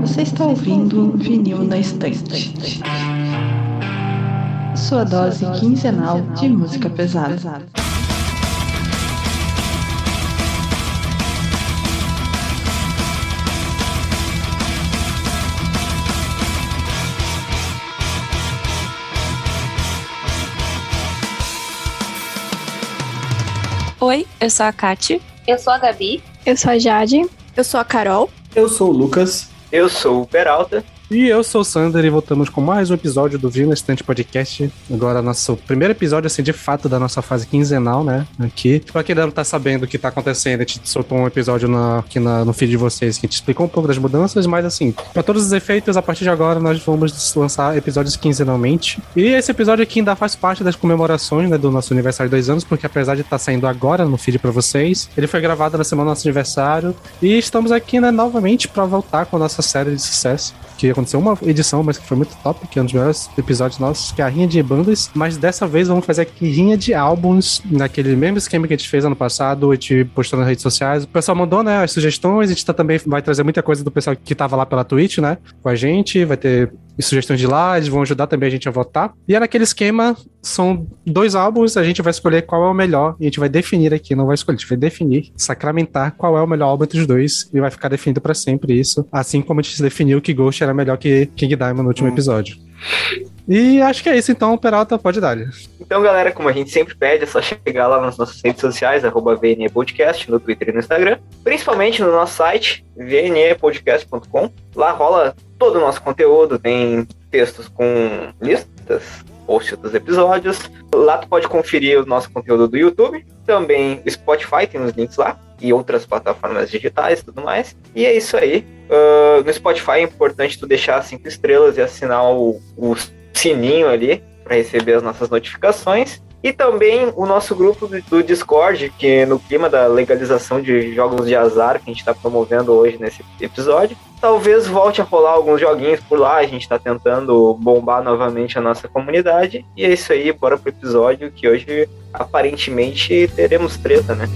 Você está ouvindo Vinil na Estante. Sua dose quinzenal de música pesada. Oi, eu sou a Kati. Eu sou a Gabi. Eu sou a Jade. Eu sou a Carol. Eu sou o Lucas. Eu sou o Peralta. E eu sou o Sander e voltamos com mais um episódio do Vila Estante Podcast. Agora, nosso primeiro episódio, assim, de fato, da nossa fase quinzenal, né? Aqui. Pra quem não tá sabendo o que tá acontecendo, a gente soltou um episódio na, aqui na- no feed de vocês que a gente explicou um pouco das mudanças, mas assim, pra todos os efeitos, a partir de agora, nós vamos lançar episódios quinzenalmente. E esse episódio aqui ainda faz parte das comemorações, né, do nosso aniversário de dois anos, porque apesar de estar saindo agora no feed pra vocês, ele foi gravado na semana do nosso aniversário. E estamos aqui, né, novamente pra voltar com a nossa série de sucesso que aconteceu uma edição, mas que foi muito top, que é um dos melhores episódios nossos, que é a rinha de bandas, mas dessa vez vamos fazer aqui rinha de álbuns, naquele mesmo esquema que a gente fez ano passado, a gente postou nas redes sociais, o pessoal mandou, né, as sugestões, a gente tá, também vai trazer muita coisa do pessoal que tava lá pela Twitch, né, com a gente, vai ter sugestões de lá, eles vão ajudar também a gente a votar, e é naquele esquema, são dois álbuns, a gente vai escolher qual é o melhor, e a gente vai definir aqui, não vai escolher, a gente vai definir, sacramentar qual é o melhor álbum entre os dois, e vai ficar definido pra sempre isso, assim como a gente definiu que Ghost era melhor que King Diamond no último episódio. E acho que é isso então, Peralta, pode dar. Então, galera, como a gente sempre pede, é só chegar lá nas nossas redes sociais, arroba VNE Podcast, no Twitter e no Instagram. Principalmente no nosso site, vnepodcast.com. Lá rola todo o nosso conteúdo, tem textos com listas, posts dos episódios. Lá tu pode conferir o nosso conteúdo do YouTube, também o Spotify, tem os links lá, e outras plataformas digitais e tudo mais. E é isso aí. Ah, no Spotify é importante tu deixar cinco estrelas e assinar o- o sininho ali para receber as nossas notificações. E também o nosso grupo do- do Discord, que é no clima da legalização de jogos de azar que a gente está promovendo hoje nesse episódio, talvez volte a rolar alguns joguinhos por lá. A gente está tentando bombar novamente a nossa comunidade. E é isso aí, bora pro episódio que hoje aparentemente teremos treta, né?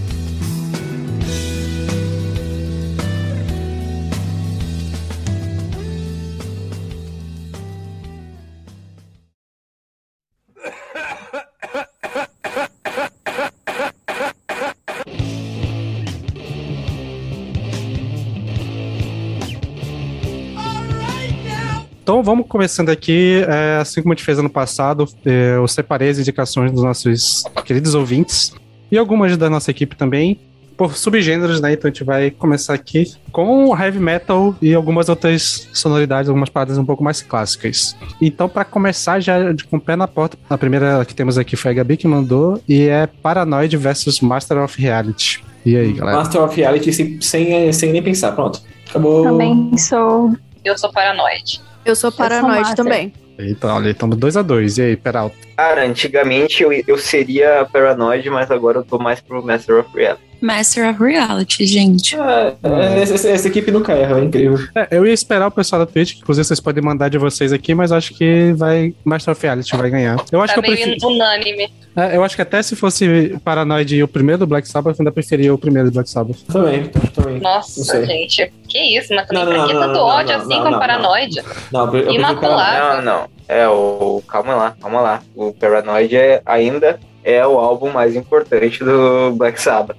Então vamos começando aqui, é, assim como a gente fez ano passado, é, eu separei as indicações dos nossos queridos ouvintes e algumas da nossa equipe também, por subgêneros, né? Então a gente vai começar aqui com heavy metal e algumas outras sonoridades, algumas paradas um pouco mais clássicas. Então pra começar já de- com o pé na porta, a primeira que temos aqui foi a Gabi que mandou e é Paranoid versus Master of Reality. E aí, galera? Master of Reality sem, sem, sem nem pensar. Pronto. Acabou. Também sou. Eu sou paranoide. Eu sou paranoide master. também. Então, olha, estamos 2 a 2 E aí, Peralta? Cara, antigamente eu, eu seria paranoid, mas agora eu tô mais pro Master of Reality. Master of Reality, gente. Ah, é, essa, essa- essa equipe nunca erra, é incrível. É, eu ia esperar o pessoal da Twitch, que inclusive vocês podem mandar de vocês aqui, mas acho que vai. Master of Reality vai ganhar. Eu acho tá que eu meio prefiro. unânime. é, eu acho que até se fosse Paranoid e o primeiro do Black Sabbath, eu ainda preferia o primeiro do Black Sabbath. Também, também. Nossa, Não sei. gente. Que isso, mas também Não, pra não, que não, tanto não, não, ódio não, assim não, como não, paranoide? Não, eu, eu prefiro Imaculado. Paranoid. Ah, Não, não. É o. Calma lá, calma lá. O Paranoid é, ainda é o álbum mais importante do Black Sabbath.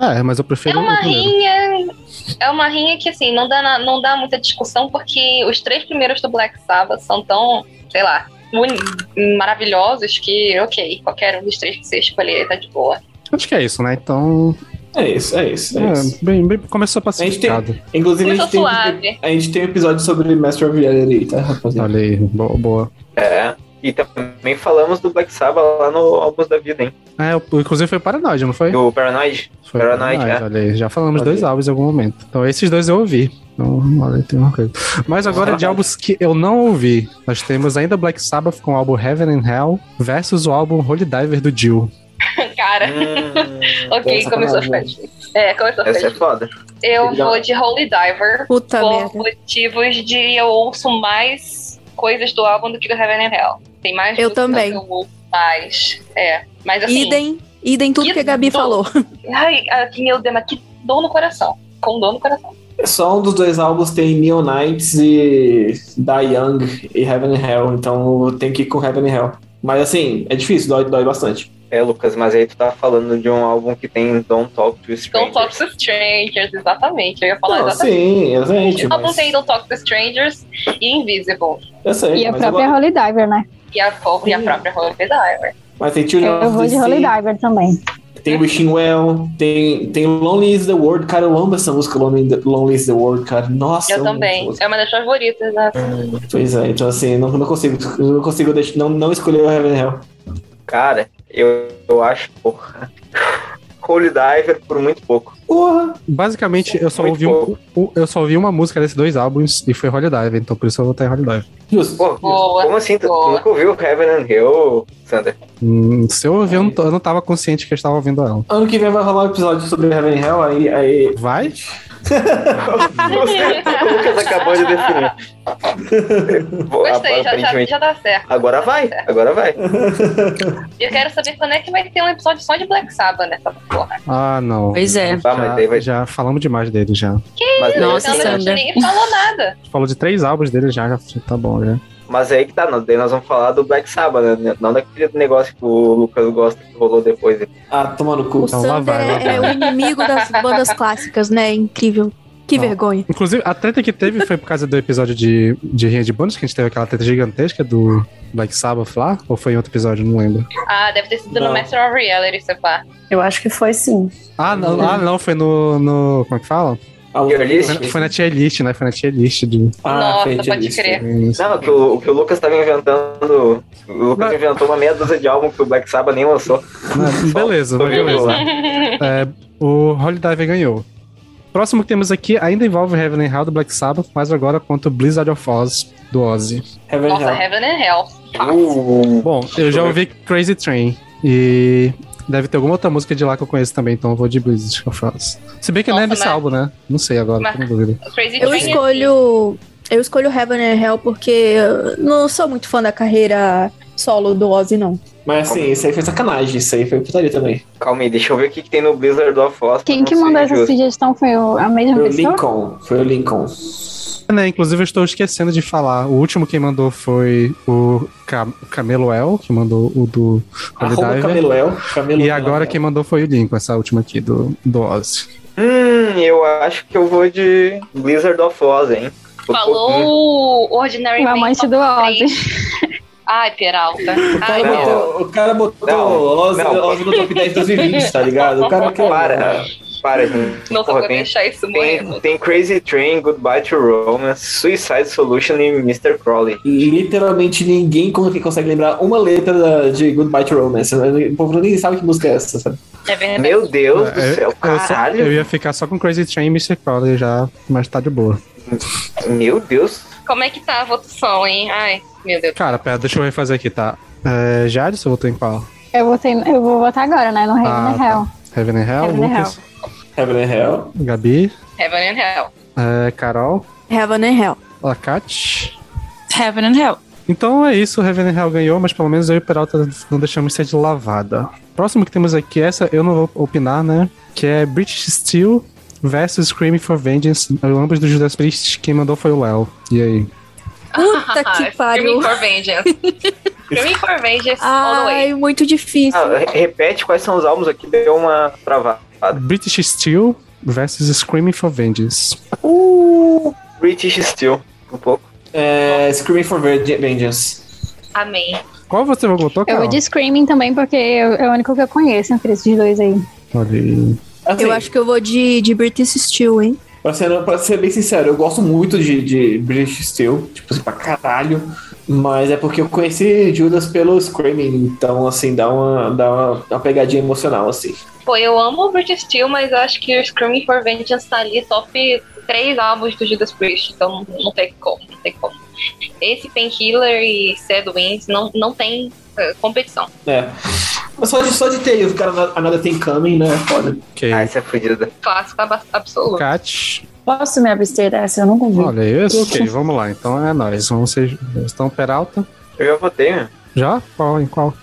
É, mas eu É prefiro o uma primeiro. rinha. É uma rinha que, assim, não dá, na- não dá muita discussão, porque os três primeiros do Black Sabbath são tão, sei lá, uni- maravilhosos que, ok, qualquer um dos três que você escolher tá de boa. Acho que é isso, né? Então. É isso, é isso, é isso. É, bem, bem, começou A pacificado. Inclusive, a Muito gente, tem, suave. a gente tem um episódio sobre Master of Reality aí, tá, rapaziada? Olha aí, boa, boa. É. E também falamos do Black Sabbath lá no Álbuns da Vida, hein? É, o- inclusive foi Paranoid, não foi? Do Paranoid. Foi Paranoid, é. olha aí. Já falamos Olha dois aí. álbuns em algum momento. Então esses dois eu ouvi. Então, olha, tem uma coisa. Mas agora Ah. de álbuns que eu não ouvi, nós temos ainda Black Sabbath com o álbum Heaven and Hell versus o álbum Holy Diver do Jill. Cara, Hum, ok, É, essa começou a ficar parada. difícil. É, começou a ficar essa é difícil. foda. Eu Já- vou de Holy Diver Puta por merda. motivos de eu ouço mais coisas do álbum do que do Heaven and Hell. Tem mais Eu músicas também. que eu ouço mais. É. Mas assim, Idem, Idem tudo Que que a Gabi dó. falou. Ai, ah, que meu Deus, mas que dor no coração. Com dor no coração. Só um dos dois álbuns tem Neon Knights e Die Young e Heaven and Hell, então tem que ir com Heaven and Hell. Mas assim, é difícil, dói, dói bastante. É, Lucas, mas aí tu tá falando de um álbum que tem Don't Talk to Don't Strangers. Talk to Strangers, exatamente. Eu ia falar Não, exatamente. sim, exatamente. O álbum Mas, tem Don't Talk to Strangers e Invisible. eu sei, E a mas, eu própria gosto. Holy Diver, né? E a, po- e a própria Holy Diver. mas tem Children Eu of vou the de Sea, Holy Diver também. Tem Wishing Well, tem, tem Lonely is the World, cara, eu amo essa música Lonely, Lonely is the World, cara. Nossa, Eu amo essa também. música. É uma das favoritas, né? Pois é, então assim, não, não consigo, não consigo deix- não, não escolher o Heaven and Hell. Cara, eu, eu acho, porra. Holy Diver por muito pouco. Porra! Basicamente, eu só, Muito ouvi um- um- eu só ouvi uma música desses dois álbuns e foi Holy Dive, então por isso eu votei em Holy Dive. Justo. Pô, Boa. como assim? Tu, tu boa. nunca ouviu Heaven and Hell, Sander? Hum, se eu ouvi, eu não, tô- eu não tava consciente que eu estava ouvindo ela. Ano que vem vai rolar um episódio sobre Heaven and Hell, aí, aí Vai? o Lucas acabou de definir. Vou- Gostei, já, já, aparentemente. já tá certo. Agora vai, agora vai. E eu quero saber quando é que vai ter um episódio só de Black Sabbath nessa porra. Ah, não. Pois é. Tá, mas aí vai. Já, já falamos demais dele já. Mas, aí- né? Nossa, então, a gente Sandra. nem falou nada. Falou de três álbuns dele já, já tá bom, já. mas aí que tá, nós- daí nós vamos falar do Black Sabbath, né? Não daquele negócio que o Lucas gosta que rolou depois. ah, toma no cu. O Então, lá Sander vai, lá é, é o vai. inimigo das bandas clássicas, né? Incrível. Que Não. vergonha. Inclusive, a treta que teve foi por causa do episódio de, de Rinha de Bônus, que a gente teve aquela treta gigantesca do Black Sabbath lá, ou foi em outro episódio, não lembro. Ah, deve ter sido Não. no Master of Reality, sei lá. Eu acho que foi sim. Ah, não, ah, não foi no, no- Como é que fala? Ah, o- Tier list? Foi, foi na tier list, né? Foi na tier list do. Nossa, feitiço. pode crer. Não, que o, que o Lucas tava inventando. O Lucas Mas- inventou uma meia dúzia de álbum que o Black Sabbath nem lançou. Ah, Beleza, Só jogou beleza. lá. É, o Holiday ganhou. Próximo que temos aqui ainda envolve Heaven and Hell do Black Sabbath, mas agora contra o Blizzard of Oz do Ozzy. Heaven and Nossa, Hell. Heaven and Hell. Uh, Bom, eu já ouvi Crazy Train e deve ter alguma outra música de lá que eu conheço também, então eu vou de Blizzard of Oz. Se bem que não é Nossa, desse mas- álbum, né? Não sei agora, Mas- tô com dúvida. Crazy Eu Train é escolho. Eu escolho Heaven and Hell porque eu não sou muito fã da carreira solo do Ozzy, não. Mas assim, isso aí foi sacanagem, isso aí foi putaria também. calma aí, deixa eu ver o que, que tem no Blizzard of Oz. pra Quem não que ser mandou essa injusto. sugestão foi o- a mesma Foi o pessoa? Lincoln, foi o Lincoln. Né, inclusive eu estou esquecendo de falar. O último quem mandou foi o Cam Cameloel, que mandou o do Arroba Holiday. Cameluel. Camelo né? E agora quem mandou foi o Lincoln, essa última aqui do, do Ozzy. Hum, eu acho que eu vou de Blizzard of Oz, hein? Tô Falou pouquinho. o Ordinary O Man amante top do três. Ozzy. Ai, Peralta. O cara Não. Ai, botou, o cara botou Não, Ozzy, não. Ozzy no top 10 de 2020, tá ligado? O cara que Para, para, gente. não só Porra, vou tem, deixar isso morrendo. tem, tem Crazy Train, Goodbye to Romance, Suicide Solution e Mr. Crowley. Literalmente ninguém con- que consegue lembrar uma letra da- de Goodbye to Romance. O povo nem sabe que música é essa, sabe? É verdade. Meu Deus do É, céu, Eu, só- caralho. eu ia ficar só com Crazy Train e Mr. Crowley já, mas tá de boa. Meu Deus. Como é que tá a votação, hein? Ai, meu Deus. Cara, pera, deixa eu refazer aqui, tá? É, Jade, você votou em qual? Eu, votei, eu vou votar agora, né? No Heaven and tá. Hell. Heaven and Hell, Heaven and Lucas, Heaven and Hell. Gabi, Heaven and Hell. é, Carol, Heaven and Hell. Lacate. Heaven and Hell. Então é isso, o Heaven and Hell ganhou, mas pelo menos eu e o Peralta não deixamos ser de lavada. Próximo que temos aqui, é essa eu não vou opinar, né? Que é British Steel versus Screaming for Vengeance. Ambos dos Judas Priest, quem mandou foi o Léo. E aí? Puta que Screaming pariu. for Vengeance. Screaming for Vengeance all the way. Ai, muito difícil. Ah, re- repete quais são os álbuns aqui, deu uma travada. British Steel versus Screaming for Vengeance. British Steel, um pouco. É, Screaming for Venge- Vengeance. Amém. Qual você votou, Eu Carol? vou de Screaming também, porque eu- é o único que eu conheço entre esses dois aí. Olha aí. Assim, Eu acho que eu vou de, de British Steel, hein? Pra ser, pra ser bem sincero, eu gosto muito de, de British Steel, tipo assim, pra caralho. Mas é porque eu conheci Judas pelo Screaming, então assim, dá uma, dá uma, uma pegadinha emocional, assim. Pô, eu amo o British Steel, mas eu acho que o Screaming for Vengeance tá ali top três álbuns do Judas Priest, então não tem como, não tem como. Esse Painkiller e Sad Wings não, não tem eh, competição. É. Mas só de, só de ter o cara na- a nada tem coming, né? Foda. Ok. Ah, essa é fodida. Clássico ab- absoluto. Cat. Posso me abster dessa? Eu nunca vi. Olha isso. Ok, vamos lá. Então é nóis. Vamos ser. Então, Peralta. Eu já votei, né? Já? Qual? Em qual?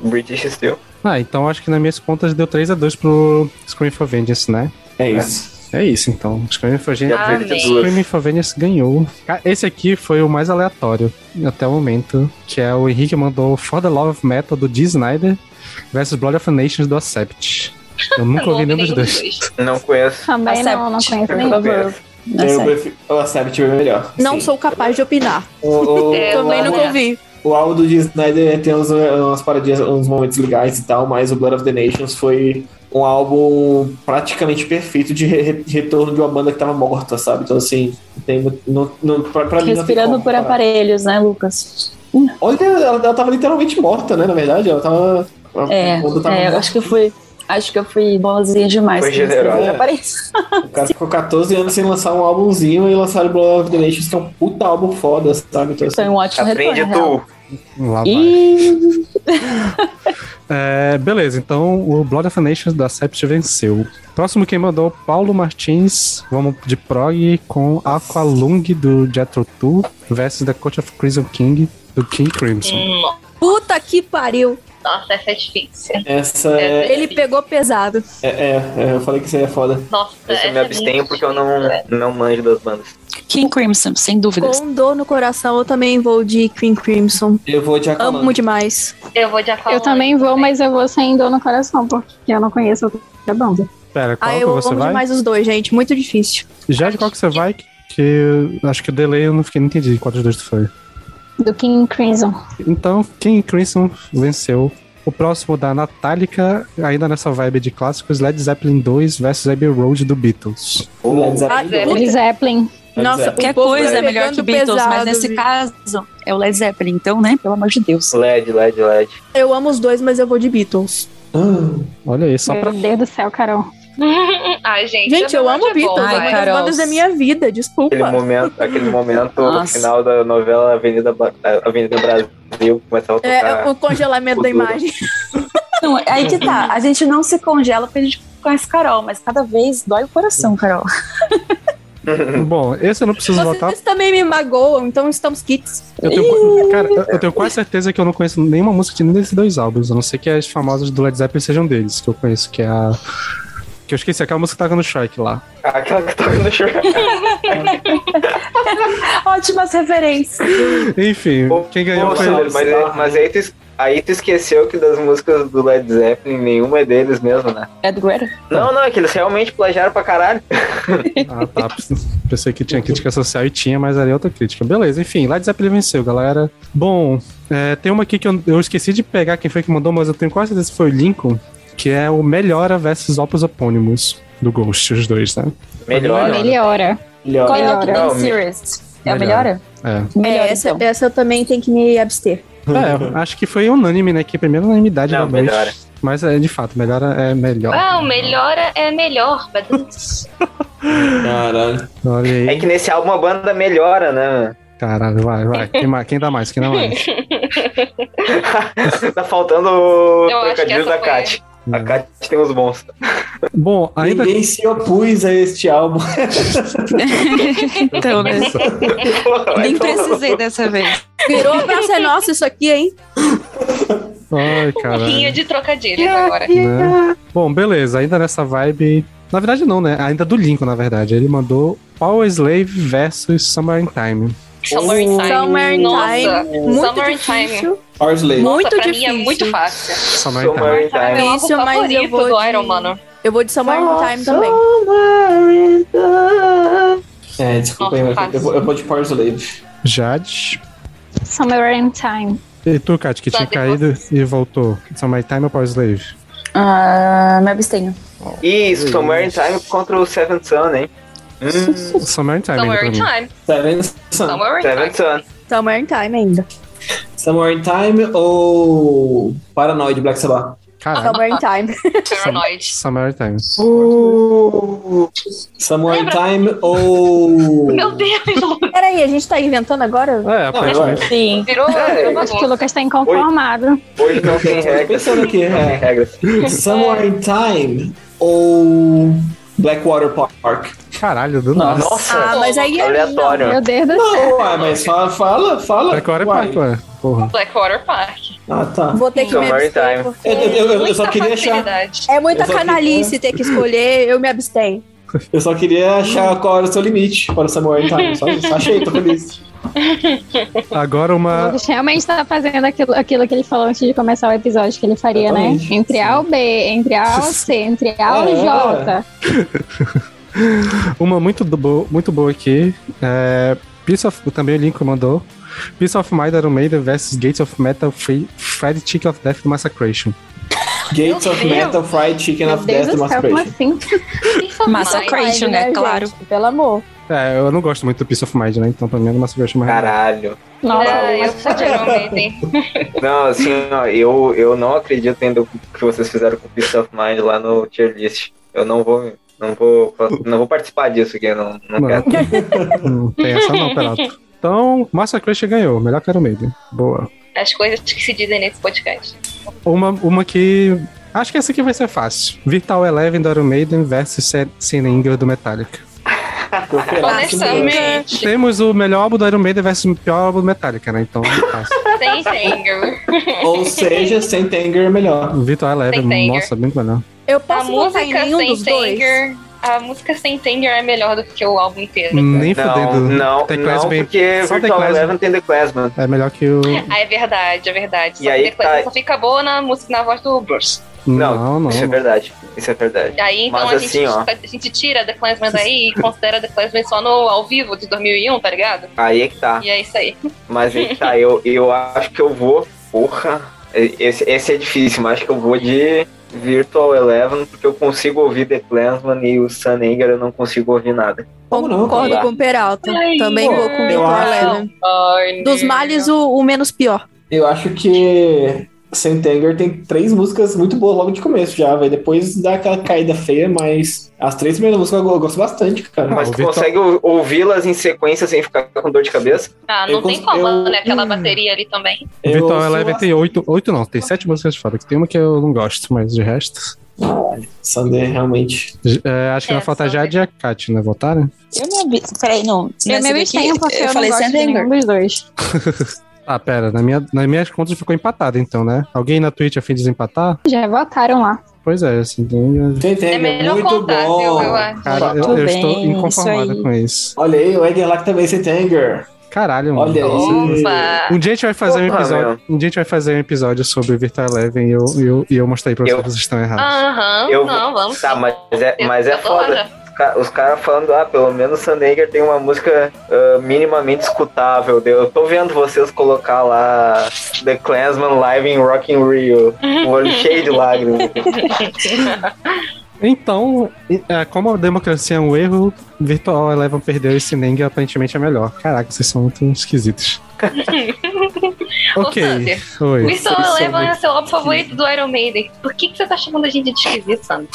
British Steel. Ah, então acho que nas minhas contas deu 3x2 pro Scream for Vengeance, né? É isso. É isso, então. Scream for Vengeance. Já Amém. perdi duas. Screaming for Vengeance ganhou. Ca- Esse aqui foi o mais aleatório até o momento, que é o Henrique mandou For the Love of Metal do Dee Snyder versus Blood of Nations do Accept. Eu nunca ouvi nenhum dos dois. Não conheço. Também não, não conheço Não nem. conheço. Eu Nossa, prefiro. O Accept é melhor. Não Sim. sou capaz de opinar. O, o, É, Eu Também amo. nunca ouvi. o álbum do Dee Snyder tem uns, umas paradinhas, uns momentos legais e tal, mas o Blood of the Nations foi um álbum praticamente perfeito de re- re- retorno de uma banda que tava morta, sabe? Então, assim, tem, mu- não, não, pra, pra mim não tem respirando como tá? por comparar. aparelhos, né, Lucas? Olha, ela, ela tava literalmente morta, né? Na verdade, ela tava. ela- É, quando tava é, eu morta, acho que eu fui. Acho que eu fui boazinha demais. tá Foi com escrever generosa. aparelhos. O cara ficou 14 anos sem lançar um álbumzinho e lançaram o Blood of the Nations, que é um puta álbum foda, sabe? Então, assim, Foi um ótimo Aprende retorno. real. tu. Lá vai. Ih, É, beleza, então o Blood of Nations da Sept venceu. Próximo quem mandou, Paulo Martins. Vamos de prog com Aqualung do Jethro Tull versus The Coach of Crimson King do King Crimson. É. Hum, Puta que pariu. Nossa, essa é difícil. essa é, Ele pegou pesado. é, é- é, Eu falei que isso aí é foda. Nossa, Esse essa eu me é abstenho muito porque eu difícil, não, velho. não manjo das bandas. King Crimson, sem dúvidas. Com dor no coração, eu também vou de Queen Crimson. Eu vou de Aqualung. Amo demais. Eu vou de Aqualung. Eu também vou, mas eu vou sem dor no coração, porque eu não conheço outra banda. Pera, qual Ah, que eu você amo vai? demais os dois, gente. Muito difícil. Já de qual que você vai? Que eu acho que o delay eu não fiquei, não entendi qual dos dois tu foi. Do King Crimson. Então, King Crimson venceu. O próximo da Natálica, ainda nessa vibe de clássicos, Led Zeppelin 2 versus Abbey Road do Beatles. Led Ah, Zeppelin. Puta. Led Zeppelin. Nossa, Zeppelin. o Qualquer povo coisa é pegando melhor que Beatles, mas pesado, nesse viu? caso é o Led Zeppelin, então, né? Pelo amor de Deus. LED, LED, LED. Eu amo os dois, mas eu vou de Beatles. Ah, Olha aí, só pra. Meu Deus do céu, Carol. Ai, gente. Gente, eu Underworld amo é Beatles. bom, é Ai, uma vai. das Carol. bandas da minha vida, desculpa. Aquele momento, aquele momento no Nossa. final da novela Avenida, Ba- Avenida Brasil começava a tocar. É, o congelamento da Cultura. imagem. Não, é aí que tá. A gente não se congela porque a gente conhece Carol, mas cada vez dói o coração, Carol. É. Bom, esse eu não preciso votar. Vocês também me magoam, então estamos kits. Eu tenho, cara, eu- eu tenho quase certeza que eu não conheço nenhuma música de nenhum desses dois álbuns, a não ser que as famosas do Led Zeppelin sejam deles, que eu conheço, que é a. Que eu esqueci, aquela música que tava no Shrek lá. Aquela que toca no churrasco. Ótimas referências. Enfim, Pô, quem ganhou Pô, foi Saulo, mas, aí- mas aí, tu, es- aí tu esqueceu que das músicas do Led Zeppelin, nenhuma é deles mesmo, né? É do Greta? Não, não, é que eles realmente plagiaram pra caralho. Ah, tá. Pensei que tinha crítica social e tinha, mas era outra crítica. Beleza, enfim, Led Zeppelin venceu, galera. Bom, é, tem uma aqui que eu, eu esqueci de pegar quem foi que mandou, mas eu tenho quase certeza que foi o Lincoln, que é o Melhora versus Opus Opônimos do Ghost, os dois, né? Melhor. Melhora. melhor. Qual é o que Melhora. tem Não, me- Serious? É a Melhora. melhora? É. Melhora, É, essa, então. essa eu também tenho que me abster. É, acho que foi unânime, né? Que é a primeira unanimidade Não, da noite. Melhora. Mas é, de fato, melhora é melhor. Ah, o melhora é melhor. mas- Caralho. Olha aí. É que nesse álbum a banda melhora, né? Caralho, vai, vai. Quem, mais, quem dá mais? Quem dá mais? tá faltando o Eu acho que trocadilho essa da foi- Kat. A É. Kat tem uns bons. Bom, ainda. Ninguém se opôs a este álbum. então, né? Nem Vai tomar no precisei dessa vez. Virou pra ser nossa isso aqui, hein? Ai, Um caralho. rinho de trocadilhos agora. né? Bom, beleza, ainda nessa vibe. Na verdade, não, né? Ainda do Lincoln, na verdade. Ele mandou Power Slave versus Summer in Time. Summer in Time. Summer in Nossa. Time. Muito Summer in difícil. Parsley. Nossa. Nossa, Muito pra mim é difícil. muito fácil. Summer in Time. Summer in É Time. meu álbum Difícil, mas eu favorito vou do de- Iron né? Mano. Eu vou de Summer in Time também. É, desculpa aí, mas eu, vou- eu vou de Parsley. Jade. É. Somewhere in Time. E tu, Kat, que tinha Sabe caído e voltou. Summer in Time ou Power Slave? Ah, me abstenho. Ih, Summer in Time contra o Seventh Sun, hein? Hum, Summer in Time, ainda Summer pra in mim. Time. Seven Sun. Summer in Time. Seventh Sun. Summer in Time ainda. Somewhere in Time ou Paranoid Black Sabbath? Ah. Caralho, Summer in Time. Paranoid. Summer in Time. Somewhere in Time ou. Meu Deus, Lucas, Peraí, a gente tá inventando agora? É, Não, agora. aparentemente. Sim. virou É, virou Acho que o bagunça. Lucas tá inconformado. Hoje não então tem Eu regras. tô é? pensando aqui, Não tem é. regras. Somewhere in Time ou Blackwater Park? Caralho, do nada. Nossa, Ah, mas aí é aleatório. Meu Deus do céu. Não, ué, mas fala, fala. fala Agora é uai. Park, ué. Porra. Blackwater Park. Ah, tá. Vou ter que me Summary abster. time. Porque Eu, eu- eu- eu só Muita queria achar. facilidade. é muita Eu só canalice ter que escolher, eu me abstenho. Eu só queria achar qual era o seu limite para o Samuel Time. Só isso. Achei, tô feliz. Agora O uma. Lucas realmente tá fazendo aquilo, aquilo que ele falou antes de começar o episódio que ele faria, Exatamente. né? Entre A ou B, entre A ou C, entre A ou É. J. Uma muito, do- bo- muito boa aqui. É, Piece of, também o Lincoln mandou. Piece of Mind Iron Maiden vs Gates of Metal Free, Fred Chicken of Death do Massacration. Gates of Meu Metal, Fried Chicken Meu of Death, Deus do céu, como Masturbation. assim? Massacre. Creation, né? gente? Claro. Pelo amor. É, eu não gosto muito do Piece of Mind, né? Então pra mim é do Massacration mais. Caralho. Nossa, Ah, eu sou de Iron Maiden. Não, assim, ó, eu, eu não acredito ainda o que vocês fizeram com o Peace of Mind lá no tier list. Eu não vou. Não vou, não vou participar disso aqui, eu não, não, Não. quero. Não tem essa não, Peralta. Então, Massacration ganhou. Melhor que Iron Maiden. Boa. As coisas que se dizem nesse podcast. Uma, uma que. Acho que essa aqui vai ser fácil. Virtual Eleven do Iron Maiden versus Se- Sin Anger do Metallica. Cooperar esse mês. Honestamente, Temos o melhor álbum do Iron Maiden versus o pior álbum do Metallica, né? Então, fácil. sem anger. Ou seja, sem Tanger é melhor. Virtual Eleven, Sin Anger. nossa, muito melhor. Eu A posso votar em música nenhum sem dos dois. anger. A música sem anger é melhor do que o álbum inteiro. Hum. Nem Não, fudendo. não, The não Clansman. porque Só The Virtual Clansman. Eleven tem The Clansman. É melhor que o. Ah, é verdade, é verdade. Só E aí que depois tá- só fica boa na música na voz do Bruce. Não, não. Isso é verdade. Isso é verdade. E aí então Mas a, gente, assim, ó. a gente tira The Clansman daí e considera The Clansman só no ao vivo de 2001, tá ligado? Aí é que tá. E é isso aí. Mas aí que tá, eu, eu acho que eu vou. Porra, esse, esse é difícil, mas acho que eu vou de Virtual Eleven, porque eu consigo ouvir The Clansman e o Sun Anger eu não consigo ouvir nada. Como não? Concordo Tá. com o Peralta. Ai, Também vou com o eu Victor acho- Eleven. Dos males, o, o menos pior. Eu acho que Sem Tanger tem três músicas muito boas logo de começo já, velho. Depois dá aquela caída feia, mas as três primeiras músicas eu go- eu gosto bastante, cara. Mas Ah, o tu Virtual- consegue ou- ouvi-las em sequência sem ficar com dor de cabeça? Ah, Eu não tem cons- como, eu- né? Aquela bateria ali também. Eu Virtual sou assim. Eleven tem oito. Oito não, tem sete músicas fora. que Tem uma que eu não gosto, mas de resto. Sunday, realmente. É, acho que É, vai faltar só Jade e a Kat, né? Votaram? Eu me abstenho. Peraí, não. Eu me nessa abstenho daqui, É porque eu, não falei gosto de Sandhanger. nenhum dos dois. Ah, pera, na minha, nas minhas contas ficou empatado, então, né? Alguém na Twitch a fim de desempatar? Já votaram lá. Pois é, assim, tem- Sem Tanger, É melhor muito contar, bom. viu, eu acho. cara, eu, Muito eu estou bem, isso inconformada aí. com isso. Olha aí, o Edgar Lack também sem Tanger. Caralho, mano. Olha aí. Opa! Um dia a gente vai fazer um Porra, episódio. Um dia a gente vai fazer um episódio sobre Virtual Eleven e eu, e eu, e eu mostrei pra vocês Eu- que vocês estão errados. Aham, Eu- não, vamos. Tá, mas é, mas é Eu tô foda. lá. Os ca- Os caras falando, ah, pelo menos Sun Anger tem uma música ah, minimamente escutável. Eu tô vendo vocês colocar lá The Clansman Live in Rock in Rio. Um olho cheio de lágrimas. Então, é, como a democracia é um erro, Virtual Eleven perdeu e Sineng aparentemente é melhor. Caraca, vocês são muito esquisitos. ok. Ô, Sander, Oi. Crystal Sobre- Eleven é seu álbum favorito do Iron Maiden. Por que, que você tá chamando a gente de esquisito, Sandra?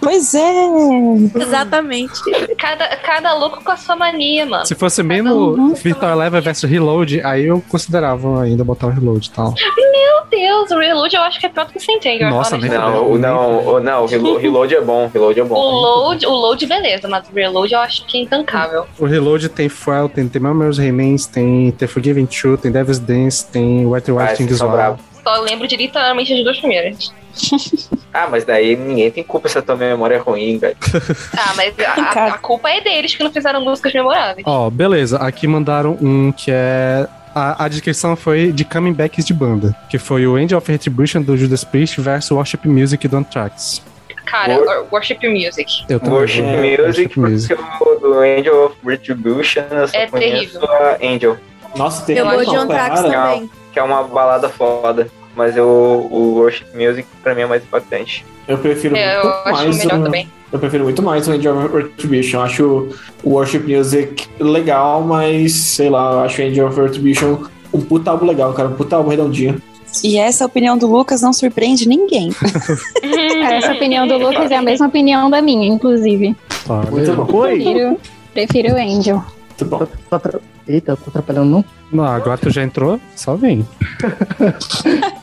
Pois é. Uhum. Exatamente. Cada, cada louco com a sua mania, mano. Se fosse mesmo Uhum. Virtual Eleven versus Reload, aí eu considerava ainda botar o Reload e tal. Meu Deus, o Reload eu acho que é pior do que o Sentenger. Nossa, honestamente. né? Não, o- não, o- não, o relo- Reload é bom, Reload é O bom. load, o load, beleza, mas o reload eu acho que é intancável. O Reload tem Fuel, tem The Memories Remains, tem The Forgiven Two, tem Devil's Dance, tem White Ah, White esses Things são Wild. bravos. Só lembro de literalmente as duas primeiras. Ah, mas daí ninguém tem culpa se a tua memória é ruim, velho. Ah, mas a- a, a culpa é deles que não fizeram músicas memoráveis. Ó, beleza. Aqui mandaram um que é. A, a descrição foi de comebacks de banda, que foi o End of Retribution do Judas Priest versus Worship Music do Anthrax. Cara, Wor- Worship Music. Eu também Worship vou- Music, é, Worship Music. porque o do Angel of Retribution eu só É conheço terrível. a Angel, Nossa, tem Eu Eu vou acho de um Antrax cara. também. que é uma balada foda. Mas eu, o Worship Music pra mim é mais impactante. Eu prefiro É, muito eu acho mais né? melhor o- também. Eu prefiro muito mais o Angel of Retribution. Eu acho o Worship Music legal, mas sei lá, eu acho o Angel of Retribution um puta álbum legal, cara. Um puta álbum redondinho. E essa opinião do Lucas não surpreende ninguém. Essa opinião do Lucas é a mesma opinião da minha, inclusive. Olha. Muito bom. Prefiro, prefiro o Angel. Muito bom. Tô atra- Eita, tô atrapalhando não? Não, agora tu já entrou, só vem.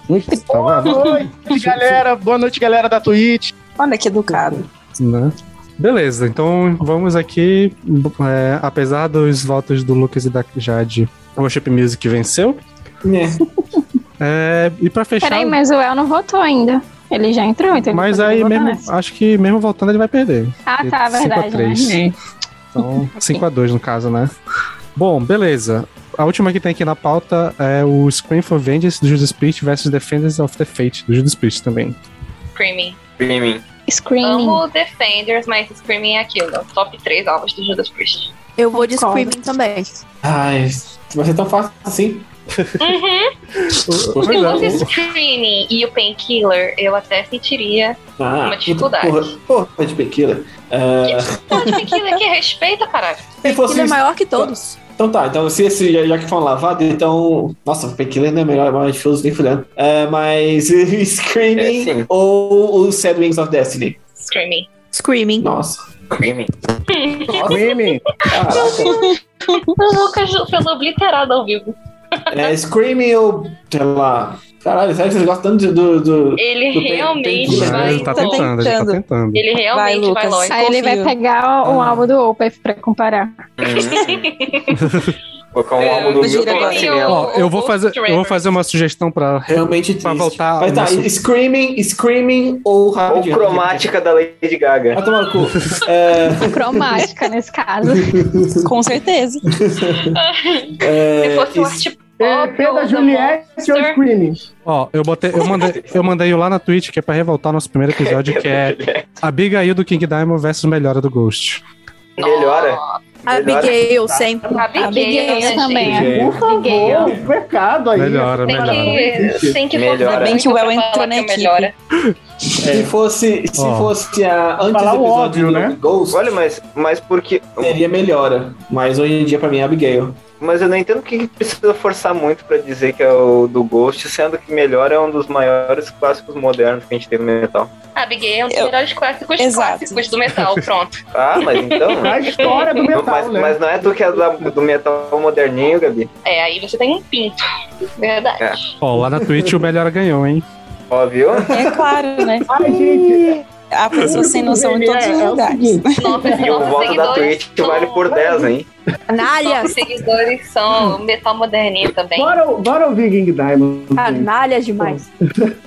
Ixi, tá bom. Boa noite, galera. Boa noite, galera da Twitch. Olha que educado. né? Beleza, então vamos aqui. é, apesar dos votos do Lucas e da Jade, Worship Music venceu. Né? É, e pra fechar. Peraí, mas o El não votou ainda. Ele já entrou, então ele Mas não aí votou mesmo, nessa. acho que mesmo voltando ele vai perder. Ah, tá, Porque verdade, 5x3. né? Então, 5x2 no caso, né? Bom, beleza. A última que tem aqui na pauta é o Scream for Vengeance do Judas Priest versus Defenders of the Fate do Judas Priest também. Screaming. Screaming. Amo Defenders, mas Screaming é aquilo. Top 3 alvos do Judas Priest. Eu vou de Concordo. Screaming também. Ai, vai ser tão fácil assim. Uhum. Se é, fosse Screaming e o Painkiller, eu até sentiria Ah, uma dificuldade. Porra, porra de Pequila. Não, de Painkiller que respeita, caralho. Painkiller é maior que todos. Então tá, então se esse, já, já que foi um lavado, então. Nossa, o Painkiller não é melhor, é mais difícil nem fudendo. É, mas É, Screaming ou o Sad Wings of Destiny? Screaming. Screaming. Nossa. Screaming. Screaming! O Lucas sendo obliterado ao vivo. É, Screaming ou. Sei lá. Caralho, sério que vocês gostam tanto do. do Ele do Pain- realmente Painkiller? vai. Ele tá tentando, ele tá tentando. Ele é realmente vai, Lucas. longe. Aí ele vai pegar o, o Ah. álbum do Opeth pra comparar. Colocar É, um álbum do Milton Nascimento. Ó, eu vou fazer, eu vou fazer uma sugestão pra realmente pra voltar. ao Mas tá, nosso- Screaming, Screaming ou Ou Rapidinho. cromática da Lady Gaga. Vai tomar no cu. É, Cromática, nesse caso. Com certeza. é, Se fosse o es- arte é pop, eu uso Juliette ou Screaming? Ó, eu botei, eu mandei, eu mandei lá na Twitch que é pra revoltar o nosso primeiro episódio, que é Abigail do King Diamond versus Melhora do Ghost. Melhora. Abigail sempre. Abigail, Abigail né, também. gente? é. Por Abigail. Pô, um pecado aí. Melhora, Tem melhora. que, tem que Melhora. forçar Ainda bem que muito o El pra falar entrou na que é equipe. melhora. se fosse, se Ó. fosse a antes Falar do o óbvio, episódio do né? Ghost, Olha, mas, mas porque. seria melhora. Mas hoje em dia, pra mim, é Abigail. Mas eu não entendo que precisa forçar muito pra dizer que é o do Ghost, sendo que Melhor é um dos maiores clássicos modernos que a gente teve no metal. Abigail é um dos Eu- melhores clássicos Exato. clássicos do metal, pronto. Ah, mas então. A história do metal, mas, né? mas não é do que é da- do metal moderninho, Gabi. É, aí você tem um pinto. Verdade. É. Ó, lá na Twitch o Melhora ganhou, hein? Ó, viu? É claro, né? Ai, gente. Há pessoas Ah, sem noção em todos os é o lugares. seguinte, Nossa, E o nossos voto da seguidores Twitch vale por 10, hein? Canalhas. Nossos seguidores são metal moderninho também. Bora, bora ouvir King Diamond. Tá, Canalhas demais.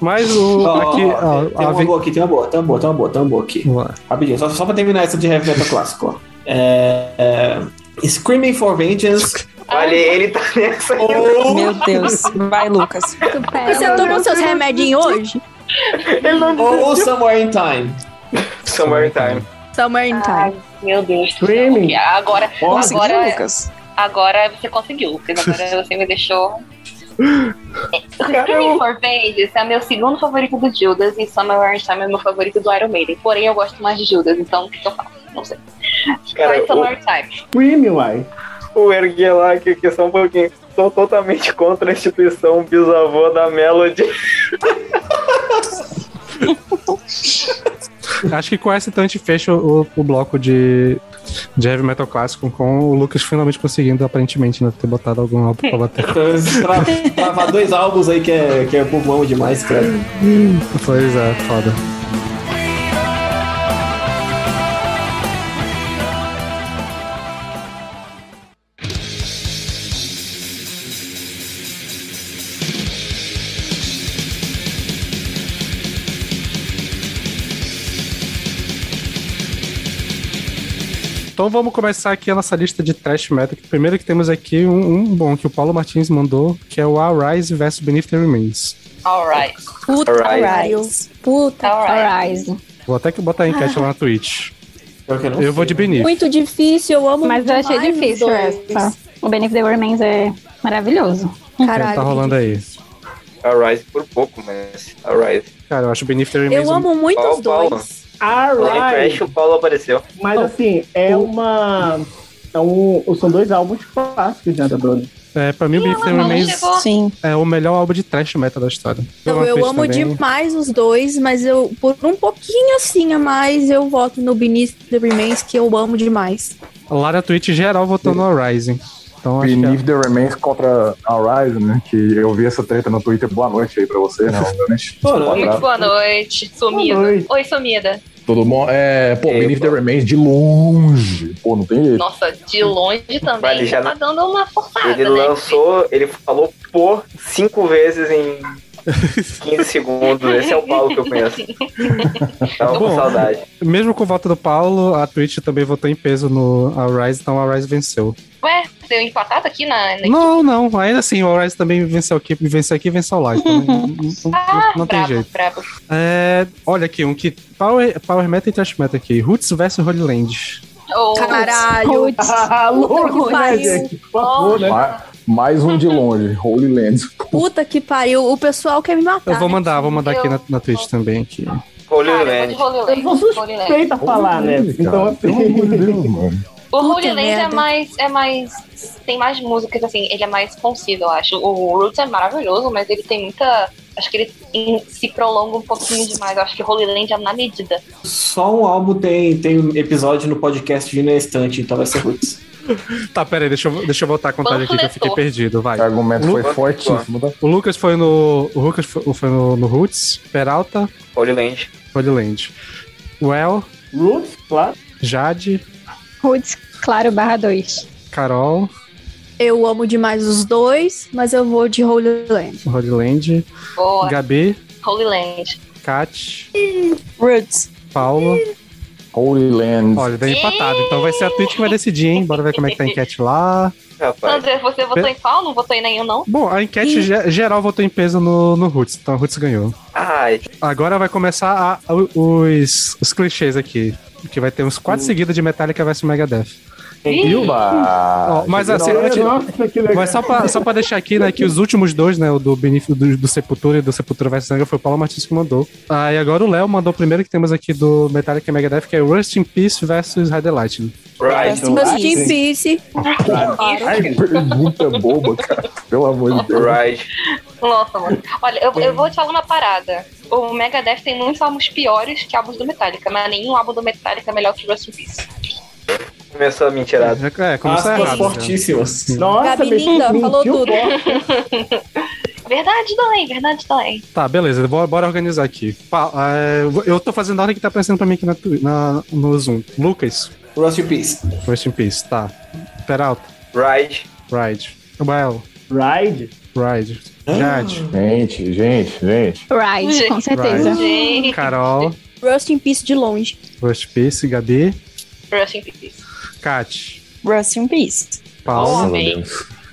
Mas o Ó, aqui, ó, tem a uma Abi- boa aqui, tem uma boa, tem uma boa, tem uma boa, tem uma boa aqui. Vamos lá. Rapidinho, só, só pra terminar essa de heavy metal clássico. ó. É, é, Screaming for Vengeance Olha, ele tá nessa. ou Meu Deus. Vai, Lucas. Supera. Você tomou seus remedinhos hoje? ou Somewhere in Time. Somewhere in Time. Summer in Time. Meu Deus. do céu. Screaming. Agora, Conseguiu, agora, é Lucas? agora você conseguiu, porque agora você me deixou. Screaming for Vengeance é meu segundo favorito do Judas e Summer in Time é meu favorito do Iron Maiden. Porém, eu gosto mais de Judas, então o que, que eu faço? Não sei. Cara, Vai Summer in Time. Screaming, uai. O Erguelac aqui, só um pouquinho. Sou totalmente contra a instituição bisavô da Melody. Acho que com essa então a gente fecha o, o bloco de, de heavy metal clássico com o Lucas finalmente conseguindo, aparentemente, né, ter botado algum álbum pra bater. Tra- Travar dois álbuns aí que é, que é bobão demais, cara. pois é, foda. Então vamos começar aqui a nossa lista de trash metal. que Primeiro que temos aqui um, um bom que o Paulo Martins mandou, que é o Arise vs Beneath the Remains. Alright. Puta Alright. pariu. Puta. Alright. Horizon. Vou até que botar a enquete lá na Twitch. Eu, que não sei. né? Eu vou de Beneath. Muito difícil, eu amo Mas eu achei demais os difícil dois. essa. O Benefit the Remains é maravilhoso. Caralho. tá rolando aí. Arise por pouco, mas Arise. Cara, eu acho o Beneath the Remains Eu amo muito Ó, os o Paulo. dois. Lá em Alright. Crash, o Paulo apareceu. Mas assim, é uma. É um, são dois álbuns clássicos, né, da Bruna? um- é, pra mim, o Beneath the não Remains chegou. Sim. é o melhor álbum de trash metal da história. Não, Uma Então, eu Twitch amo também. demais os dois, mas eu, por um pouquinho assim a mais, eu voto no Beneath the Remains, que eu amo demais. Lá na Twitch, geral votando no Arising. Então, acho que Beneath the Remains contra a Rise, né? Que eu vi essa treta no Twitter. Boa noite aí pra você, né? Obviamente. Pô, não, Muito boa noite, sumida. Boa noite. Oi, sumida. Todo mundo. É, pô, Beneath the Remains de longe. Pô, não tem jeito. Nossa, de longe também Vale, já já tá não- dando uma forçada, Ele né? lançou, ele falou por cinco vezes em 15 segundos. Esse é o Paulo que eu conheço. Tava com Bom, saudade. Mesmo com o voto do Paulo, a Twitch também votou em peso no Arise, então a Arise venceu. Ué, deu empatado aqui na. na... Não, não, ainda assim, o Arise também venceu aqui, venceu aqui e venceu lá. Então, não, não- Ah, não tem brabo, jeito. brabo. É, olha aqui, um que. Power, Power Meta e Trash Meta aqui. Roots vs Holy Land. Oh, Caralho. Putz. Puta que pariu. Ma- Mais um de longe, Holy Land. Puta que pariu. O pessoal quer me matar. Tá, Eu vou mandar, vou mandar aqui na, na Twitch também. Aqui. Holy Land. Eu sou suspeita a falar, né? Então, Cara, pelo amor de Deus, mano. O Holy Land é merda. mais, é mais. Tem mais músicas, assim, ele é mais conciso, eu acho. O Roots é maravilhoso, mas ele tem muita. Acho que ele em- se prolonga um pouquinho demais. Eu acho que Holy Land é na medida. Só um álbum tem, tem um episódio no podcast de na estante, então vai ser Roots. Tá, pera aí, deixa eu, deixa eu voltar a contagem aqui que eu fiquei Panfletou. perdido, vai. O argumento foi Lu- fortíssimo, tá? O Lucas foi no. O Lucas foi, foi no, no Roots, Peralta, Holy Land. Holy Land. Well. Roots, claro. Jade, Roots, claro, barra 2. Carol, Eu amo demais os dois, mas eu vou de Holy Land. Holy Land, Boa. Gabi, Holy Land. Kat, Roots. Paula. Holy Land. Olha, deu empatado. Então vai ser a Twitch que vai decidir, hein? Bora ver como é que tá a enquete lá. Sandra, você votou em qual? Não votou em nenhum, não? Bom, a enquete ge- geral votou em peso no, no Roots, então a Roots ganhou. Ai. Agora vai começar a- o- os, os clichês aqui. Que vai ter uns quatro seguidos de Metallica versus Megadeth. Ih. Ah, Ó, mas assim, antes- mas só pra, só pra deixar aqui, né, que os últimos dois, né, o do Benefício do, do Sepultura e do Sepultura vs Sangue foi o Paulo Martins que mandou. Aí agora o Léo mandou o primeiro que temos aqui do Metallica e Megadeth, que é Rust in Peace versus Ride the Lightning. Right. Rust in Peace. Que pergunta boba, cara. Pelo amor de Deus. Right. Nossa, mano. Olha, eu, eu vou te falar uma parada. O Megadeth tem muitos álbuns piores que álbuns do Metallica, mas nenhum álbum do Metallica é melhor que Rust in Peace. Começou a mentirada. É, começou Aspas errado, fortíssimas. Nossa, Gabi mentiu- linda, falou mentiu tudo. forte. Verdade também, verdade também. Tá, beleza, bora, bora organizar aqui. Pa- é, eu tô fazendo a hora que tá aparecendo pra mim aqui na, tu- na- no Zoom. Lucas, Rust in Peace. Rust in Peace, tá. Peralta, Right. Ride. Well, Ride? Ride. Ah. Jade. Gente, gente, gente. Right, com certeza. Ride. Carol, Rust in Peace de longe. Rust in Peace, Gabi, Rust in Peace. Kat. Rust in Peace. Paulo.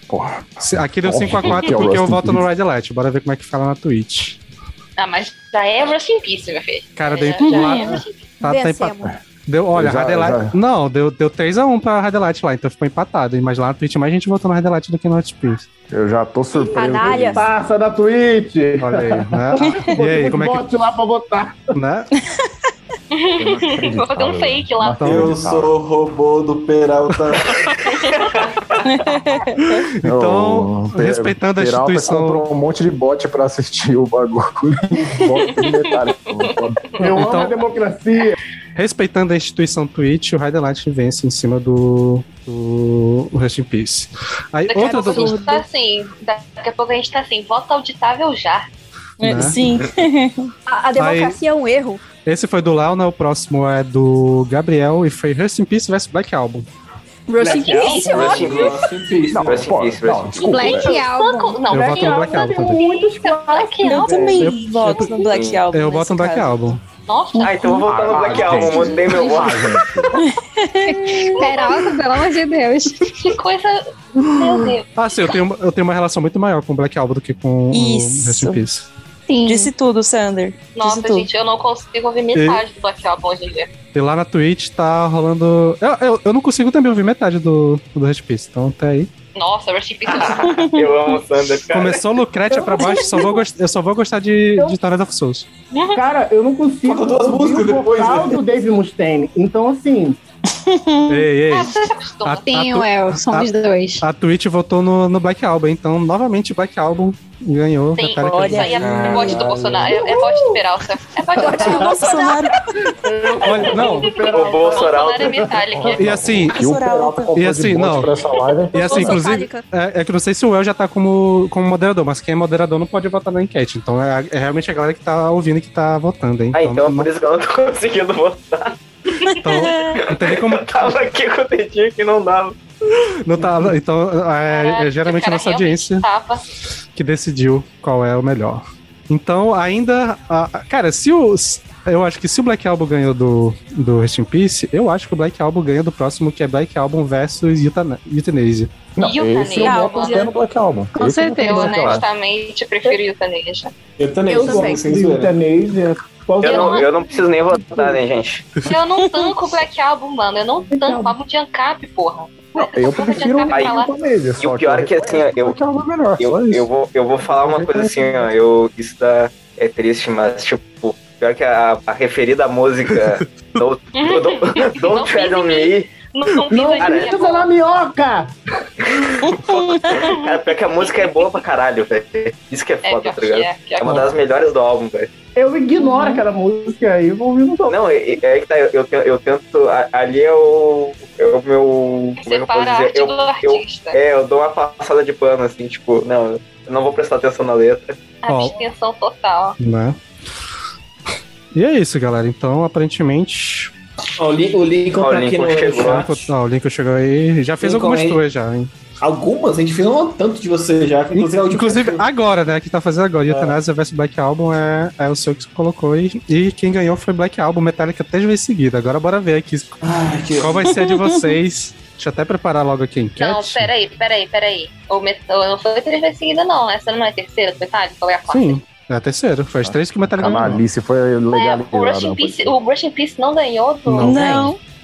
Porra. Se- Aqui deu Porra, 5x4 que é o porque eu Rust in voto no Peace. Ride Light. Bora ver como é que fala na Twitch. Ah, mas já é Rust in Peace, meu filho. Cara, já, deu já é empatado. Rust in Peace. Tá, tá Vencemos. empatado. Deu, olha, Já- Ride Light. já. Não, deu, deu 3x1 pra Ride Light lá, então ficou empatado. hein? Mas lá na Twitch mais gente votou no Ride Light do que no Hot Peace. Eu já tô surpreso. Canalha. Passa da Twitch. Olha aí, né? E aí, como é que. Bote lá pra botar. Né? Vou fazer né? um fake lá. Matar Eu um- sou o robô do Peralta. Então, Ô, Pe- respeitando a Peralta instituição- comprou um monte de bot pra assistir o bagulho. Bota em detalhe, pô. Eu amo Então- a democracia. Respeitando a instituição Twitch, o Ride Light vence em cima do. do Rust in Peace. Aí, Daqui a outra pouco a do. gente tá assim. Daqui a pouco a gente tá assim. Voto auditável já. É, Né? Sim. Tá A, a democracia é um erro. Esse foi do Lau, né? O próximo é do Gabriel e foi Rust in Peace vs Black Album. Rust in Legal. Peace, Rest in óbvio. peace. Não, Rest in pô, peace, rest não, in desculpa. É. Black velho. Album. Não, eu voto no Black Tem Album. também. muitos clássicos. é Black Eu Album. também Eu- voto no Black Album. Eu voto nesse no Black caso. Album. Nossa, Ah, então eu vou voltar no Ah, Black gente. Album. Mudei meu Ah, voto. Peralta, pelo amor de Deus. que coisa. Meu Deus. Ah, sim, eu tenho, eu tenho uma relação muito maior com Black Album do que com o Isso. Rest in Peace. Sim. Disse tudo, Sander. Nossa, Disse tudo. gente, eu não consigo ouvir metade do Black Album hoje em dia. E lá na Twitch tá rolando. Eu, eu, eu não consigo também ouvir metade do, do Rest in Peace, então até aí. Nossa, Rust in Ah, Peace. Eu amo o Sander, cara. Começou Lucretia pra baixo, só vou gost- eu só vou gostar de, de Tornado of Souls. Cara, eu não consigo Faltam duas ouvir músicas o depois, vocal né? do Dave Mustaine. Então, assim, Ei, tá ei. Ah, Sim, tu- tá Well, somos a- dois. A Twitch votou no, no Black Album, então novamente Black Album ganhou. Sim, Natália olha isso aí é Carvalho. bote do Bolsonaro. É, é bote do Peralta. É bote do Bolsonaro. Olha, não. O Bolsonaro é metálico. E assim, E o Peralta comprou e de assim, monte não. pra essa live. E assim, Bolsa inclusive, fálica. é, é que não sei se o El já tá como, como moderador, mas quem é moderador não pode votar na enquete. Então é, é realmente a galera que tá ouvindo que tá votando, hein? Ah, Então, então é por isso que eu não tô conseguindo votar. não tem nem como. Eu tava aqui com o dedinho que não dava. Não tá, então é, é geralmente a nossa audiência Tava. que decidiu qual é o melhor. Então, ainda. a- a- cara, se o. se- Eu acho que se o Black Album ganhou do, do Rest in Peace, eu acho que o Black Album ganha do próximo, que é Black Album versus Eutana- Euthanasia. Não, Euthanasia. esse é eu boto até no Black Album. Com Esse é eu boto Eu no Black Album. honestamente prefiro eutaneja. Eu também, Eu também. sem zoeira. Eutanásia, qual Eu que é? não, eu não preciso nem votar, né, gente? Eu não tanco o Black Album, mano. Eu não tanco o álbum de Ancap, porra. Eu prefiro Aí, e o pior é que assim, ó, eu, eu, eu, vou, eu vou falar uma coisa assim, ó, eu, isso dá, é triste, mas tipo, pior que a, a referida à música Don't, don't, don't Tread on Me. Não, cara, é pisa na minhoca! cara, pior que a música é boa pra caralho, velho. Isso que é foda, tá ligado? é, É, pior que uma é. das melhores do álbum, velho. Eu ignoro aquela música aí, eu vou ouvir um pouco. Não, é, é que tá, eu, eu, te- eu tento. a- Ali é o. É o meu. Como é que eu posso Separa a dizer? arte Eu, do artista. eu, é, eu dou uma passada de pano, assim, tipo, não, eu não vou prestar atenção na letra. Abstenção total. Né? E é isso, galera. Então, aparentemente. Ó, o Lin- o Lincoln tá aqui no chat. Ó, o Lincoln chegou aí. Já fez Lincoln algumas aí. tuas já, hein? Algumas? A gente fez um tanto de você já. que Inclusive, é a última- É. Inclusive, agora, né? Que tá fazendo agora. E Euthanasia vs Black Album é, é o seu que você colocou. E, e quem ganhou foi Black Album, Metallica três vezes seguida. Agora bora ver aqui que- ah, qual vai ser a de vocês. Deixa eu até preparar logo aqui a enquete. Não, peraí, peraí, peraí. O met... o- Não foi três vezes seguida, não. Essa não é a terceira do Metallica? Foi a quarta. Sim, é a terceira. Foi as três que o Metallica ganhou. Alice foi É, né? O ah, Rush, in legalizada. Peace, o Rush in Peace não ganhou do. Não.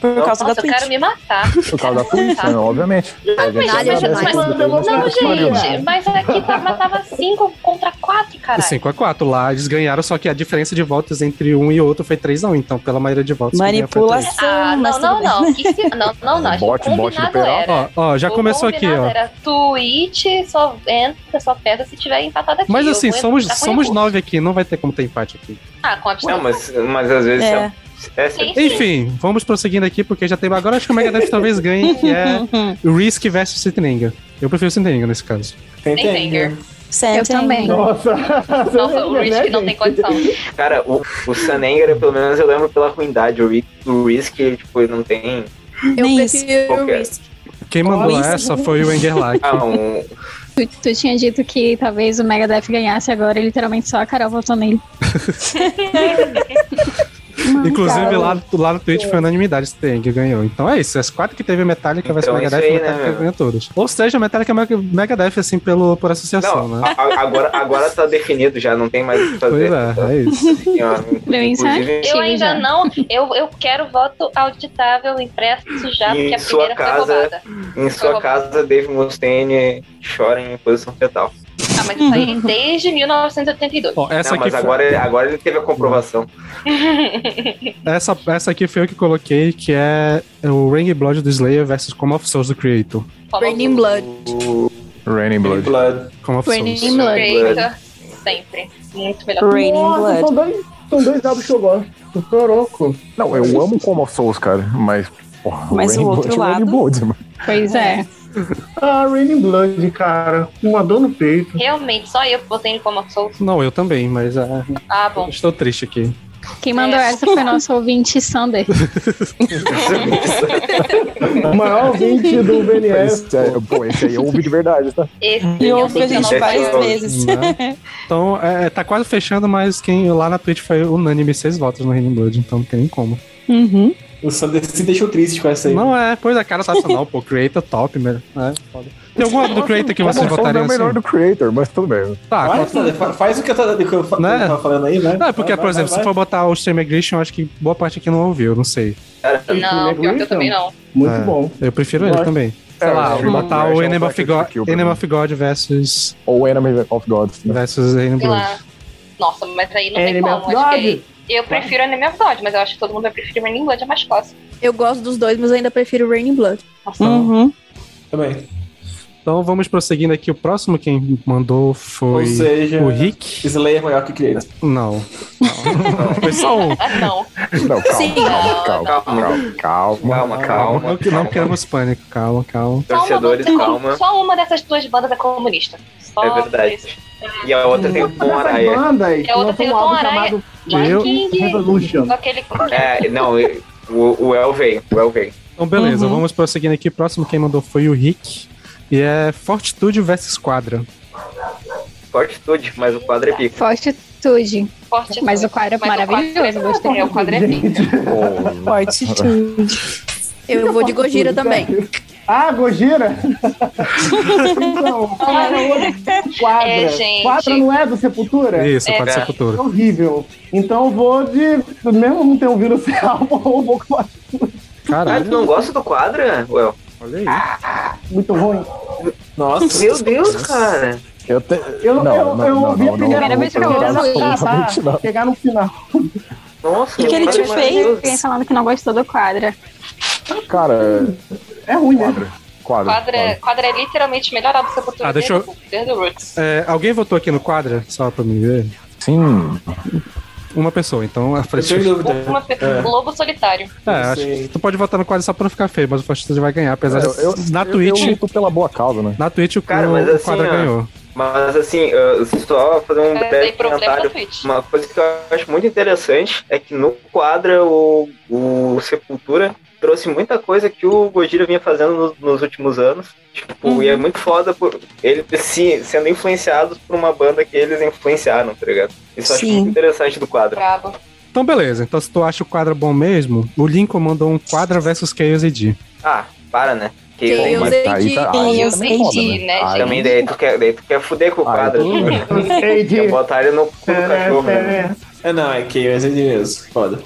Não, por causa Nossa, da eu Twitch. quero me matar. Por causa da polícia, né, obviamente. A gente Mas, mas, agradece mas, tudo. não, né? gente, mas aqui tava, tava cinco contra quatro, caralho. 5 a 4 lá, eles ganharam, só que a diferença de votos entre um e outro foi 3 a 1, então pela maioria de votos. quem ganhou foi três. um Ah, não, não, não. Que se- Não, não, não. Acho Bote, que bote do combinado Peralta. era. Ó, ó, já O começou aqui, combinado ó. Era Twitch, só entra, só pesa se tiver empatado aqui. Mas Eu assim, vou somos, entrar com somos recurso. nove aqui, não vai ter como ter empate aqui. Ah, com abstenção. Não, mas, mas às vezes. É. É, é- Enfim, vamos prosseguindo aqui, porque já tem. Agora acho que o Megadeth talvez ganhe, que é Uhum. Risk versus Sentinenga. Eu prefiro Sentinenga nesse caso. Sentenger. Eu também. Nossa. Nossa, o Rich não tem condição. Cara, o, o Sanenger, pelo menos eu lembro pela ruindade. O, Ri- o Risk, tipo, ele não tem. Eu prefiro o Qualquer. Risk. Quem mandou Risk. essa foi o Engerlach. Ah, um- Tu, tu tinha dito que talvez o Megadeth ganhasse agora, e literalmente só a Carol votou nele. Inclusive, lá, lá no Twitch foi unanimidade Sentinenga ganhou. Então é isso, as quatro que teve Metallica versus Então é isso Megadeth, aí, né, Metallica meu? ganhou todas. Ou seja, Metallica e Meg- Megadeth, assim, pelo, por associação, Não, ah, né? a- a- agora, agora tá definido já, não tem mais o que fazer. Pois é, é isso. Assim, ó, um inclusive, Eu ainda não, eu, eu quero voto auditável impresso já, porque em a primeira sua foi casa, é. roubada. em sua casa, Dave Mustaine chora em posição fetal. Ah, mas isso aí desde 1982. não, mas agora, agora ele teve a comprovação. Essa, essa aqui foi eu que coloquei, que é o Rain Blood do Slayer versus Como of Souls do Creator. Raining Blood. Raining Blood. Como of Souls. Raining Blood. Creator, sempre. Muito melhor. Nossa, são dois, são dois álbuns que eu gosto. Coroco. Não, eu amo Como of Souls, cara, mas. Porra, Mas o Rainbow Blood outro é lado- Rainbow Blood, mano. Pois é. Ah, Raining Blood, cara. Uma dor no peito. Realmente, só eu que botei no Como Souls. Não, eu também, mas ah, Ah, bom. estou triste aqui. Quem mandou essa foi nosso ouvinte Sander. O maior ouvinte do VNS. Esse, é, pô, esse aí eu ouvi de verdade, tá? Esse E ouve a gente várias vezes. Então, é, tá quase fechando, mas quem lá na Twitch foi unânime seis votos no Rain Blood, então não tem nem como. Uhum. O Sander se deixou triste com essa aí. Não é, pois a cara tá não, pô, Creator top, né? É, foda. Tem algum álbum do Creator que vocês Como of Souls votariam é o melhor assim? do Creator, mas tudo bem. Tá, Vai, qual- Sander, fa- faz o que eu tava, que eu fa- eu tava falando aí, né? Não, é porque, Vai, vai, por exemplo, vai, se for botar o Stream Aggression, acho que boa parte aqui não ouviu, não sei. Não, pior que eu também não. Muito bom. Eu prefiro ele Gosto. também. É, Sei lá, eu acho botar que o é Enema um of, Fight God, Kill pra Enema of God versus. Ou Enemy of God. Versus Enemy Sei Blood. lá. Nossa, mas aí não tem Enemy como. of Acho que God. aí- eu prefiro Enemy of God, mas eu acho que todo mundo vai preferir Raining Blood, é mais clássico. Eu gosto dos dois, mas eu ainda prefiro Rain and Blood. Uhum. Também. Então vamos prosseguindo aqui. O próximo quem mandou Ou foi seja, o Rick. Slayer é maior que Creator. Não. Foi só um. Não. Não, calma, Sim. calma, calma, calma, calma, calma, calma. Não, que- não queremos pânico. Calma, calma. Torcedores, calma. Só uma dessas duas bandas é comunista. Só É verdade. E a outra tem o Tom Araia. E a outra tem o Tom Araia. Eu- King Revolution. Aquele... É, não, eu- o, o El veio, o El veio. Então beleza, vamos prosseguindo aqui. O próximo quem mandou foi o Rick. E é Fortitude versus Quadra. Fortitude, mas o quadro Tá. é pico. Fortitude. Mas o quadro é maravilhoso, gostei. o quadro é Fortitude. Eu vou de Gojira também. Ah, Gojira? então, cara, o quadra. É, gente. Quadra não é do Sepultura? Isso, É. quadra do Sepultura. É horrível. Então eu vou de. Mesmo não ter ouvido esse álbum, eu vou com a- Ah, tu não gosta do quadra, Well? Olha aí. Muito ruim. Nossa. Meu Deus, cara. Eu, te... Eu, eu, eu ouvi a primeira, Primeira vez que eu música, ouço chegar no- isso. tá, Chegar no final. Nossa, O que ele te Meu Deus. fez? Falando que não gostou do quadra. Cara, é ruim, né? Quadra. Quadra, quadra é literalmente o melhor álbum do Sepultura Ah, deixa eu- desde o- desde o Roots. É, alguém votou aqui no Quadra? Só pra mim ver. Sim. Uma pessoa, então. Eu tô em dúvida. Uma pe- Lobo Solitário. É, acho que tu pode votar no quadro só pra não ficar feio, mas o Fortitude vai ganhar, apesar É, de. eu- na eu- Twitch. eu luto pela boa causa, né? Na Twitch o, Cara, o- mas o assim, quadro ó, ganhou. Mas assim, ah, só fazer um É, breve tem problema comentário. no Twitch. Uma coisa que eu acho muito interessante é que no quadra o, o Sepultura trouxe muita coisa que o Gojira vinha fazendo no- nos últimos anos. Tipo, e Uhum. é muito foda por ele se, sendo influenciado por uma banda que eles influenciaram, tá ligado? Isso eu acho Sim. muito interessante do quadro. Então beleza, então se tu acha o quadro bom mesmo, o Lincoln mandou um quadra versus Chaos AD. Ah, para, né? Que Chaos Pô, mas AD, aí tá- Chaos aí é também AD, foda, né, Aí gente? Também daí tu quer, daí tu quer fuder com o quadro. Quer botar ele no cu do cachorro. né? É, não, é que é mesmo. Foda.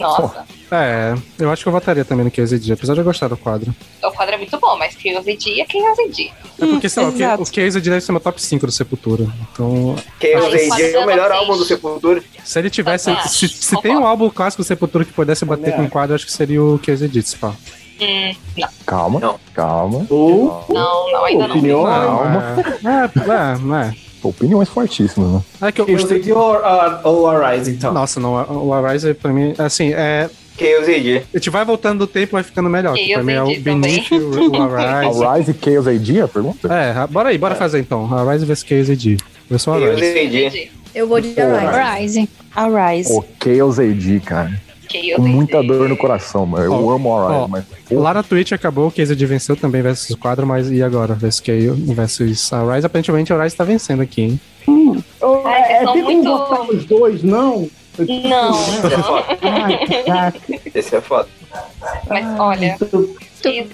Nossa, É, eu acho que eu votaria também no Chaos AD, apesar de eu gostar do quadro. o quadro é muito bom, mas quem usa dia é quem usa dia. É porque, sei lá, o Chaos- o Chaos AD deve ser é meu top 5 do Sepultura. Então. Chaos Aí, AD é o melhor álbum do Sepultura. Se ele tivesse. Também Se, se tem um álbum clássico do Sepultura que pudesse bater Também com o quadro, acho que seria o Chaos AD, se pá. Hum, não, Calma, calma. não, não, ainda não. Opinião, calma. É, não é. Opiniões fortíssimas, né? É que eu gostei de All, All Arise, então. Nossa, não, o Arise pra mim, assim, é. Chaos AD. A gente vai voltando do tempo, vai ficando melhor. que pra mim é o Beneath, o o Arise. All Rise e Chaos AD, a pergunta? É, ra- bora aí, bora fazer então. Arise vs Chaos AD. Eu sou Arise. Eu vou de Arise. Arise. O Chaos AD, cara. Com muita dor no coração, mano. Eu Ó, amo All ó, Rise, mas... Lá na Twitch acabou, o Case de venceu também versus quadro, mas e agora? Versus Chaos versus a Rise. Aparentemente a Rise tá vencendo aqui, hein? Eu- Ai, vocês é, são tem muito- como votar os dois, não? Não, Esse é foda. mas olha. Tu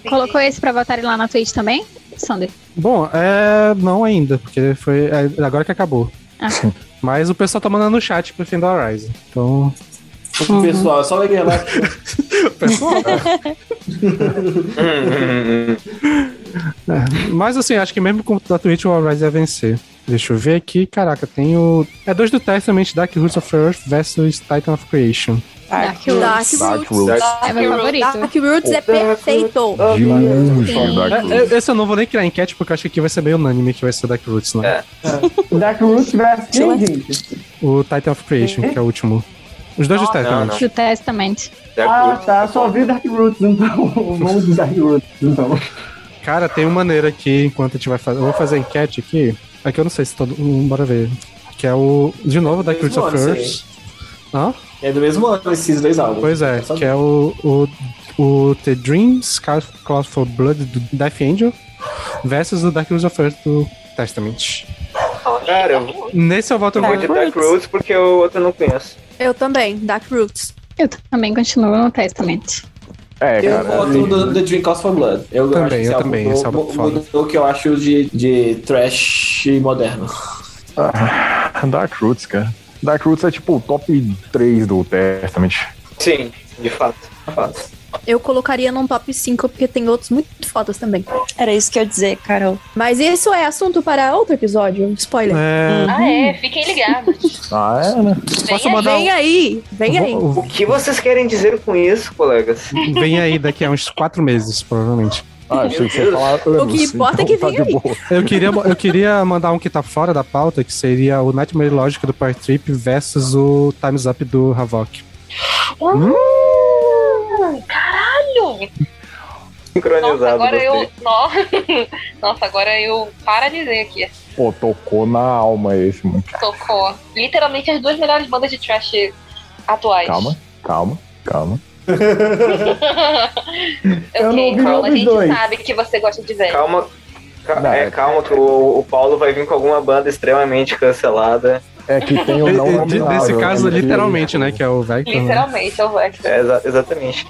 colocou esse pra votarem lá na Twitch também, Sander? Bom, é. Não ainda, porque foi. é agora que acabou. Ah. Mas o pessoal tá mandando no chat pro fim do Arise. Então. O pessoal, é só alegria lá. Hum, É, Mas assim, acho que mesmo com o da Twitch o All-Rise ia vencer. Deixa eu ver aqui, caraca, tem o. É dois do Testament, Dark Roots of Earth versus Titan of Creation. Dark É, Roots. Dark Roots. É meu favorito. Dark Roots Roots é é perfeito. De longe, Dark Roots. É, é, esse eu não vou nem criar enquete, porque eu acho que aqui vai ser meio unânime que vai ser Dark Roots, né? Dark Roots versus quem, gente? O Titan of Creation, que é o último. Os dois do Testament. Do Testament. Ah, tá. Só ouvi Dark Roots, então. Vamos de Dark Roots, então. Cara, tem uma maneira aqui, enquanto a gente vai fazer. Eu vou fazer a enquete aqui. Aqui eu não sei se todo mundo. hum, Bora ver. Que é o. De novo, Dark Roots mesmo of ano, Earth. isso Hã? É do mesmo ano esses dois álbuns. Pois é, que é o, o, o The Dreams, Cloud for Blood do Death Angel versus o Dark Roots of Earth do Testament. Cara, eu Nesse eu voto vou de Dark Roots porque o outro eu não conheço. Eu também, Dark Roots. Eu também continuo no Testament. É, eu cara, voto assim- um do, do Dream Cause for Blood. Eu Também, acho que eu esse álbum também, mu- esse álbum é mu- foda. mudou o que eu acho de, de trash moderno. Ah, Dark Roots, cara. Dark Roots é tipo o top 3 do Testament. Sim, de fato. de fato. Eu colocaria num top 5 porque tem outros muito fodas também. Era isso que eu ia dizer, Carol. Mas isso é assunto para outro episódio. Spoiler. É. Ah, é, fiquem ligados. Ah, é, né? Vem, vem aí, vem aí. O que vocês querem dizer com isso, colegas? Vem aí daqui a uns quatro meses, provavelmente. Ah, achei que você ia falar anos. O que importa é que então vem tá aí. de boa. Eu queria, eu queria mandar um que tá fora da pauta, que seria o Nightmare Logic do Power Trip versus o Time's Up do Havok. Ah, Caralho! Sincronizado. Nossa, agora gostei. eu. nó- Nossa, agora eu paralisei aqui. Pô, tocou na alma esse, mano. Tocou. Literalmente as duas melhores bandas de trash atuais. Calma, calma, calma. Eu ok, ouvi Paulo, a nenhum dos dois. gente sabe que você gosta de velho. Calma. ca- é, calma que o, o Paulo vai vir com alguma banda extremamente cancelada. É que tem o não De- nominável, Nesse caso, né, que- literalmente, né? Que é o Vector. né? Literalmente, eu vou. É, exa- exatamente.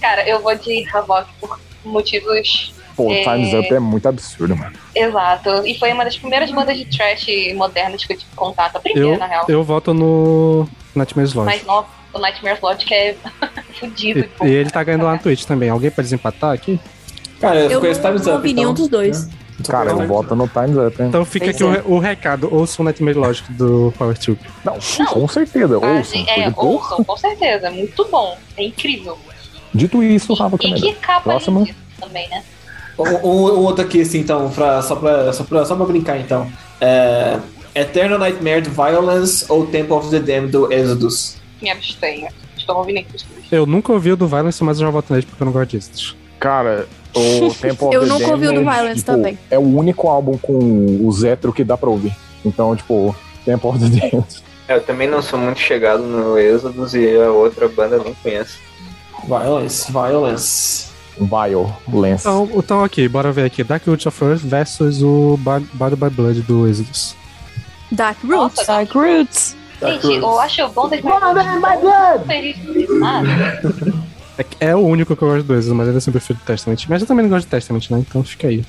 Cara, eu vou de Havok por motivos. Pô, é, Time's Up é muito absurdo, mano. Exato. E foi uma das primeiras bandas de trash modernas que eu tive contato. A primeira, Eu, né, na real. eu voto no Nightmare Mas Logic. nossa, o Nightmare Logic é E, fudido. e ele tá ganhando lá no Twitch também. Alguém pode desempatar aqui? Cara, Eu não, não ouvi então. nenhum dos dois. Cara, eu voto no Time's Up, hein? Então fica Pois aqui é. o, re- o recado. Ouça o Nightmare Logic do Power Trip. Não, com certeza. Ah, Ouça, gente, é, porque, pô, ouçam, com certeza. Muito bom. É incrível. Dito isso, o Rafa é E também. né? que capa Próxima. lindíssima também, né? Um, um- um outro aqui, assim, então, pra, só, pra, só, pra, só pra brincar, então. É, Eternal Nightmare do Violence ou Temple of the Dam do Exodus? Me abstenho. Estou ouvindo aqui os dois. Eu nunca ouvi o do Violence, mas eu já voto nele porque eu não gosto disso. Cara, o Temple of Eu the nunca ouvi o do Damned, Violence tipo, também. É o único álbum com os hétero que dá pra ouvir. Então, tipo, Temple of the Damned. É, Eu também não sou muito chegado no Exodus e a outra banda eu nem conheço. Violence, Violence. Violence. Então, então ok, bora ver aqui. Dark Roots of Earth versus o Body by Blood do Exodus. Dark Roots. Dark Roots. Gente, eu acho bandas mais. Não feliz por nada. É, que é o único que eu gosto do Exodus, mas ainda sempre prefiro o Testament. Mas eu também não gosto de Testament, né? Então fica aí.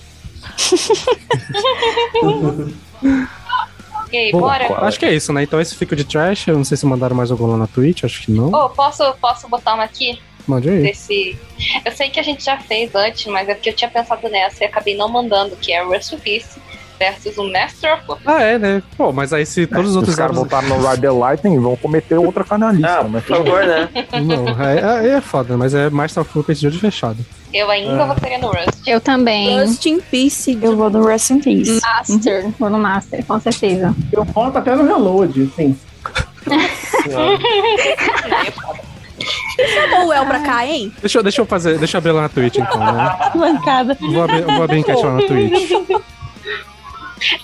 E aí, Bom, bora? Acho que é isso, né? Então esse fica de trash. Eu não sei se mandaram mais algum lá na Twitch, acho que não. Ô, posso, posso botar uma aqui? Mande aí. Desse... Eu sei que a gente já fez antes, mas é porque eu tinha pensado nessa e acabei não mandando, que é Russell Peace versus o Master of Puppets. Ah, é, né? Pô, mas aí se todos os Os outros caras álbuns- botaram no Ride the Lightning vão cometer outra canalista. Ah, né? por favor, né? Não, é, aí é foda, mas é mais Star Full de olho fechado. Eu Ah. ainda votaria no Rust. Eu também. Rust in Peace. Eu vou no Rest in Peace. Master. Vou no Master, com certeza. Eu voto até no reload, sim. Chamou o El Tá pra cá, hein? Deixa, eu- deixa eu fazer, deixa eu abrir lá na Twitch então, né? Mancada. Vou abrir, vou abrir enquete lá na Twitch.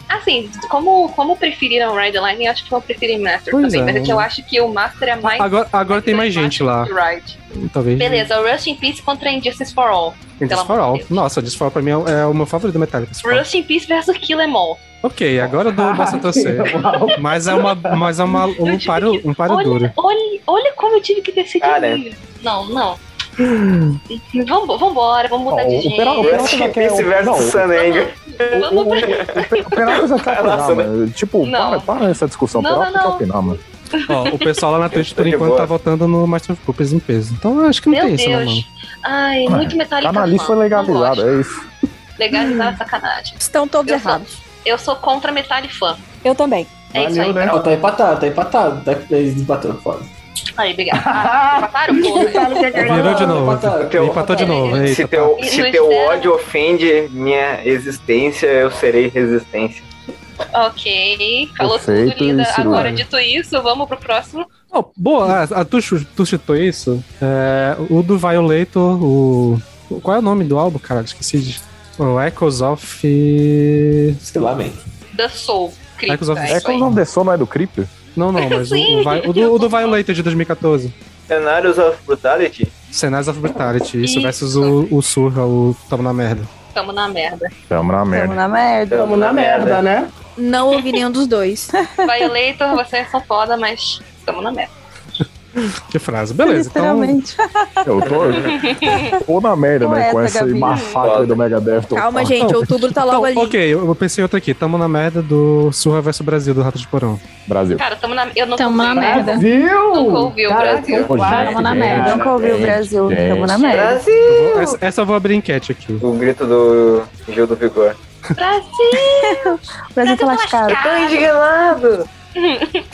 Assim, como, como preferiram Ride the Lightning, eu acho que vão preferir Master Pois também, é. mas é que eu acho que o Master é mais Agora, agora tem mais gente lá. Uhum. Ride. Talvez. Beleza, o Rust in Peace contra Injustice for All. Em Pelo Just for All. Nossa, Just for All pra mim é o- é o meu favorito do Metallica. Just for All. Rust in Peace versus Kill Em All. Ok, agora eu dou Bossa Torcer. Mas é uma. Mas é uma, um paro, um paro duro. Olha, olha, olha como eu tive que decidir. Cara. Não, não. Vamos, vambora, vamos mudar de Ó, o gente. Peralta- o Peralta já quer. Esse versus não, o- Sanenga. Vamos pra- o Peralta já quer opinar, né? mano. Tipo, para, Não. para essa discussão. O Não, Peralta não, quer não. opinar, mano. Ó, o pessoal lá na Twitch, por Tá de enquanto, boa. tá votando no Master of Puppets em peso. Então eu acho que não Meu tem isso, né, Deus. mano? Ai, muito Metallica. Canalista foi fã. legalizado, é isso. Legalizar a sacanagem. Estão todos eu errados. Sou, eu sou contra Metallica fã. Eu também. É isso aí. Ó, tá empatado, tá empatado. Tá, eles empataram, foda. Aí, obrigada. Ah, empataram, porra. Virou Ah, tá de novo. Empataram. Empatou de novo. Se Eita, tá. teu, E se no teu externo- ódio ofende minha existência, eu serei resistência. ok, falou Perfeito tudo, linda. e cirúrgico. Agora, dito isso, vamos pro próximo. Ó, boa, ah, ah, tu, chu- tu citou isso? É, o do Violator, o. Qual é o nome do álbum, cara? Esqueci de. O Echoes of. Sei lá, man. The Soul. Cripta, Echoes of é isso aí. The Soul não é do Creep? Não, não, mas o, Sim. o, Vi- o do, o do Violator de 2014. Cenários of Brutality? Cenários of Brutality, isso, Isso. versus o, o Surra, o Tamo na Merda. Tamo na merda. Tamo na É merda. Tamo na merda. Tamo na merda, né? Não ouvi nenhum dos dois. Violator, vocês são foda, mas tamo na merda. Que frase. Beleza, então. Literalmente. Eu tô, eu tô na merda, né? Com Poeta, essa Gabi. massacre do Megadeth. Calma, gente, outubro tá logo ali. então, Ok, eu eu pensei outra aqui. Tamo na merda do Surra versus Brasil, do Rato de Porão. Brasil. Cara, tamo na. Eu não Tamo na consigo- merda. Brasil! Nunca ouvi o Brasil. Tamo É. na merda. Nunca ouvi o Brasil. gente. Tamo na merda. Eu vou- Essa, essa eu vou abrir enquete aqui. O grito do Gil do Vigor. Brasil! o Brasil tá lascado. Eu tô indignado.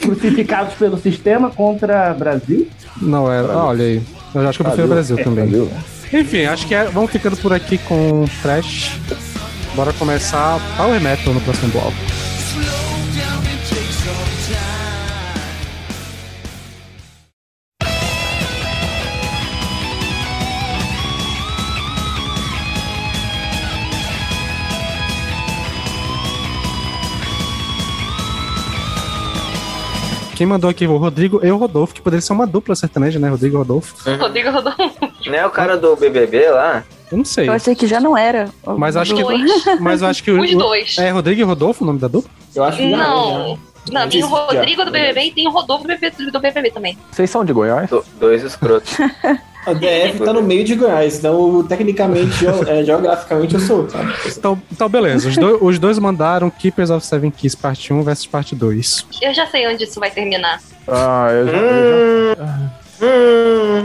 Crucificados pelo sistema contra Brasil? Não, é. ah, olha aí. Eu acho que eu prefiro o Brasil também. Enfim, acho que é- vamos ficando por aqui com o Trash. Bora começar Power Metal no próximo bloco. Quem mandou aqui? O Rodrigo e o Rodolfo, que poderia ser uma dupla sertaneja, né? Rodrigo e Rodolfo. Rodrigo Rodolfo. Não é o cara do BBB lá? Eu não sei. Eu achei que já não era. Mas acho que. Dois. Mas eu acho que Os dois. É Rodrigo e Rodolfo o nome da dupla? Eu né? Não. Não, tem o Já, Rodrigo do já. BBB e tem o Rodolfo do BBB, do BBB também. Vocês são de Goiás? dois escrotos. A DF tá no meio de Goiás, então tecnicamente, geo- é, geograficamente eu sou, sabe? Então, então beleza. Os, dois- os dois mandaram Keepers of Seven Keys, parte 1 versus parte 2. Eu já sei onde isso vai terminar. Ah, eu já. eu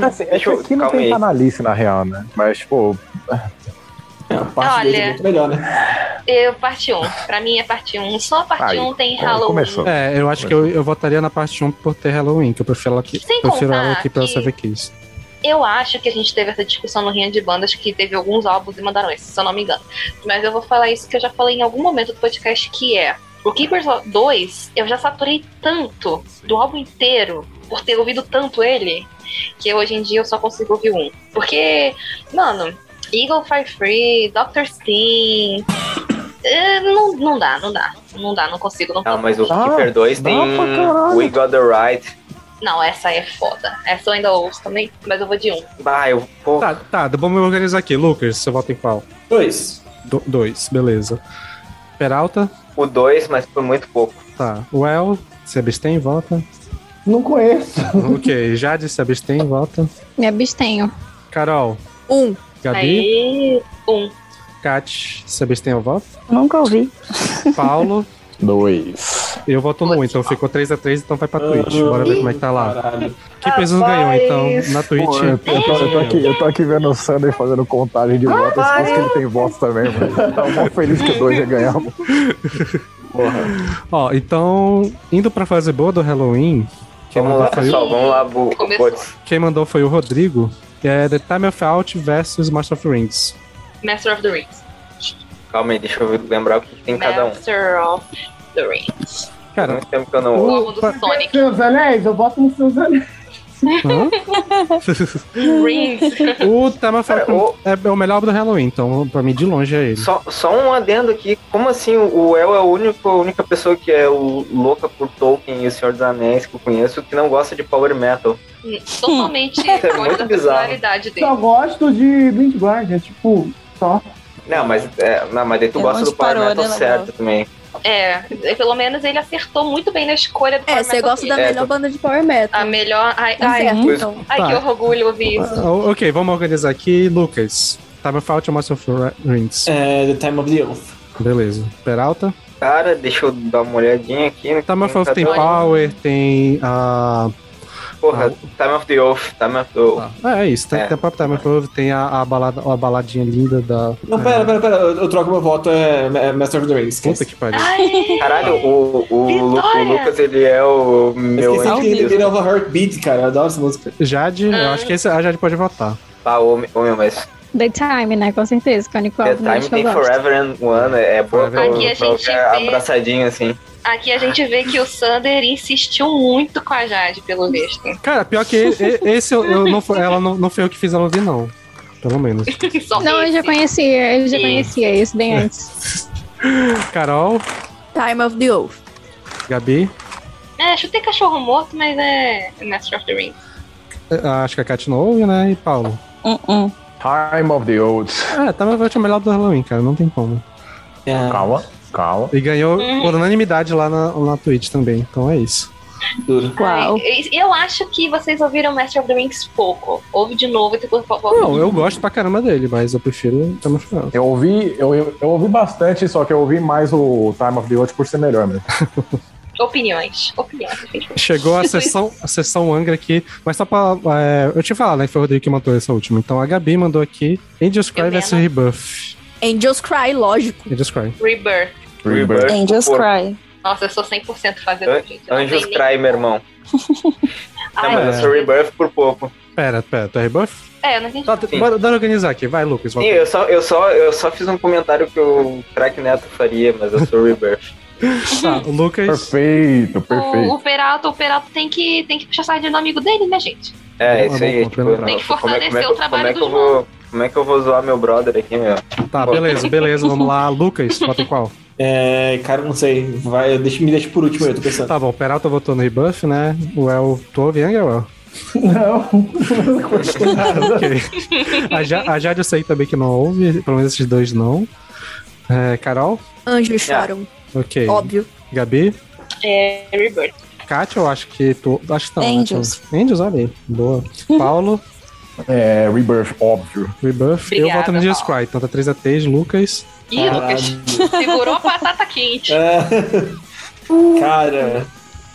já... Assim, é que Hum. Deixa eu- aqui não calma tem aí. canalice, na real, né? Mas, tipo. Olha, melhor, né? eu, parte 1. Pra mim é parte 1. Só a parte Aí, 1 tem então, Halloween. É, eu acho que eu, eu votaria na parte 1 por ter Halloween, que eu prefiro ela aqui. Sem Prefiro contar ela aqui pela que- Seven Keys. Eu acho que a gente teve essa discussão no Rinha de Bandas que teve alguns álbuns e mandaram esse, se eu não me engano. Mas eu vou falar isso que eu já falei em algum momento do podcast, que é o Keepers 2, eu já saturei tanto do álbum inteiro, por ter ouvido tanto ele, que hoje em dia eu só consigo ouvir um. Porque, mano, Eagle Fire Free, Dr. Sting. eh, Não, não dá, não dá. Não dá, não consigo. Não, Não, Ah, consigo. mas o Ah, Keeper 2 tem dá pra caralho. We Got The Right. não, essa é foda. Essa eu ainda ouço também, mas eu vou de um. Bah, eu... Tá, tá, vamos me organizar aqui. Lucas, você vota em qual? Dois. Do- dois, beleza. Peralta? O 2, mas por muito pouco. Tá. Well, se abstém, vota. Não conheço. Ok, Jade, se abstém, vota. Me abstenho. Carol, Um. Gabi, um. Kat, se abstém, eu voto. Nunca ouvi. Paulo. Dois. Eu voto no um, então ficou 3x3, então vai pra Twitch. Bora ver como é que tá lá. Que peso não ganhou, Rapaz. então, na Twitch. Pô, Tipo, eu, tô, eu tô- eu tô aqui, eu tô aqui vendo o Sander fazendo contagem de votos, por isso que ele tem votos também, mano. Tava mó feliz que o dois ia ganhar, mano. Ó, então, indo pra fase boa do Halloween, quem Vamos mandou, lá, foi pessoal, vamos o... lá, bu... Botes. quem mandou foi o Rodrigo, que é The Time of Out versus Master of Rings. Master of the Rings. Calma aí, deixa eu lembrar o que que tem cada um. Master of the Rings. Cara, muito tempo que eu não O ouço. álbum do Sonic. Seus anéis, eu boto nos seus anéis. Uhum. Rings. O Time of Out é é o melhor álbum do Halloween, então pra mim de longe é ele. Só, só um adendo aqui, como assim o El é o único, a única pessoa que é o louca por Tolkien e o Senhor dos Anéis que eu conheço que não gosta de power metal? Totalmente Isso é longe muito da bizarro. personalidade dele. Só gosto de Blind Guardian, tipo, só. Não, mas, é, não, mas daí tu É gosta onde do power parou, metal né, certo legal. também. É, e pelo menos ele acertou muito bem na escolha do um. É, você gosta da É, melhor tô- banda de Power Metal. A melhor. Ai, Tá ai, certo, ai, então. ai, que Tá. orgulho ouvir isso. Ah, ok, vamos organizar aqui. Lucas, Time of Out ou Master of Rings? É, The Time of the Oath. Beleza. Peralta? Cara, deixa eu dar uma olhadinha aqui. no Time of Out tem computador. Power, tem ah, a... Porra, Time of the Oath, Time of the Oath. É, é isso, tem, tem a própria Time of Love, tem a, a balada, a baladinha linda da. Não, pera, pera, pera, eu eu troco meu voto, é é Master of the Rings. Puta que pariu. Caralho, o, o, Lu- o Lucas, ele é o meu... Esqueci que ele ele é o Heartbeat, cara, eu adoro essa música. Jade, eu acho que esse, a Jade pode votar. Ah, ô, meu- ô, meu, mas The Time, né? Com certeza, que é o único The álbum Time que eu tem gosto. Forever and One, é é boa pra, Aqui a pra gente é ficar vê- abraçadinho, assim. Aqui a gente vê que o Sander insistiu muito com a Jade, pelo visto. Cara, pior que e- e- esse eu, eu não, foi- ela não, não foi eu que fiz ela ouvir, não. Pelo menos. Não, eu já conhecia, eu já Sim. conhecia esse bem antes. Carol, Time of the Oath. Gabi, É, chutei cachorro morto, mas é Master of the Rings. eh, acho que a Kat não ouve, né? E Paulo. Time of the Old. É, Time of Out é o melhor do Halloween, cara, não tem como. Calma, calma. E ganhou Uhum. por unanimidade lá na, na Twitch também, então é isso. Duro. Ai, eu acho que vocês ouviram Master of the Rings pouco. Ouve de novo e depois... Não, eu gosto pra caramba dele, mas eu prefiro tá, Tamo Final. Eu ouvi, eu, eu, eu ouvi bastante, só que eu ouvi mais o Time of the Watch por ser melhor mesmo. Opiniões. Opiniões. Chegou a sessão, a sessão Angra aqui, mas só pra. é, eu tinha falado, né? Que foi o Rodrigo que mandou essa última. Então a Gabi mandou aqui Angels Cry vs Rebuff. Angels Cry, lógico. Angels Cry. Rebirth. Rebirth. Angels Pô, Cry. Nossa, eu sou 100% fazendo gente. eu não Anjos sei nem- Cry, meu irmão. Não, Ai, mas eu é. sou Rebirth por pouco. Pera, pera, tu é Rebuff? Tá, É, eu não Tá entendi. Bora, bora organizar aqui, vai, Lucas. Sim, Volta. eu só, eu, só, eu só fiz um comentário que o Crack Neto faria, mas eu sou Rebirth. Tá, Lucas. Perfeito, O, o Peralta, o Peralta tem que, tem que puxar sardinha do amigo dele, né, gente? É, É isso bom aí. ponto, Tipo, bem lembrado. Tem que fortalecer como é, o trabalho como é que dos eu vou, Como é que eu vou zoar meu brother aqui, meu? Tá, Pô. beleza, beleza, vamos lá. Lucas, bota em qual? É, cara, não sei. Vai, deixa, me deixa por último, eu tô pensando. Tá bom, Peralta votou no rebuff, né? O El, tu ouve Angra, é? Não. El? Ok. A, ja, a Jade eu sei também que não ouve, pelo menos esses dois não. É, Carol? Anjos choram. Ok. Óbvio. Gabi? É, Rebirth. Kátia, eu acho que tu. Acho que tá. Angels. Né? Angels, olha aí. Boa. Paulo. Oh. É, Rebirth, óbvio. Rebirth. eu Obrigada, volto no Dias Cry. Então tá 3x3, Lucas. Ih, Lucas, segurou a batata É, quente. É. Uh. Cara,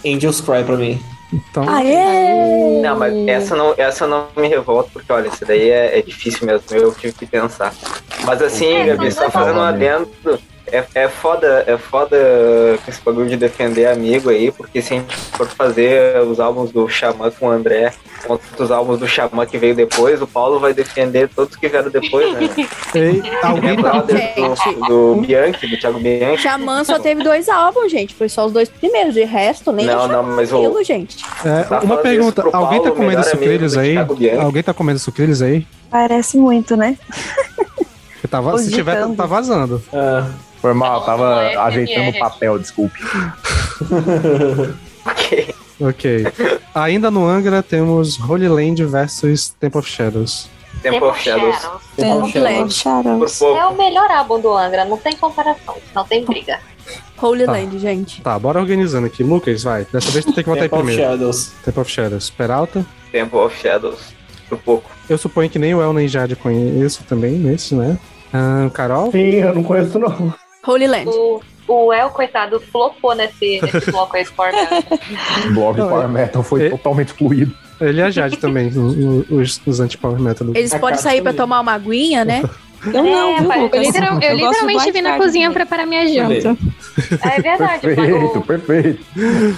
Angels Cry pra mim. Então. Aê! Não, mas essa não, essa não me revolta, porque olha, isso daí é, é difícil mesmo, eu tive que pensar. Mas assim, É, Gabi, não só vai fazendo um rolar, né? adendo, é, é foda, é foda com esse bagulho de defender amigo aí, porque se a gente for fazer os álbuns do Xamã com o André, contra os álbuns do Xamã que veio depois, o Paulo vai defender todos que vieram depois, né? Ei, Ele é alguém tá. brother do, do Bianchi, do Thiago Bianchi. Xamã só teve dois álbuns, gente. Foi só os dois primeiros. De resto, nem Não, é não, mas o- Xamã, gente. É, Tá uma falando pergunta, isso pro alguém tá Paulo, comendo melhor amigo sucrilhos do aí? Thiago Bianchi. Alguém tá comendo sucrilhos aí? Parece muito, né? Eu tava, se tiver, tá- Cogitando. tá vazando. É. Foi mal, tava é ajeitando SMR. o papel, desculpe. Ok. Ainda no Angra temos Holy Land versus Temple of Shadows. Temple of Shadows. Temple of Shadows. Por É pouco. o melhor álbum do Angra, não tem comparação, não tem briga. Holy Ah. Tá. Land, gente. Tá, bora organizando aqui. Lucas, vai. Dessa vez tu tem que votar aí Temple of primeiro. Shadows. Temple of Shadows. Peralta. Temple of Shadows. Por pouco. Eu suponho que nem o El nem Jade conheço também nesse, né? Ah, Carol? Sim, eu não conheço não. Holy Land. O, o El, coitado, flopou nesse, nesse bloco aí, Sport. O blog Power Metal É. foi totalmente fluido. Ele e a Jade também, o- o- os, os anti-power metal. Eles podem sair pra tomar uma aguinha, né? Eu não, viu, pai, É, Lucas? eu literal- eu gosto do literalmente Wi-Fi vim na de cozinha mim. preparar minha janta. É verdade, Perfeito, perfeito.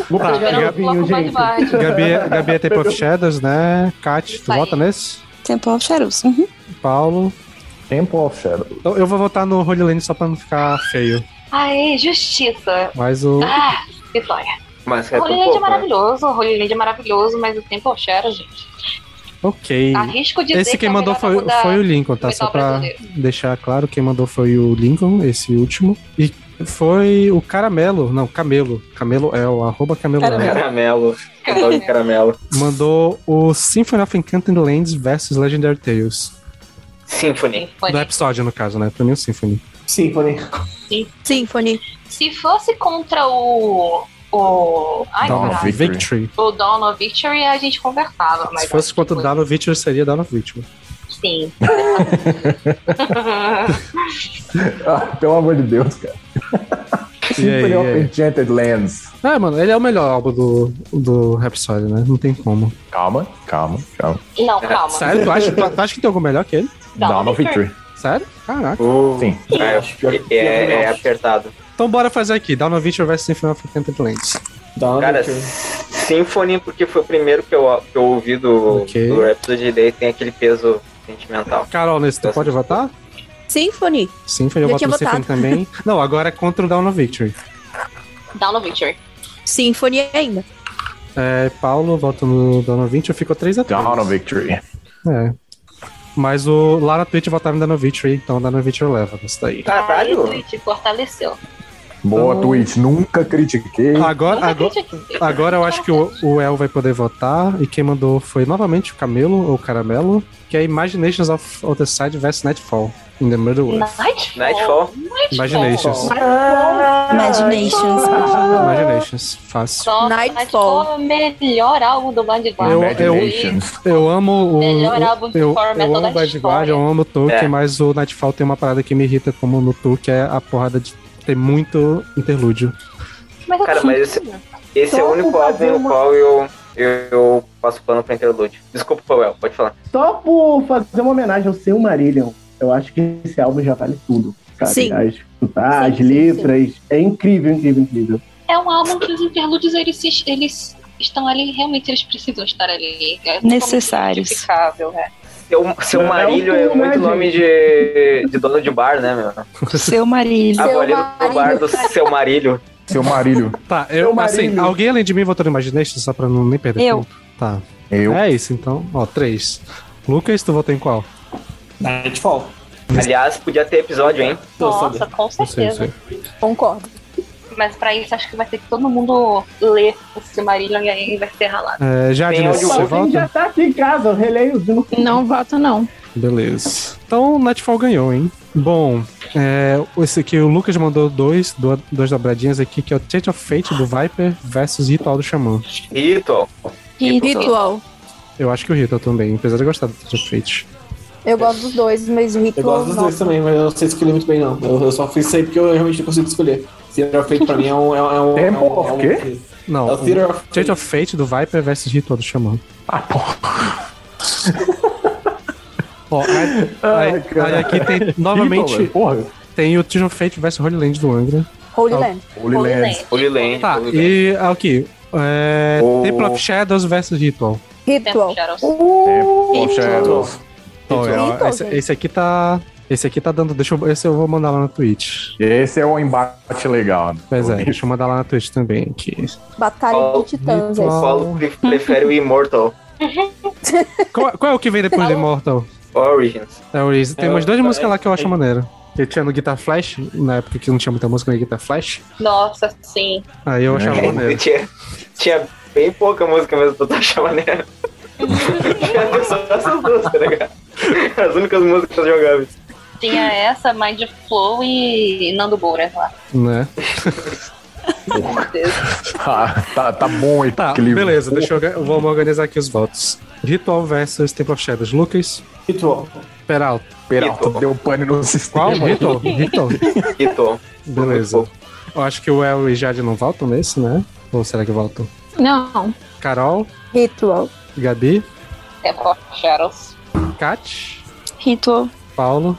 Vou Tá, pegar Gabi- o bloco mais de baixo. Gabi, é- Gabi é Temple of Shadows, né? Kat, tu vota nesse? Temple of Shadows. Uhum. Paulo? Temple of Shadows. Eu, eu vou votar no Holy Land só pra não ficar feio. Aê, justiça. Mas o... Ah, vitória. Mas O Holy né? Land é né? maravilhoso, o Holy Land é maravilhoso, mas o tempo of Shadow, gente. Ok. Arrisco Tá dizer Esse que quem é o mandou melhor foi, álbum da- foi o Lincoln, tá? do Só metal pra brasileiro. deixar claro, quem mandou foi o Lincoln, esse último. E foi o Caramelo, não, Camelo. Camelo é o arroba Camelo. é. Caramelo. Total de caramelo. Mandou o Symphony of Encanted Lands versus Legendary Tales. Symphony. Do episódio, no caso, né? Pra mim, o Symphony. Symphony. Sim. Symphony. Se fosse contra o. O. Ai, Dawn of caralho. Victory. O Dawn of Victory a gente conversava, mas. Se fosse contra o Dawn of Victory, seria Dawn of Victory. Sim. Ah, pelo amor de Deus, cara. E aí, Symphony e of aí? Enchanted Lands. É, mano, ele é o melhor álbum do, do Rhapsody, né? Não tem como. Calma, calma, calma. Não, calma. É, Sério? Tu acha, tu, tu acha que tem algum melhor que ele? Dawn Dawn of Victory. Sério? Caraca. Sim. É, é, é apertado. Então bora fazer aqui. Dawn of Victory versus Symphony of Encanted Lands. Cara, Symphony, porque foi o primeiro que eu, que eu ouvi do, Ok. do Rhapsody, daí tem aquele peso sentimental. Carol, nesse tu pode votar? Symphony. Symphony, eu Já voto tinha no Symphony votado. também. Não, agora é contra o Dawn of Victory. Dawn of Victory. Symphony ainda. É, Paulo, voto no Dawn of Victory, ficou 3x3. Dawn of Victory. É. Mas o, tá lá na Twitch votaram em Dawn of Victory, então o Dawn of Victory leva isso daí. Caralho. Twitch fortaleceu. Boa, Twitch. Nunca critiquei. Agora, agora, agora eu acho que o, o El vai poder votar. E quem mandou foi novamente o Camelo ou o Caramelo, que é Imaginations of Outside vs Nightfall. In the Middle Earth. Nightfall. Nightfall. Imaginations. Imaginations. Imaginations. Fácil. Nossa, Nightfall. melhor álbum do Blind Eu, Guardian. eu, eu amo o. Melhor álbum de eu, horror metal eu amo da o Blind Guardian, eu amo o Tolkien, mas o Nightfall tem uma parada que me irrita, como no Tolkien, que é a porrada de ter muito interlúdio. Mas Cara, mas esse, esse é o único álbum no qual eu, eu, eu passo pano pra interlude. Desculpa, Pauel, pode falar. Só por fazer uma homenagem ao seu Marillion, eu acho que esse álbum já vale tudo. Sabe? Sim. As, as letras. É incrível, incrível, incrível. É um álbum que os interlúdios, eles, se- eles estão ali, realmente eles precisam estar ali. É totalmente Necessários. justificável, é. Seu, seu Não, Marílio é não, muito gente. nome de, de dono de bar, né, meu? Seu marido. Ah, vou ali no bar do seu Marílio. Seu Marílio. Tá, eu, assim, alguém além de mim votou no Imagination, só pra não nem perder Eu. tempo? Tá. É isso, então. Ó, três. Lucas, tu votou em qual? Nightfall. Aliás, podia ter episódio, hein? Nossa, com certeza. sei. Concordo. Mas pra isso, acho que vai ter que todo mundo ler o Silmarillion e aí vai ser ralado. É, Jade, Tem você áudio- vota? já tá aqui em casa, eu releio. Não voto, não. Beleza. Então o Nightfall ganhou, hein? Bom, é, esse aqui, o Lucas mandou dois, do- duas dobradinhas aqui, que é o Change of Fate do Viper versus Ritual do Xamã. Ritual. Ritual. Eu acho que o Ritual também, apesar de eu gostar do Change of Fate. Eu gosto dos dois, mas o Eu Ritual. gosto dos dois também, mas eu não sei escolher muito bem, não. Eu, eu só fiz isso aí porque eu realmente não consigo escolher. Theater of Fate pra mim é um. É um, é um é um- é um- Não, É o Theater of o Change of Fate do Viper versus Ritual do Xamã. Ah, porra. Ó, aí, aí- cara. aí aqui tem, novamente, Ritual, velho, tem o Change of Fate versus Holy Land do Angra. Holy Ó, Land. Holy Land. Holy Land. Tá, Holy Land. e aqui, é, Temple of Shadows versus Ritual. Ritual. Uh, Então, é, ó, Ritual, esse, gente. esse aqui tá. Esse aqui tá dando. Deixa eu, esse eu vou mandar lá na Twitch. Esse é um embate legal. Né? Pois é, deixa eu mandar lá na Twitch também. Aqui. Batalha de Titãs. O Paulo pre- prefere o Immortal Qual, qual é o que vem depois do Immortal? Origins. É o Easy. Tem É, umas duas Tá é, músicas lá que eu acho é. maneiro. Que tinha no Guitar Flash, na época que não tinha muita música no Guitar Flash. Nossa, sim. Aí eu achava maneiro. Tinha, tinha bem pouca música mesmo pra tu achar maneiro. Tinha só essas duas, tá ligado? As únicas músicas jogáveis. Tinha essa, Mind Flow e Nando Boura lá. Né? tá, tá, tá bom o Tá, equilíbrio. beleza, deixa eu, orga- eu vou organizar aqui os votos. Ritual versus Temple of Shadows. Lucas? Ritual. Peralta. Peralta, deu pane no sistema. Qual? Ritual? Ritual. Ritual. Beleza. Eu acho que o El e Jade não voltam nesse, né? Ou será que voltam? Não. Carol, Ritual. Gabi, Temple of Shadows. Kat, Ritual. Paulo.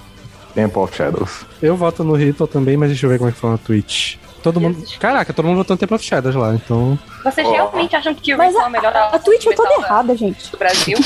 Temple of Shadows. Eu voto no Ritual também, mas deixa eu ver como é que foi na Twitch. Todo mundo. Caraca, todo mundo votou no Temple of Shadows lá, então. Vocês Ó. realmente acham que o Ritual é o melhor álbum? A Twitch é toda errada, gente. Do Brasil?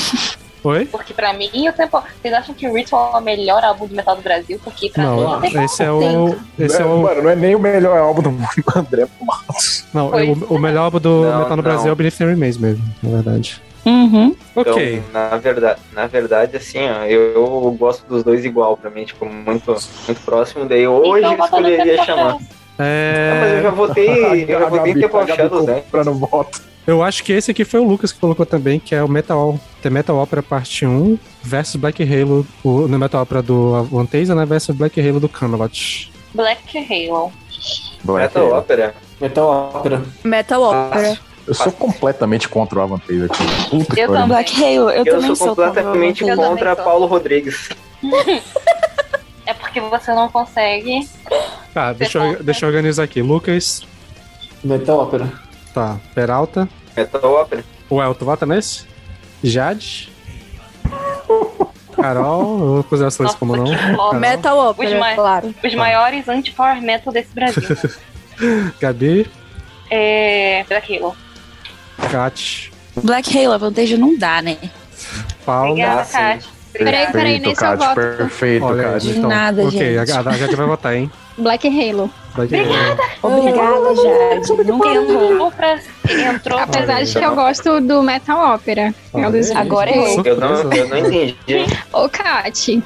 Oi? Porque pra mim, o tempo. Vocês acham que o Ritual é o melhor álbum de metal do Brasil? Porque pra Não, mim, esse é o. Esse é o. Mano, não é nem o melhor álbum do mundo, André Matos. Não, é o, o melhor álbum do Não, Metal no não. Brasil é o Believe There Remains mesmo, na verdade. Uhum. Ok. Então, na verdade, na verdade assim, ó, eu, eu gosto dos dois igual pra mim, tipo, muito, muito próximo. Daí hoje eu Então bota no escolheria Temple of chamar. Shadows. É... Ah, mas eu já votei- eu já votei em Temple of Shadows, né? comprando voto. Eu acho que esse aqui foi o Lucas que colocou também, que é o Metal, The Metal Opera Parte 1 versus Black Halo, o no Metal Opera do One Taser, né, versus Black Halo do Camelot. Black Halo. É, Metal Opera. Metal Opera. Metal Opera. Eu sou completamente contra o Avanteiro aqui. Puta que Eu pariu. também. Black Hale, eu, Eu também sou sou contra o completamente Black Halo. contra Paulo Rodrigues. é porque você não consegue. Tá, deixa eu, deixa eu organizar aqui. Lucas. Metal Opera. Tá, Peralta. Metal Opera. O Elton, vota nesse? Jade. Carol, eu vou fazer as coisas como não. Tá Carol, Metal Opera, Os ma- claro. Os maiores anti-power metal desse Brasil. Gabi, é. Black Halo. Kat, Black Halo, a vantagem não dá, né? Ah, Paulo. Obrigada, Kat. Peraí, peraí, Perfeito, nesse eu Kátia, voto. Perfeito, Olha aí, Kátia. então, nada, ok, gente. a, a Jade vai votar, hein? Black Halo. Black Halo. Obrigada, Jade. Nunca entrou. pra- Entrou Ah, Apesar de que Olha. eu gosto do Metal Opera. É um dos- Agora eu. Eu não, eu não entendi, hein? Ô, Kat.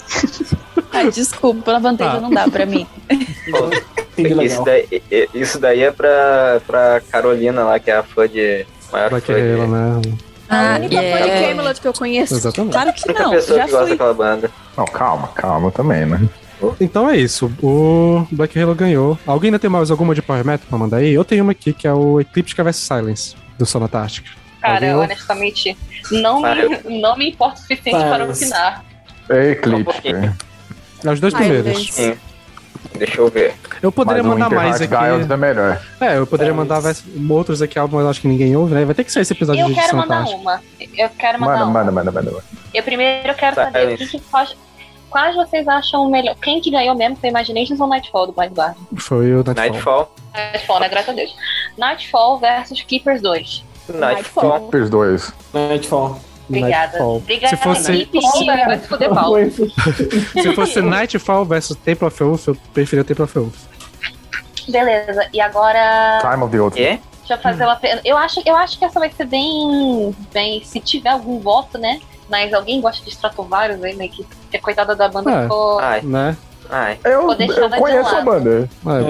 Ai, desculpa, a vantagem Tá. não dá pra mim. É que isso, daí, é- isso daí é pra, pra Carolina lá, que é a fã de. Maior fã de... Ela, né? A Ah, Ah, única então fã de é. Camelot que eu conheço. Exatamente. Claro que Única não, pessoa já que gosta fui. daquela banda. Não, calma, calma também, né? Então é isso. O Black Halo ganhou. Alguém ainda tem mais alguma de Power Metal pra mandar aí? Eu tenho uma aqui que é o Ecliptica vs Silence, do Sonata Arctic. Cara, Alguém eu, ouve? honestamente, não me, não me importa o suficiente para Parece. opinar. É Ecliptica. É os dois Ai, primeiros. gente. Deixa eu ver. Eu poderia um Mas o mandar mais Internet aqui. né? Giles é melhor. É, eu poderia mandar mais- outros aqui, mas eu acho que ninguém ouve, né? Vai ter que ser esse episódio Eu de quero Sonata mandar um. Arctic. uma. Eu quero mandar Manda, uma. manda, manda, manda. manda. Eu primeiro eu quero Tá, saber o que Alice. que faz- quais vocês acham o melhor. Quem que ganhou mesmo foi Imaginations ou Nightfall do Blind Guardian? Foi o Nightfall. Nightfall, né? Graças a Deus. Nightfall versus Keepers 2. É, tipo, Nightfall. Os dois. Nightfall. Obrigada. Nightfall. Obrigada, Se fosse- Keepers. Vai se fuder, Paulo. Se fosse Nightfall versus Temple of Wolf, eu preferia Temple of Wolf. Beleza, e agora. Time of the Oath. Quê? Deixa eu Hum. fazer uma pergunta. Eu acho, eu acho que essa vai ser bem, bem. Se tiver algum voto, né? Mas alguém gosta de Stratovarius aí na equipe? Porque coitada da banda É. ficou. Né? Eu, Vou deixar eu ela de conheço a lado. banda. Ah, é É,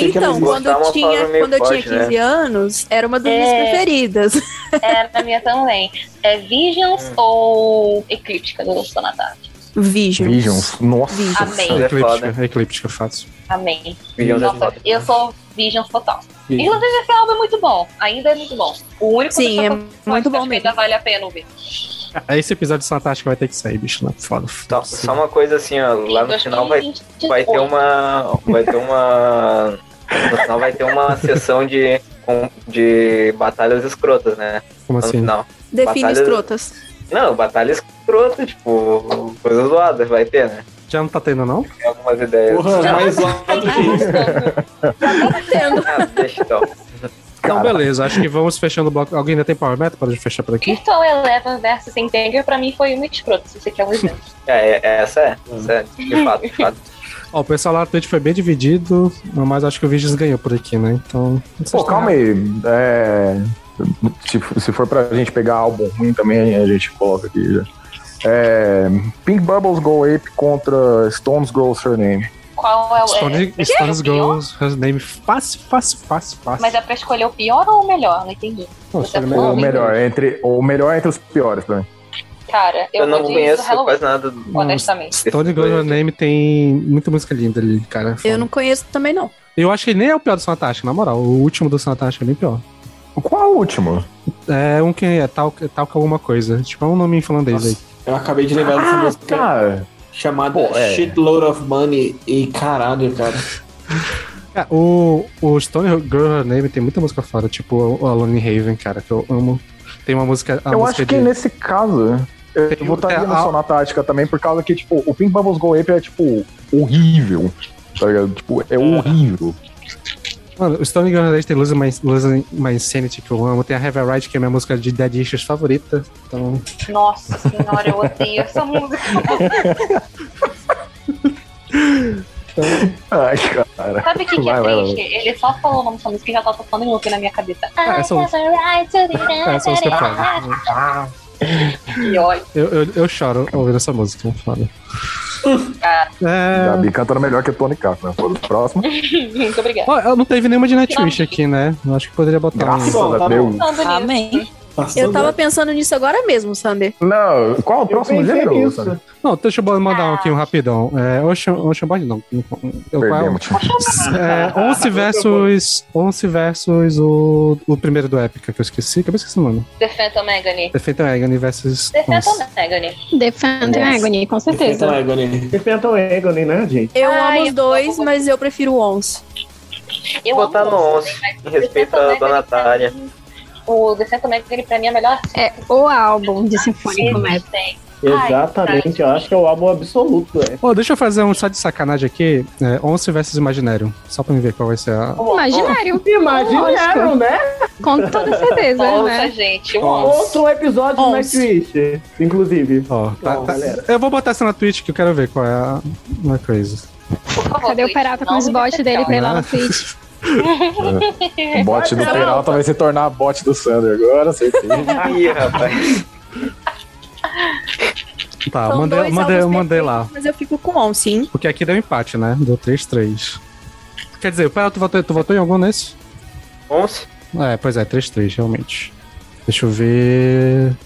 Então, quando eu tinha, quando eu tinha 15 anos, era uma das minhas É. preferidas. Era a minha também. É Visions ou Eclíptica do Sonata? Visions. Visions. Nossa. é Amei. Eclíptica, Eclíptica, fácil. Amém. Visions é Nossa, foda. eu sou Visions total. Visions. Inclusive, esse álbum é muito bom. Ainda é muito bom. O único Sim, é muito bom ainda vale a pena ouvir. Ah, Esse episódio de Sonata Arctic vai ter que sair, bicho, né? Foda. Tá, Só, só uma coisa assim, ó, lá no final vai, vai ter uma. Vai ter uma. No final vai ter uma sessão de, com- de batalhas escrotas, né? Como Lá no tá. assim? Final. Define Batalhas- escrotas. Não, batalha escrota, tipo, coisa zoada, vai ter, né? Já não tá tendo, não? Tem algumas ideias. Porra, mais zoado que Ah, deixa então. Então, beleza, acho que vamos fechando o bloco. Alguém ainda tem Power Metal pra gente fechar por aqui? Virtual Eleven versus Intenger pra mim foi uma escrota, se você quer um exemplo. É, é- essa é, Hum. essa é, de fato, de fato. Ó, o pessoal lá na Twitch foi bem dividido, mas acho que o Vigis ganhou por aqui, né? Então. Pô, calma aí. É, se, se for pra gente pegar álbum ruim também, a gente coloca aqui já. É, Pink Bubbles Go Ape contra Stones Go Surname. Qual é o. Stone, é, Stones Goes, Her Name, fácil, fácil, fácil, fácil. Mas é pra escolher o pior ou o melhor? Não entendi. Não, Você escolhe falou Ou em melhor, entre, ou melhor entre os piores pra mim. Cara, eu, Eu não vou de conheço Hello quase nada. Honestamente. Stone Goes, Her Name tem muita música linda ali, cara. É Eu não conheço também, não. Eu acho que ele nem é o pior do Sonatástica, na moral. O último do Sonatástica é bem pior. Qual o último? É um que é tal, tal que alguma coisa. Tipo, é um nome em finlandês aí. Eu acabei de lembrar dessa música tá. chamada Pô, é. Shitload of Money e caralho, cara. Cara, o, o Stone Girl Her Name tem muita música fora, tipo o Alone in Haven, cara, que eu amo. Tem uma música. A eu música acho que de- um- é, nesse caso, eu votaria no Sonata Tática também, por causa que, tipo, o Pink Bubbles Go Ape é, tipo, horrível. Tá ligado? Tipo, é horrível. Mano, o Stone Girl Her Name tem Losing My, Losing My Insanity, que eu amo. Tem a Have a Right, que é a minha música de Dead Issues favorita. Então. Nossa senhora, eu odeio essa música. Ai, cara. Sabe o que, que é triste? Ele só falou o nome dessa música e já tá tocando em loop na minha cabeça. Ah, essa I have música- a right to be É, essa música é foda. Que ódio, Eu, eu, eu choro ouvindo essa música, é foda. cara. É. Gabi cantando melhor que o Tony K, né? Tá Próximo. Muito obrigada. Ó, ela não teve nenhuma de Nightwish aqui, né? Eu acho que poderia botar um- Graças a Deus. Amém. Passou Eu tava pensando nisso agora mesmo, Sander. Não, qual o próximo pensei gênero? nisso. Sander? Não, deixa eu mandar um aqui um rapidão. É, Ocean, Ocean Boy, não. Eu, Perdemos. É, Once versus, Once versus o, o primeiro do Épica, que eu esqueci. Acabei esquecendo o nome. The Phantom Agony. The Phantom Agony versus The Once. Phantom Agony. The Phantom Nossa. Agony, com certeza. Agony. Defendam Agony, né, gente? Eu amo os dois, mas eu prefiro o Onze. Eu Botar no 11, em respeito à dona Natália. O The Phantom Agony pra mim é a melhor. É o álbum de Sinfônico Metal. Exatamente, eu acho que é o álbum absoluto, é. Ó, deixa eu fazer um só de sacanagem aqui. É, Once versus Imaginário. Só pra me ver qual vai ser a. Imaginário. Imaginário, né? Com toda certeza, Nossa, né? gente. o Onze. Outro episódio do Onze. Nightwish, inclusive. Ó, tá- Bom, tá- galera. eu vou botar essa na Twitch que eu quero ver qual é a, uma coisa. Cadê o Peralta com os bots dele pra ir lá no Twitch? O é bot do Peralta vai se tornar a bot do Sander agora, certeza. Aí, rapaz. Tá, São mandei, dois mandei, álbuns mandei lá. Mas eu fico com o Onze, hein? Porque aqui deu empate, né? Deu 3-3. Quer dizer, pera, tu votou, tu votou em algum nesse? 11. É, pois é, 3-3, realmente. Deixa eu ver.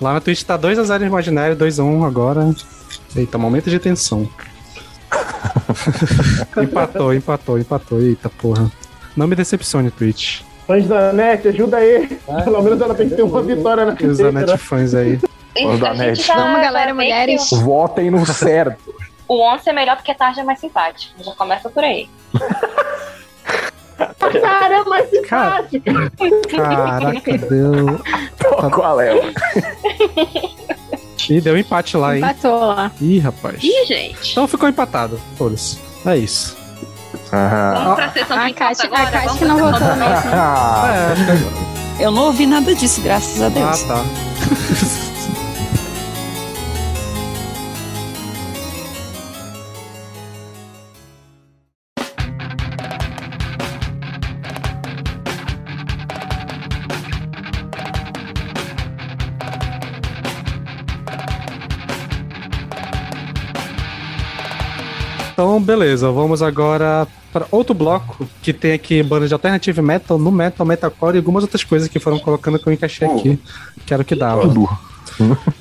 Lá na Twitch tá 2x0 imaginário, 2x1 agora. Eita, momento de tensão. empatou, empatou, empatou. Eita porra. Não me decepcione, Twitch. Fãs da NET, ajuda aí. Pelo menos ela tem que ter uma vitória na Os carreira. Zanetti fãs aí. Isso, a gente já, Vamos, galera, já vê mulheres. que o- Votem no certo. O 11 é melhor porque tarde é mais simpático. Já começa por aí. Cara, é mais simpática. Caraca, deu. Qual é? Ih, deu empate lá, hein? Empatou lá. Ih, rapaz. Ih, gente. Então ficou empatado. Foda-se. É isso. Vamos pra sessão de Kátia, Kátia- agora. Ah, a Vamos Kátia não pra votou sessão de nesse. É, acho que agora. Eu não ouvi nada disso, graças a Deus. Ah, tá. Então, beleza, vamos agora para outro bloco que tem aqui bandas de alternative metal, no metal, metalcore e algumas outras coisas que foram colocando que eu encaixei aqui, que era o que dava.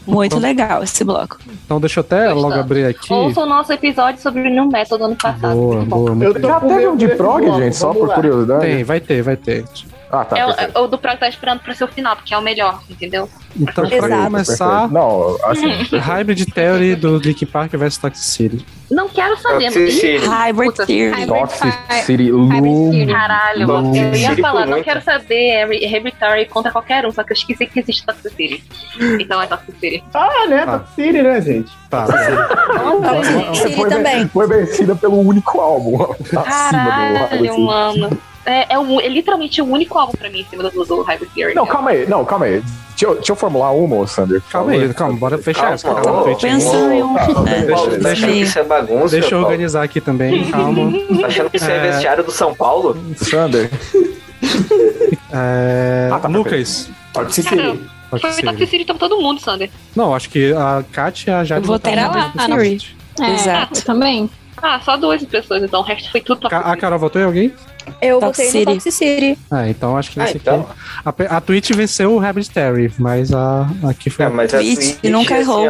Muito legal esse bloco. Então, deixa eu até logo abrir aqui. Ouça o nosso episódio sobre o New Metal do ano passado. Boa, boa, muito Eu tô legal. com Já teve um de medo prog, desse bloco, gente? Só por lá. curiosidade? Tem, vai ter, vai ter. Ah, tá. é, o- perfeito. é o do Prog tá esperando pro seu final, porque é o melhor, entendeu? Então, Exato. pra começar, Perfeito. Não, assim, Hybrid Theory do Linkin Park versus Toxic City. Não quero saber. Toxicity. Hybrid Theory. Toxic City Lu. Caralho, Lu- eu ia City por falar, não muito. quero saber, é re- Hybrid Theory contra qualquer um, só que eu esqueci que existe Toxic City. Então é Toxic City. Ah, né? Tá. Top City, né, gente? Tá. Você foi, também. ven- foi vencida pelo único álbum. Tá acima do Caralho, Hybrid. mano. É, é, o- é literalmente o único álbum pra mim em cima do, do Hybrid Theory. Não, calma aí, não, calma aí. Deixa eu, deixa eu formular uma, ô, Sander. por Calma favor. aí, calma, bora fechar essa cara ô, na frente. pensa em um. É, Deixa, Paulo, tá achando que isso é bagunça, deixa eu Paulo? organizar aqui também, calma. Tá achando que isso é, É. vestiário do São Paulo? Sander. É, Lucas. Cara, Toxic foi City. Toxic City pra todo mundo, Sander. Não, acho que a Kátia e a Jade Eu vou votaram ter na lá, mesma na coisa. frente. É, Exato. eu também. Ah, só duas pessoas, então. O resto foi tudo Ca- A Carol votou em alguém? Eu Toxic votei no City. Toxic City. Ah, então acho que nesse Ah, então. aqui. A, pe- a Twitch venceu o Rabbit Terry, mas a aqui foi. É, mas a Twitch, assim, ó,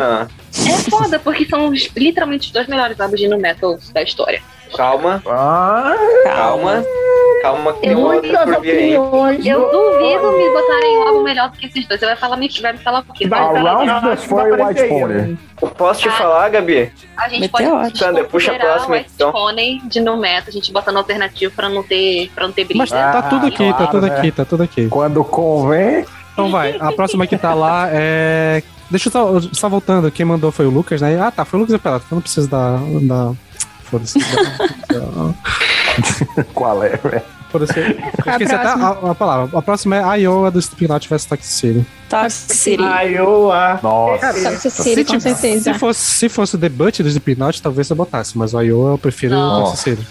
É foda, porque são os- literalmente os dois melhores álbuns de nu metal da história. calma. ah, Calma. Calma que tem um outro Muitas por vir aí. opiniões. Eu duvido me botarem um álbum melhor do que esses dois. Você vai falar, me, vai me falar o quê? Vai me falar Around the Fire White Pony. Posso te falar, Gabi? A gente Meteoro. pode Sandra, puxa a desconsiderar próxima, o Ice então. Pony de nu metal, a gente botando alternativo pra não ter, pra não ter briga. Mas tá tudo aqui, tá claro, tudo né? aqui, tá tudo aqui. Quando convém. Então vai, a próxima que tá lá é. Deixa eu só, só voltando, quem mandou foi o Lucas, né? Ah, tá, foi o Lucas Apelato, então não preciso da. da... Foda-se. Qual é, velho? Foda-se. Eu a Esqueci até a, próxima? a palavra. A próxima é Iowa do Slipknot vs Toxic City. Toxic City. Iowa. Nossa. Toxic City, com certeza. Se fosse, se fosse o debut do Slipknot, talvez eu botasse, mas o Iowa eu prefiro Não. o Toxic City.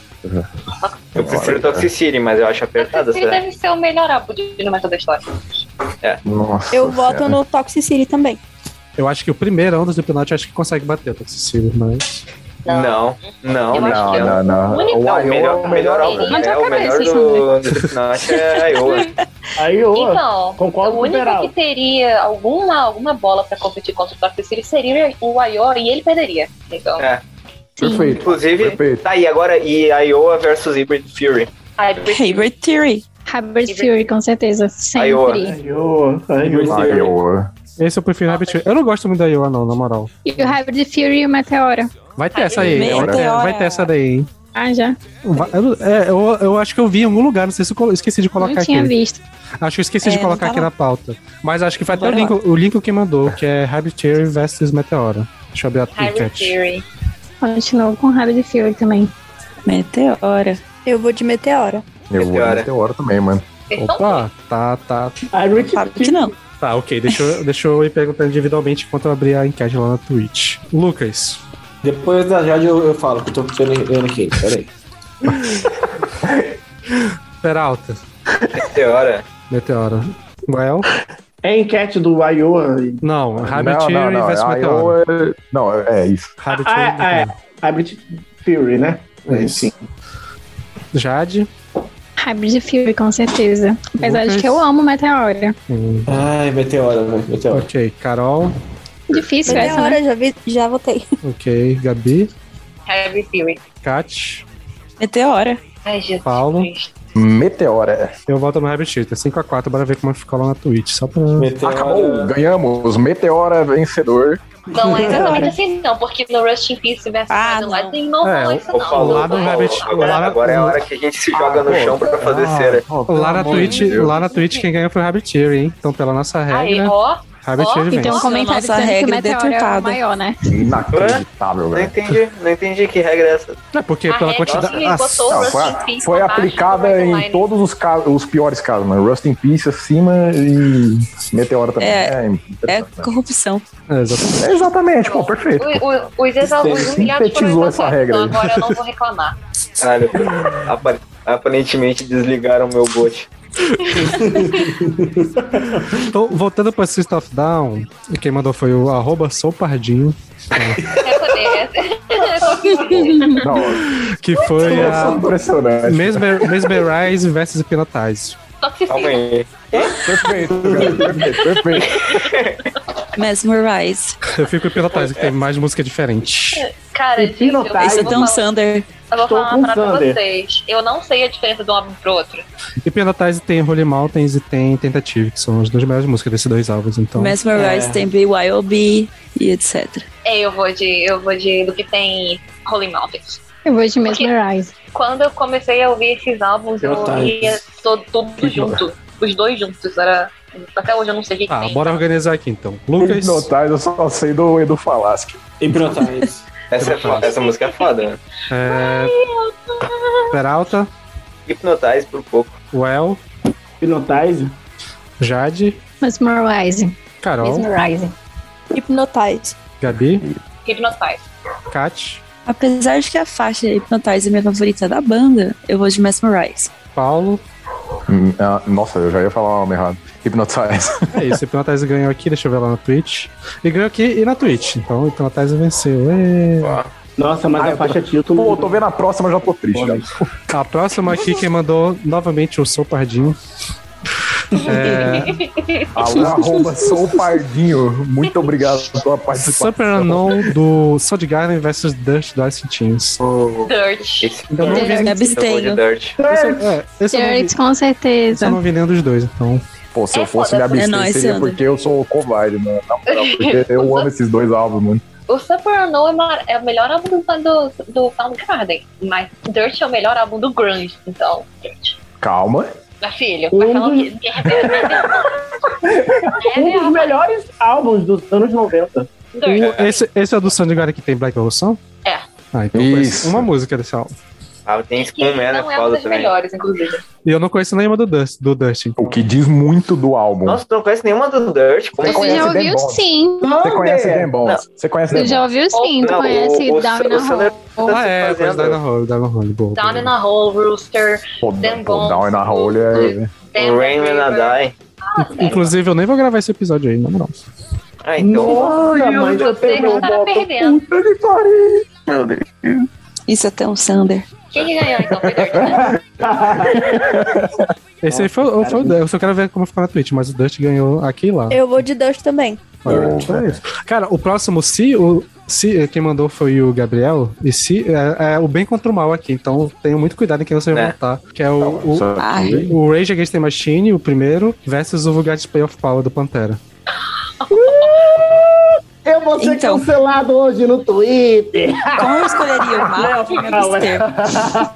Eu prefiro Toxicity, mas eu acho apertada Ele essa. deve ser o é melhor álbum de nu metal da história. É. Nossa. Eu voto no Toxic City também. Eu acho que o primeiro ano do Slipknot eu acho que consegue bater o Toxic City, mas. Não, não, Eu acho não, que é não, o único. O Iowa é o melhor álbum. Mas É já o acabei melhor esse do do Slipknot é Iowa. Aí, ô, Então, concordo o com o único Peral. que teria alguma, alguma bola pra competir contra o Toxic City seria o Iowa e ele perderia. Então, É. Perfeito. Inclusive, tá aí agora e Iowa versus Hybrid Fury. Hybrid Theory. Hybrid Fury, com certeza. Sempre. Iowa. Iowa. Iowa. Iowa. Esse eu prefiro Rabbit Hole. Eu não gosto muito da Iowa, não, na moral. E o Hybrid Fury e o Meteora. Vai ter essa aí. Meia Vai ter, hora. vai ter essa daí, hein? Ah, já. Vai- eu, é, eu, eu acho que eu vi em algum lugar, não sei se eu colo- esqueci de colocar Não tinha aqui. visto. Acho que eu esqueci É, de não colocar tá aqui lá. na pauta. Mas acho que vai ter o Bora link, lá. o link que mandou, que é Rabbitary versus Meteora. Deixa eu abrir a Hybrid Twitch. Continuo com Hybrid Fury também. Meteora. Eu vou de Meteora. Eu vou no Meteoro também, mano. Opa, tá, tá. Claro que não. Tá, ok. Deixa eu, deixa eu ir perguntando individualmente enquanto eu abrir a enquete lá na Twitch. Lucas. Depois da Jade eu, eu falo, que eu tô vendo aqui, peraí. Peralta. Meteora. Meteora. Well, É enquete do Iowa. não, não, Rabbitary não, não. versus A Meteora. Iowa é- Não, é isso. Rabbit Ah, é, é. Hybrid Fury, né? É, sim. Jade. Hybrid Fury, com certeza. Apesar Lucas. de que eu amo Meteora. Ai, meteora, né? Meteora. Ok, Carol. Difícil Meteora, essa, né? já, vi, já votei. Ok, Gabi. Heavy Fury. Kat. Meteora. Ai, Jesus. Paulo. Meteora. Eu volto no Rabbit Cheetah. 5x4, bora ver como ficou lá na Twitch. Só pra. Acabou, ganhamos. Meteora vencedor. Não, é exatamente assim não, porque no Rust in Peace versus ah, lá tem não É, falou o- isso não. o lá do Rabbit. Agora, agora é a hora que a gente se joga no chão pra fazer cera. Lá na, Twitch, lá na Twitch quem ganhou foi o Rabbitier, hein? Então, pela nossa Aí, regra. ó. Então, Rabbitier E tem um vence. comentário é Nossa dizendo que regra Meteora é deturpada. o maior, né? Inacreditável, Não velho. entendi, não entendi que regra é essa. É porque pela quantidade. Ele botou Não, Rust foi, in Peace foi abaixo, aplicada em todos os, ca- os piores casos, mano. Rust in Peace acima e Meteora também. É, é, é corrupção. é, exatamente. Exatamente, pô, perfeito. é O- o- os exaltos humilhados foram Sintetizou essa exaltados, regra então aí. agora eu não vou reclamar. Caralho, apa- aparentemente desligaram meu bot. Então, voltando pra System of Down, quem mandou foi o arroba soupardinho. É poder. que foi a impressionante. Mesmer, Mesmerize versus Hipnotize. Calma aí. Perfeito, cara, perfeito, perfeito. Mesmerize. Eu fico Hipnotize, que tem mais música diferente. Cara, gente, eu vou Isso é tão falar- Sander. eu vou Estou falar com uma parada pra Sander. vocês. Eu não sei a diferença de um álbum pro outro. Hipnotize tem Holy Mountains e tem Tentative, que são as duas melhores músicas desses dois álbuns, então. Mesmerize tem BYOB e etc. É, eu vou de. Eu vou de do que tem Holy Mountains. Eu vou de Mesmerize. Quando eu comecei a ouvir esses álbuns, eu Helltides. ouvia to- tudo junto. Os dois juntos. Era. Até hoje eu não sei o que Ah, tem. bora organizar aqui então. Lucas. Hipnotize, eu só sei do Edu Falaschi. Hipnotize. Essa, é foda- essa música é foda, né? É... Peralta. Hipnotize por pouco. Well. Hipnotize. Jade. Mesmerize. Carol. Mesmerize. Hipnotize. Gabi. Hipnotize. Kat. Apesar de que a faixa Hypnotize é minha favorita da banda, eu vou de Mesmerize. Paulo. Hum, ah, Nossa, eu já ia falar o nome errado. Hypnotize. É isso, Hipnotize ganhou aqui, deixa eu ver lá na Twitch. E ganhou aqui e na Twitch. Então o Hipnotize venceu. Ê. Nossa, mas Ah, a eu faixa tô- título. Pô, tô vendo a próxima, eu já tô triste. cara. A próxima aqui, quem mandou novamente o Sopardinho. É, Alô, arroba, sou o Pardinho. Muito obrigado pela participação. Super Unknown do Soundgarden versus Dust do Ice Teens. Dirt. Eu não vi- me abstenho. Esse eu não vi- Dirt, com certeza. eu não vi nenhum dos dois, então. Pô, É se eu fosse me foda, abster, é nóis, seria Sandra. porque eu sou covarde, mano. Na moral, porque eu amo esses dois álbuns, mano. O Super Unknown é, mar- é o melhor álbum do, do, do Soundgarden, mas Dirt é o melhor álbum do Grunge, então. Dirt. Calma. Minha filha, vai falar o quê? Um dos melhores álbuns dos anos 90. O- esse, esse é o do Soundgarden que tem Black Ocean? É. Ah, então eu conheço uma música desse álbum. Ah, tem Spoon é Não é um foda dos também. melhores, inclusive. E eu não conheço nenhuma do Dust. Do Dust. O que diz muito do álbum. Nossa, tu não conhece nenhuma do Dirt? Como Você assim? é um já ouviu sim. Você conhece Dan Bones? Você conhece Dan Você já Bones? ouviu sim, tu Não, conhece o- o Down Sa- in o a Sander- Hole. Ah, é, pois fazendo- Down in a Hole, Down in a Hole, boa. Down in a Hole, Rooster, Pô, Dan pô, Bones, Down na rolha é... Rain Man I Die. Inclusive, eu nem vou gravar esse episódio aí, na moral. Ah, então. Nossa, Nossa, mas eu Você tenho um tá voto. perdendo. Meu Deus. Isso é tão Sander. Quem que ganhou então? Esse aí foi, o- foi o Dust. Eu só quero ver como ficou na Twitch, mas o Dust ganhou aqui e lá. Eu vou de Dust também. Alright, então é isso. Cara, o próximo, se, o, se eh, quem mandou foi o Gabriel, e se é, é o bem contra o mal aqui, então tenho muito cuidado em quem você vai votar. Que é o, o, Ai. o Rage Against the Machine, o primeiro, versus o Vulgar Display of Power do Pantera. Eu vou ser um Então. é cancelado hoje no Twitter. Como eu escolheria o mal, eu vou me abster.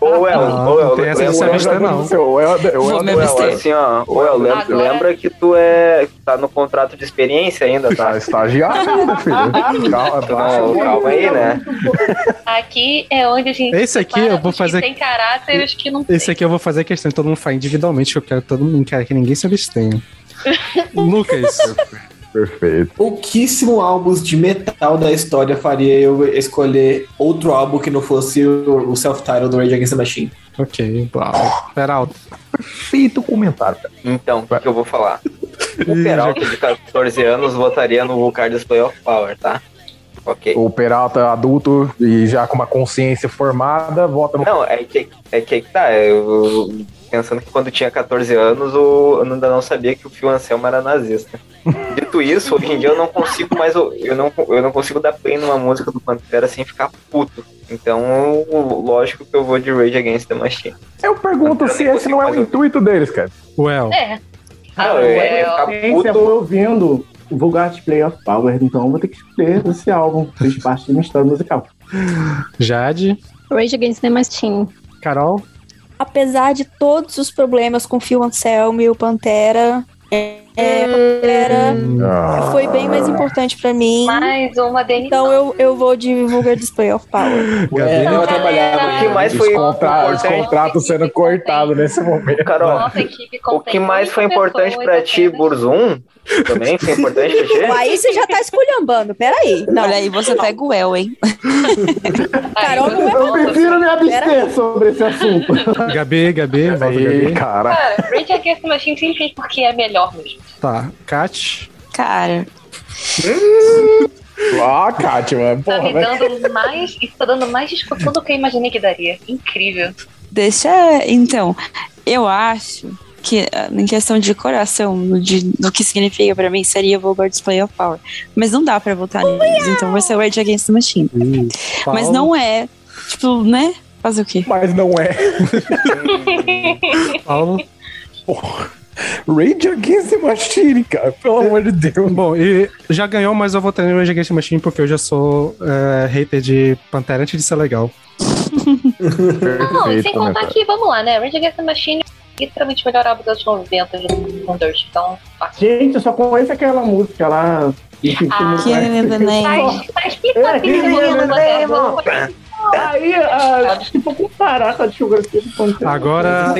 Ou é, Não, ou é, não tem essa de se abster, não. Ou é, ou Vou me é, ou abster. é. Assim, ó, ou é, lembra, Agora- lembra que tu é. tá no contrato de experiência ainda, tá? Estagiário, ainda, Ah, filho. Tá, Calma, Não, calma aí, né? Aqui é onde a gente. Esse aqui separa eu vou os fazer- Que tem caráter e os que não tem. Esse aqui eu vou fazer a questão de todo mundo falar individualmente, que eu quero todo mundo, quero que ninguém se abstenha. Lucas, Perfeito. Pouquíssimo álbuns de metal da história faria eu escolher outro álbum que não fosse o, o self-title do Rage Against the Machine. ok, uau. Peralta. Perfeito comentário, cara. Então, o que que eu vou falar? O Peralta de 14 anos votaria no Vulcar Display of Power, tá? O Peralta adulto e já com uma consciência formada, vota no. Não, é que é que, aí que tá. Eu, pensando que quando tinha 14 anos, o- eu ainda não sabia que o Fio Anselmo era nazista. Dito isso, hoje em dia eu não consigo mais. ou- Eu não, eu não consigo dar play numa música do Pantera sem ficar puto. Então, lógico que eu vou de Rage Against the Machine. Eu pergunto se esse não é o intuito deles, cara. Well. É. Não, eu ia ficar Ciência foi ouvindo o Vulgar Display of Power, então eu vou ter que escolher esse álbum, que fez parte de uma história musical. Jade. Rage Against the Machine. Carol. Apesar de todos os problemas com o Phil Anselmo e o Pantera, é, é, Hum. Pantera Ah. foi bem mais importante pra mim. Mais uma Denison. Então eu, eu vou de Vulgar Display of Power. Gabi Então, não trabalhava. O que mais foi Os, contra- os importante? contratos sendo cortados nesse é momento. Carol, o que mais foi importante pra tá ti, Burzum? Também foi importante pra ti? Aí você já tá esculhambando, peraí. Não. Olha aí, você tá pega o El, hein? Carol não é Eu prefiro me abster sobre esse assunto. Gabi, Gabi, volta, Gabi. Cara. Cara, Rage Against the é Machine sempre fez porque é melhor mesmo. Tá. Kat. Cara. Ah, Kat, mano. Tá me Porra, velho. dando mais. Isso tá dando mais discussão do que eu imaginei que daria. Incrível. Deixa. Então, eu acho que ah, em questão de coração, no de, do que significa pra mim, seria Vulgar Display of Power. Mas não dá pra votar neles, então vai ser Rage Against the Machine. Mas não é. Tipo, né? Fazer o quê? Mas não é. Paulo. Rage Against the Machine, cara. Pelo amor de Deus. Bom, e já ganhou, mas eu vou ter no Rage Against the Machine porque eu já sou é, hater de Pantera antes de ser legal. Ah, Não, e sem contar que, vamos lá, né? Rage Against the Machine é literalmente o melhor álbum dos anos 90 com Dirt. Então, Gente, eu só conheço aquela música lá. Ah, é Faz- né, faz que papinho, menino, você- Aí, ah, tipo, comparar com a discografia do Pantera. Agora.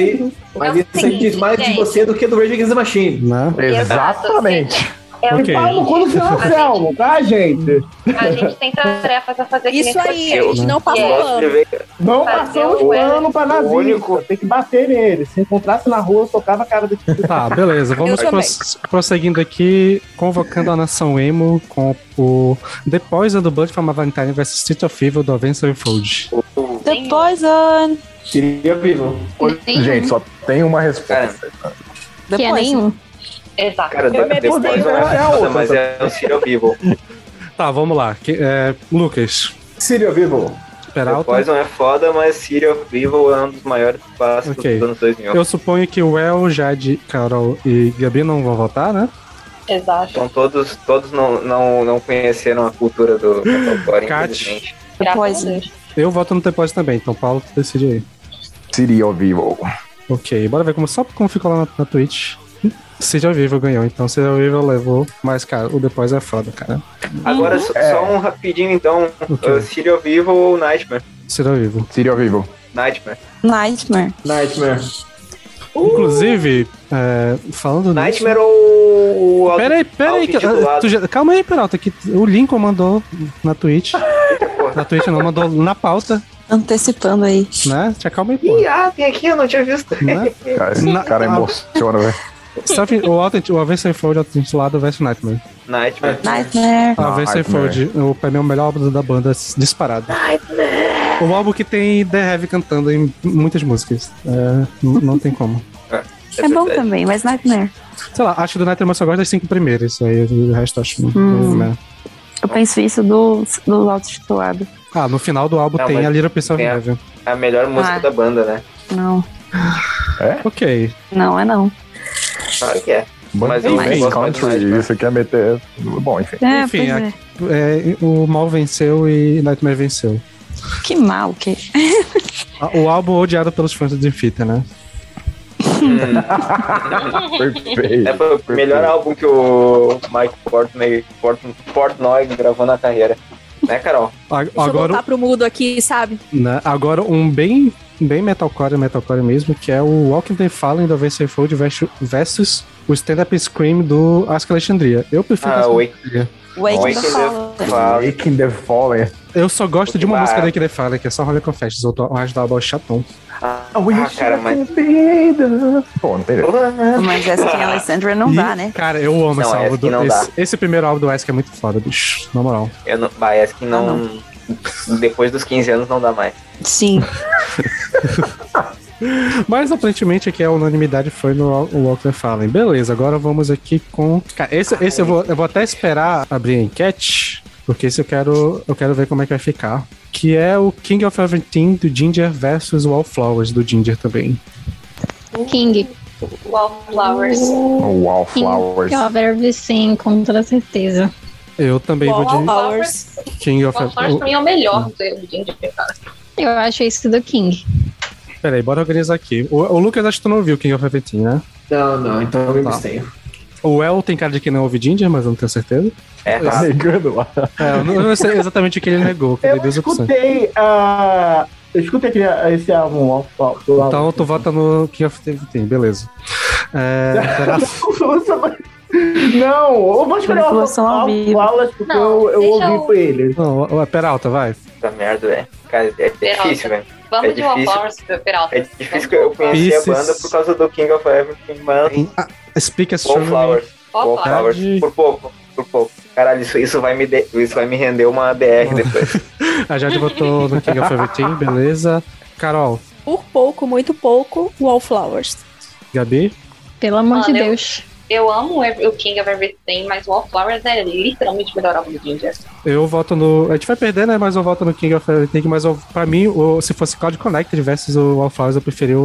Mas isso aí diz mais de você do que do Rage Against the Machine. né? Exatamente. É E Paulo, quando você Anselmo, tá, gente? A gente tem tarefas a fazer aqui Isso nesse aí, podcast. a gente não passa Que é- pano. Não Fazer passamos Tá o- pano pra nazista. único- Tem que bater nele. Se encontrasse na rua, eu socava a cara do tipo. Tá, beleza. Vamos Eu também. pros- prosseguindo aqui, convocando a nação emo com o The Poison do Blood from a Valentine vs Street of Evil do Avenged Sevenfold. The Poison! Seria vivo. Gente, só tem uma resposta. Que é nenhum. Exato. Cara, depois não é é a foda, outra, mas é o Serial Vivo. Tá, vamos lá. Que- é, Lucas. Serial Vivo. Peralta. Depois não é foda, mas Serial Vivo é um dos maiores clássicos Ok. dos anos 2000. Eu suponho que o El, Jade, Carol e Gabi não vão votar, né? Exato. Então todos, todos não, não, não conheceram a cultura do metalcore, infelizmente. The Poison. Eu voto no The Poison também, então Paulo, tu decide aí. Seria ao vivo. Ok, bora ver como só como ficou lá na, na Twitch. Seja ao vivo ganhou, então seja ao vivo levou. Mas, cara, o The Poison é foda, cara. Agora, só, É. só um rapidinho então. Uh, Serial Vivo ou Nightmare? Seja ao vivo. Seria ao vivo. Nightmare. Nightmare. Nightmare. Inclusive, é, falando Uh! Nightmare ou. ou Peraí, peraí. que- auto-intitulado? tu já- calma aí, Peralta, que o Lincoln mandou na Twitch. na Twitch não, mandou na pauta, Antecipando aí. né? Te acalma aí, pô. Ih, ah, tem aqui, eu não tinha visto. Né? Cara, esse Na- cara a- emociona, velho. Self, o auto, o Avenged Fold auto-intitulado versus Nightmare. Nightmare. Nightmare. É A Avenged Fold, o- pra mim, é o melhor álbum da banda s- disparado. O álbum que tem The Heavy cantando em muitas músicas. É, n- não tem como. É bom também, mas Nightmare. Sei lá, acho que do Nightmare eu só gosto das cinco primeiras. Isso aí, o resto eu acho. Hum. né? Eu penso isso do, do auto-titulado. Ah, no final do álbum Não, tem mas é. a Little Piece of tem a- Heaven. A melhor música Ah. da banda, né? Não. Ok. Não, é não. Claro que é. Mas eu gosto Enfim, mais do country, isso aqui é meter. Bom, enfim. É, Enfim, pois a- é, o mal venceu e Nightmare venceu. Que mal que. A- O álbum odiado pelos fãs de fita, né? Perfeito. É, foi o melhor álbum que o Mike Portnoy, Port, Portnoy gravou na carreira. Né, Carol? A- Deixa eu voltar Agora, pro mudo aqui, sabe? né, agora um bem, bem metalcore, metalcore mesmo, que é o Walking the Fallen do Avenged Fold versus o Stand Up Scream do Ask Alexandria. Eu prefiro Ah, Ask o Alexandria. Wake the Fallen. É Waking the Fallen. Eu só gosto de uma música da Wake the Fallen, que é só Rolling Confessions, ou o resto da álbum é chatão. Ah, cara, mas... Pô, não tem jeito. Mas essa aqui em Alessandra não E, dá, né? Cara, eu amo Não, esse essa álbum. que não Do, dá. esse, esse primeiro álbum do Ask é muito foda, bicho. Na moral. Eu não, bah, acho que Ah, não, Depois dos 15 anos não dá mais. Sim. Mas aparentemente aqui a unanimidade foi no Wa- Walk the Fallen. Beleza, agora vamos aqui com. Cara, esse, esse eu, vou, eu vou até esperar abrir a enquete, porque esse eu quero, eu quero ver como é que vai ficar. Que é o King of Everything do Ginger versus Wallflowers do Ginger também. King. Wallflowers. Uhum. Oh. King of Everything, com toda certeza. Eu também vou de Wallflowers. King of Wallflowers pra mim é o Uhum. melhor do Ginger, cara. Eu acho isso do King. Peraí, bora organizar aqui. O, o Lucas, acho que tu não viu King of Everything, né? Não, não, então eu me abstenho. O El tem cara de que não ouve Ginger, mas eu não tenho certeza. É, tá negando lá. É, eu não, eu não sei exatamente o que ele negou, que eu dei duas opções. Escutei a. Eu escutei aquele, esse álbum, ó, ó, do álbum. Então tu vota no King of Everything, beleza. É, será Não, eu vou escolher o Wallace porque eu, eu deixa ouvi eu- foi ele. Não, ó, ó, Peralta, vai. é. Tá merda, velho. Cara, é difícil, velho. Vamos é de difícil. Wallflowers, Peralta. É difícil que eu conheci a Pieces. banda por causa do King of Everything, mano. Speak as Wallflowers. Wallflowers. Wallflowers. Por pouco, por pouco. Caralho, isso, isso, vai me de- isso vai me render uma DR depois. A Jade votou no King of Everything, beleza. Carol, Por pouco, muito pouco, Wallflowers. Gabi, Pelo amor Mano, de eu- Deus. Eu amo o o King of Everything, mas Wallflowers é literalmente o melhor álbum do Ginger. eu voto no. A gente vai perder, né? Mas eu voto no King of Everything. Mas eu, pra mim, o- se fosse Cloud Connect versus o Wallflowers, eu preferi o,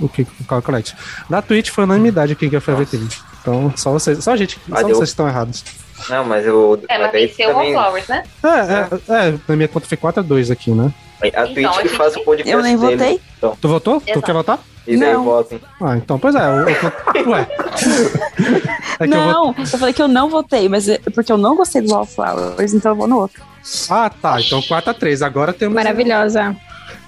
o, o King o Cloud Connect. Na Twitch foi unanimidade o King of Everything. Então, só vocês. Só a gente. Só Valeu. vocês estão errados. Não, mas eu. É, mas daí venceu o também- Wallflowers, né? É, é, é, na minha conta foi 4 a 2 aqui, né? A Twitch Então, a que gente- faz o podcast Eu nem deles. votei. Então, Tu votou? Tu Exato. quer votar? e daí Não. votem. Ah, então, pois é. Eu, eu, ué. É que eu vou- não, eu, falei que eu não votei, mas é porque eu não gostei do Wallflowers, então eu vou no outro. Ah, tá. Então 4x3. Agora temos. Maravilhosa.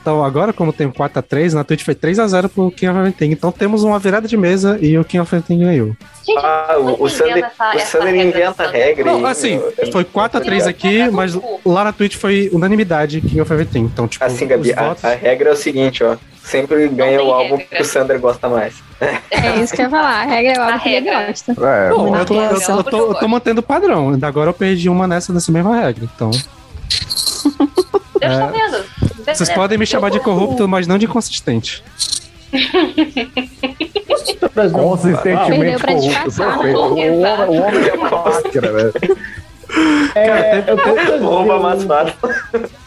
Então, agora, como tem 4x3, na né, Twitch foi 3x0 pro King of Everything. Então, temos uma virada de mesa e o King of Everything ganhou. Ah, o, o Sander, o Sander inventa regra. Não, e- assim, foi 4x3 aqui, mas lá na Twitch foi unanimidade King of Everything. Então, tipo, Assim, Gabi, os a, votos- a regra é o seguinte, ó. Sempre ganha o álbum que o Sander gosta mais. É isso que eu ia falar. A regra é o álbum que ele gosta. É, Bom, Não, eu, tô, tem eu, razão. eu tô, eu tô mantendo o padrão. Ainda Agora eu perdi uma nessa dessa mesma regra. Então, Deus É. tá vendo. vocês podem me chamar de corrupto, mas não de inconsistente. um- Consistentemente corrupto. Perfeito. O Perdeu pra disfarçar. homem- o homem é uma máscara, velho. É, eu tenho- Rouba mais fácil.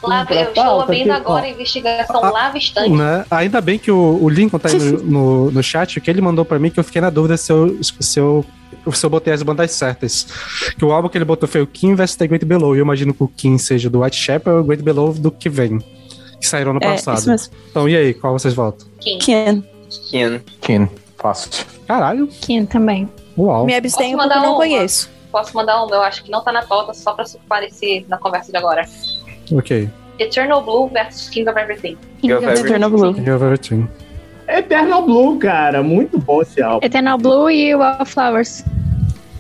Lava, eu estou abrindo agora a investigação Lava Estante. Né? Ainda bem que o, o Lincoln tá aí no, no, no chat, o que ele mandou pra mim, que eu fiquei na dúvida se eu, se, eu, se eu botei as bandas certas. Que o álbum que ele botou foi o Kim vs The Great Below. E eu imagino que o Kim seja do White Chapel e o Great Below do que vem. Que saíram no É, passado. isso mesmo. Então, e aí, qual vocês votam? Ken. Ken. Ken, fácil. Caralho, King também. uau. Me abstenho Posso porque eu mandar não uma? conheço. Posso mandar uma? Eu acho que não tá na pauta, só pra aparecer na conversa de agora. Ok. Eternal Blue versus King of Everything. King of Everything. Eternal Blue. King of Everything. Eternal Blue, cara, muito bom esse álbum. é Eternal Blue e Wallflowers.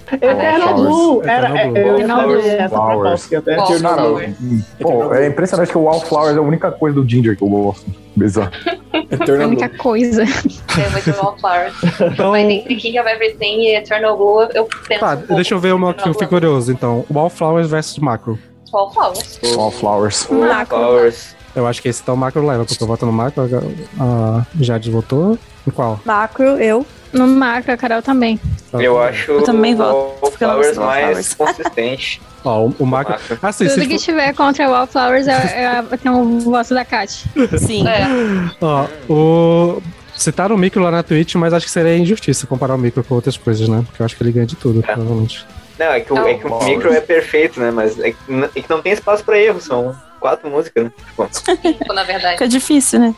Eternal Flowers. Blue, era, Eternal é, eu ia Blue. fazer essa pra Flowers. você, É até- Qual? Eternal Blue. Pô, é impressionante que o Wallflowers é a única coisa do Ginger que eu gosto. Bizarro. É É A única coisa. Eu vou de Wallflowers. Então, Mas entre King of Everything e Eternal Blue, eu penso tá, um pouco. deixa eu ver uma que eu fico curioso. Então, Wallflowers versus Macro. Wallflowers. Wallflowers. Wallflowers. Eu acho que esse tá o Macro leva, porque eu voto no Macro. A a Jade votou. Em qual? Macro, eu. No macro, a Carol também. Tá Eu acho Eu também voto, o porque eu não Flowers gosto do mais consistente. Ó, o, o Macro. Assim, se Tudo que tiver contra Wallflowers é, é, a- tem o voto da Kat. Sim. É, Ó, o. Citaram o Micro lá na Twitch, mas acho que seria injustiça comparar o Micro com outras coisas, né? Porque eu acho que ele ganha de É. tudo, provavelmente. Não, é que, o, é que o micro é perfeito, né? Mas é que, n- é que não tem espaço pra erro, são quatro músicas, né? Tipo, cinco, na verdade. Fica difícil, né?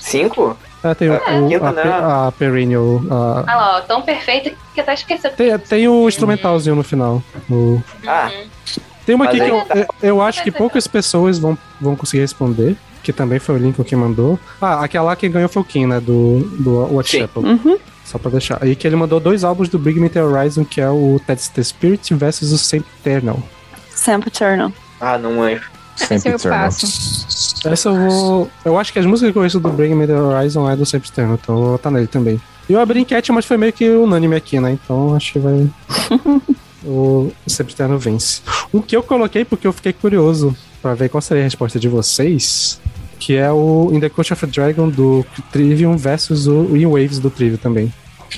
cinco? Ah, tem o, É, o- quinta, a, né? Pe- a Perennial. a- Ah lá, ó, tão perfeito que até esqueceu. tem, tem o instrumentalzinho no final. o- Ah, Tem uma Mas aqui que aí eu, tá. eu- eu acho que poucas pessoas vão, vão conseguir responder, que também foi o Lincoln que mandou. Ah, aquela lá que ganhou foi o Kim, né? Do, do Watch Sim. Apple. Uhum. Só pra deixar. E que ele mandou dois álbuns do Big Meteor Horizon, que é o Ted the Spirit versus o Saint Eternal. Sam Paterno. Ah, não manjo. Sempre Esse eu Eternal. passo. Essa eu vou. Eu acho que as músicas que eu conheço do Bring Me the Horizon é do Sempre Externo, então eu vou botar nele também. E eu abri enquete, mas foi meio que unânime aqui, né? Então acho que vai. o Sempre Externo vence. O que eu coloquei, porque eu fiquei curioso pra ver qual seria a resposta de vocês, que é o In the Coach of a Dragon do Trivium versus o In Waves do Trivium também.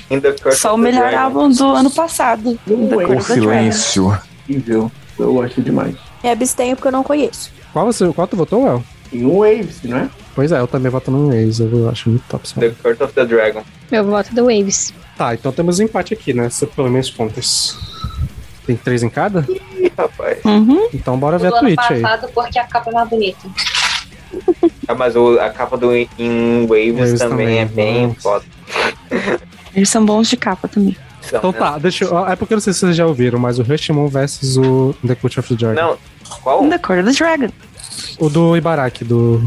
In the Curse Só of o the melhor Dragon. álbum do ano passado. Da Cor O da Dragon. silêncio. Incrível. Eu gosto demais. Me abstenho porque eu não conheço. Qual, você, qual tu votou, El? Em Waves, não é? Pois é, eu também voto no Waves, eu acho muito top. esse álbum. The Curse of the Dragon. Meu voto do Waves. Tá, então temos empate aqui, né? Se- Pelo menos contas. Tem três em cada? Ih, rapaz. Uhum. Então bora ver do a ano Twitch aí. passado porque a capa é mais bonita. Ah, mas o- a capa do In- In Waves, Waves também, também, é bem foda. Eles são bons de capa também. Então tá, deixa eu, É porque eu não sei se vocês já ouviram, mas o Rushmon versus o The Cult of the Dragon. Não, qual? Da Cor da Dragon. O do Ibaraki, do.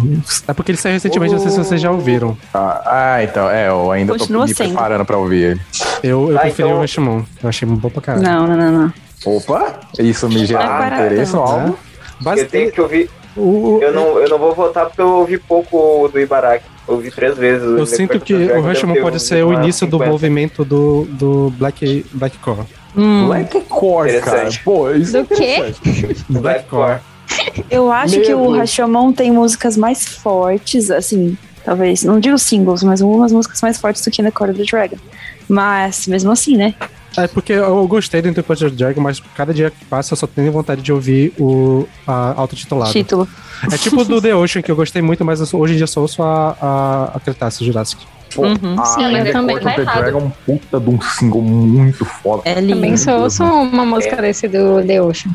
É porque ele saiu recentemente, não sei se vocês já ouviram. Ah, ah, então, é, eu ainda Continua tô me sendo. preparando pra ouvir ele. Eu, Ah, eu preferi então. o Rushmon. Eu achei bom pra caralho. Não, não, não, não. Opa, isso me Ah, gera parada. interesse no álbum. eu tenho que ouvir. eu, não, eu não vou votar porque eu ouvi pouco do Ibaraki. Eu ouvi três vezes. Eu sinto que é o Rushmon um pode ser o início do movimento do, do Black, Black Core. Black Core, cara. Interessante. Pô, isso é Do quê? interessante. Black Core. Eu acho Meu que o Deus. Rashomon tem músicas mais fortes, assim, talvez, não digo singles, mas algumas músicas mais fortes do que na Cor da Dragon. Mas, mesmo assim, né? É porque eu gostei do Interpret of Dragon, mas cada dia que passa eu só tenho vontade de ouvir o a, autotitulado. Título. É tipo do The Ocean, que eu gostei muito, mas eu só- hoje em dia só ouço a, a, a Cretáceo Jurassic. Ah, Uhum, sim, eu também tá The errado. Dragon, puta de um single muito foda. É Também só ouço uma música desse do The Ocean.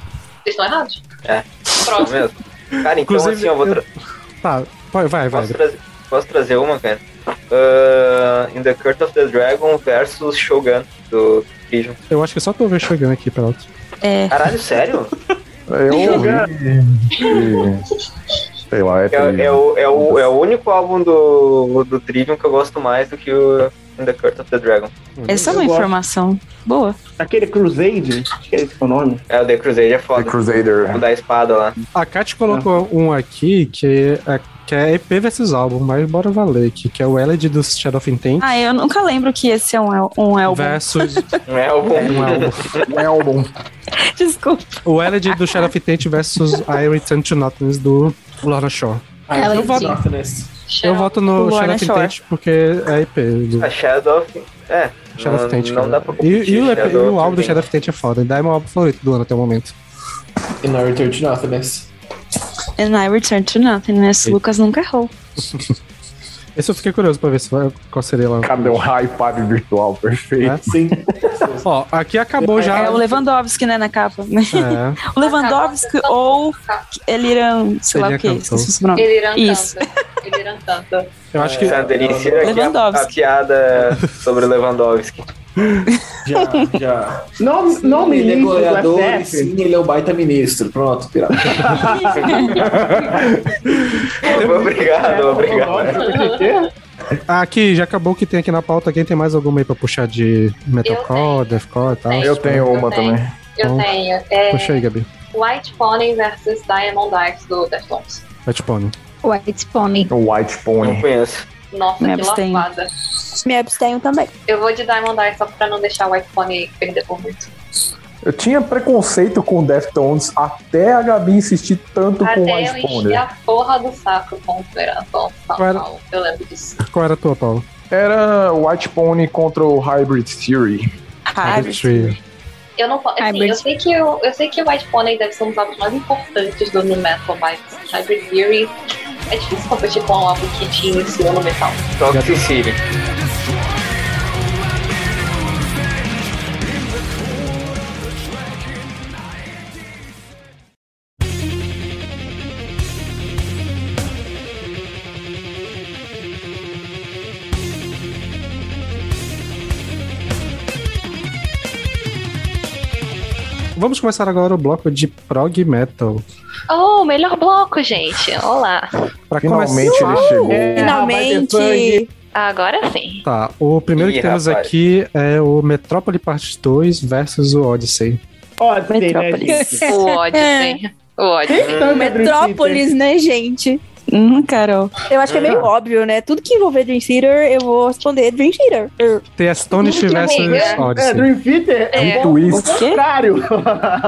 Vocês estão errados. É, Próximo. mesmo. Cara, então Inclusive, assim, eu vou tra- Tá, vai, vai, vai. posso, trazer- posso trazer uma, cara? Ah, in the Curse of the Dragon versus Shogun do Vision. Eu acho que só tô ver chegando aqui pra outro. É. Caralho, sério? Eu ouvi. Sei lá, é, É, é o, é, o, é o único álbum do, do Trivium que eu gosto mais do que o In the Curse of the Dragon. Essa é uma Eu gosto. informação boa. Aquele Crusade, acho que é esse o nome. É, o The Crusader é foda. The Crusader. O da espada lá. A Kat colocou um aqui que é, que é EP versus álbum, mas bora valer aqui, que é o Eled do Shadow of Intent Ah, eu nunca lembro que esse é um, el- um álbum. versus Um álbum. um álbum. Um álbum. Desculpa. O Eled do Shadow of Intent versus I Return to Nothingness do Lorna Shaw. Ah, eu, voto, eu voto no Shadow Lorna of Shore. Intent porque é EP. do- A Shadow of... É, Shadow não, of Tent, não cara. dá pra E, competir. e o, EP e Shadow o álbum do of Tent. Shadow of Tent é foda. Daí é meu álbum favorito do ano até o momento. E na Return to Nothingness. And I Return to Nothingness. Sim. Lucas nunca errou. Esse eu fiquei curioso pra ver se vai, qual seria lá. Cadê o hype virtual perfeito? Sim. é Ó, aqui acabou já. É o Lewandowski, né, na capa. É. o Lewandowski ou Eliran, sei lá o Eliran que, Cantão. esqueci o nome. Eliran Isso. Ele canta. Eu acho que. É. Essa delícia aqui, a- a, Lewandowski. piada sobre o Lewandowski. Já, já. Não, não me ele é ligue do goleador, e FF. sim, ele é o baita ministro. Pronto, pirata. obrigado, obrigado. Aqui, já acabou o que tem aqui na pauta. Quem tem mais alguma aí pra puxar de metalcore, deathcore e tal? Eu tenho uma tenho. também. Eu Então, tenho. É, Puxa aí, Gabi. White Pony versus Diamond Eyes do Deftones. Vai te pondo. White Pony. O White Pony. conheço. Nossa, Me que abstenho. lavada. Me abstenho também. Eu vou de Diamond Eyes só pra não deixar o White Pony perder por muito. Eu tinha preconceito com Deftones até a Gabi insistir tanto com o Até eu White enchi a Pony. porra do saco com o Verantão. Eu lembro disso. Qual era a tua, Paulo? Era White Pony contra o Hybrid Theory. Ah, Eu não posso. Assim, eu sei que eu, eu sei que o White Pony deve ser um dos álbuns mais importantes do Nu Metal, mas Hybrid Theory é difícil competir com um álbum que te iniciou no metal. Toxicity. Vamos começar agora o bloco de prog metal. Oh, melhor bloco, gente. Olá. Pra Finalmente começar- ele chegou. é Finalmente. Ah, Agora sim. Tá, o primeiro Ih, que temos rapaz. aqui é o Metrópole Parte 2 versus o Odyssey. Ódio, Metrópolis. né, gente? O ódio É. tem. O ódio. Metrópolis, né, gente? Hum, Carol. Eu acho que é meio Ah. óbvio, né? Tudo que envolver Dream Theater, eu vou responder Dream Theater. Er, The Astonish Muito versus né? amiga. Odyssey. É, Dream Theater É. o contrário.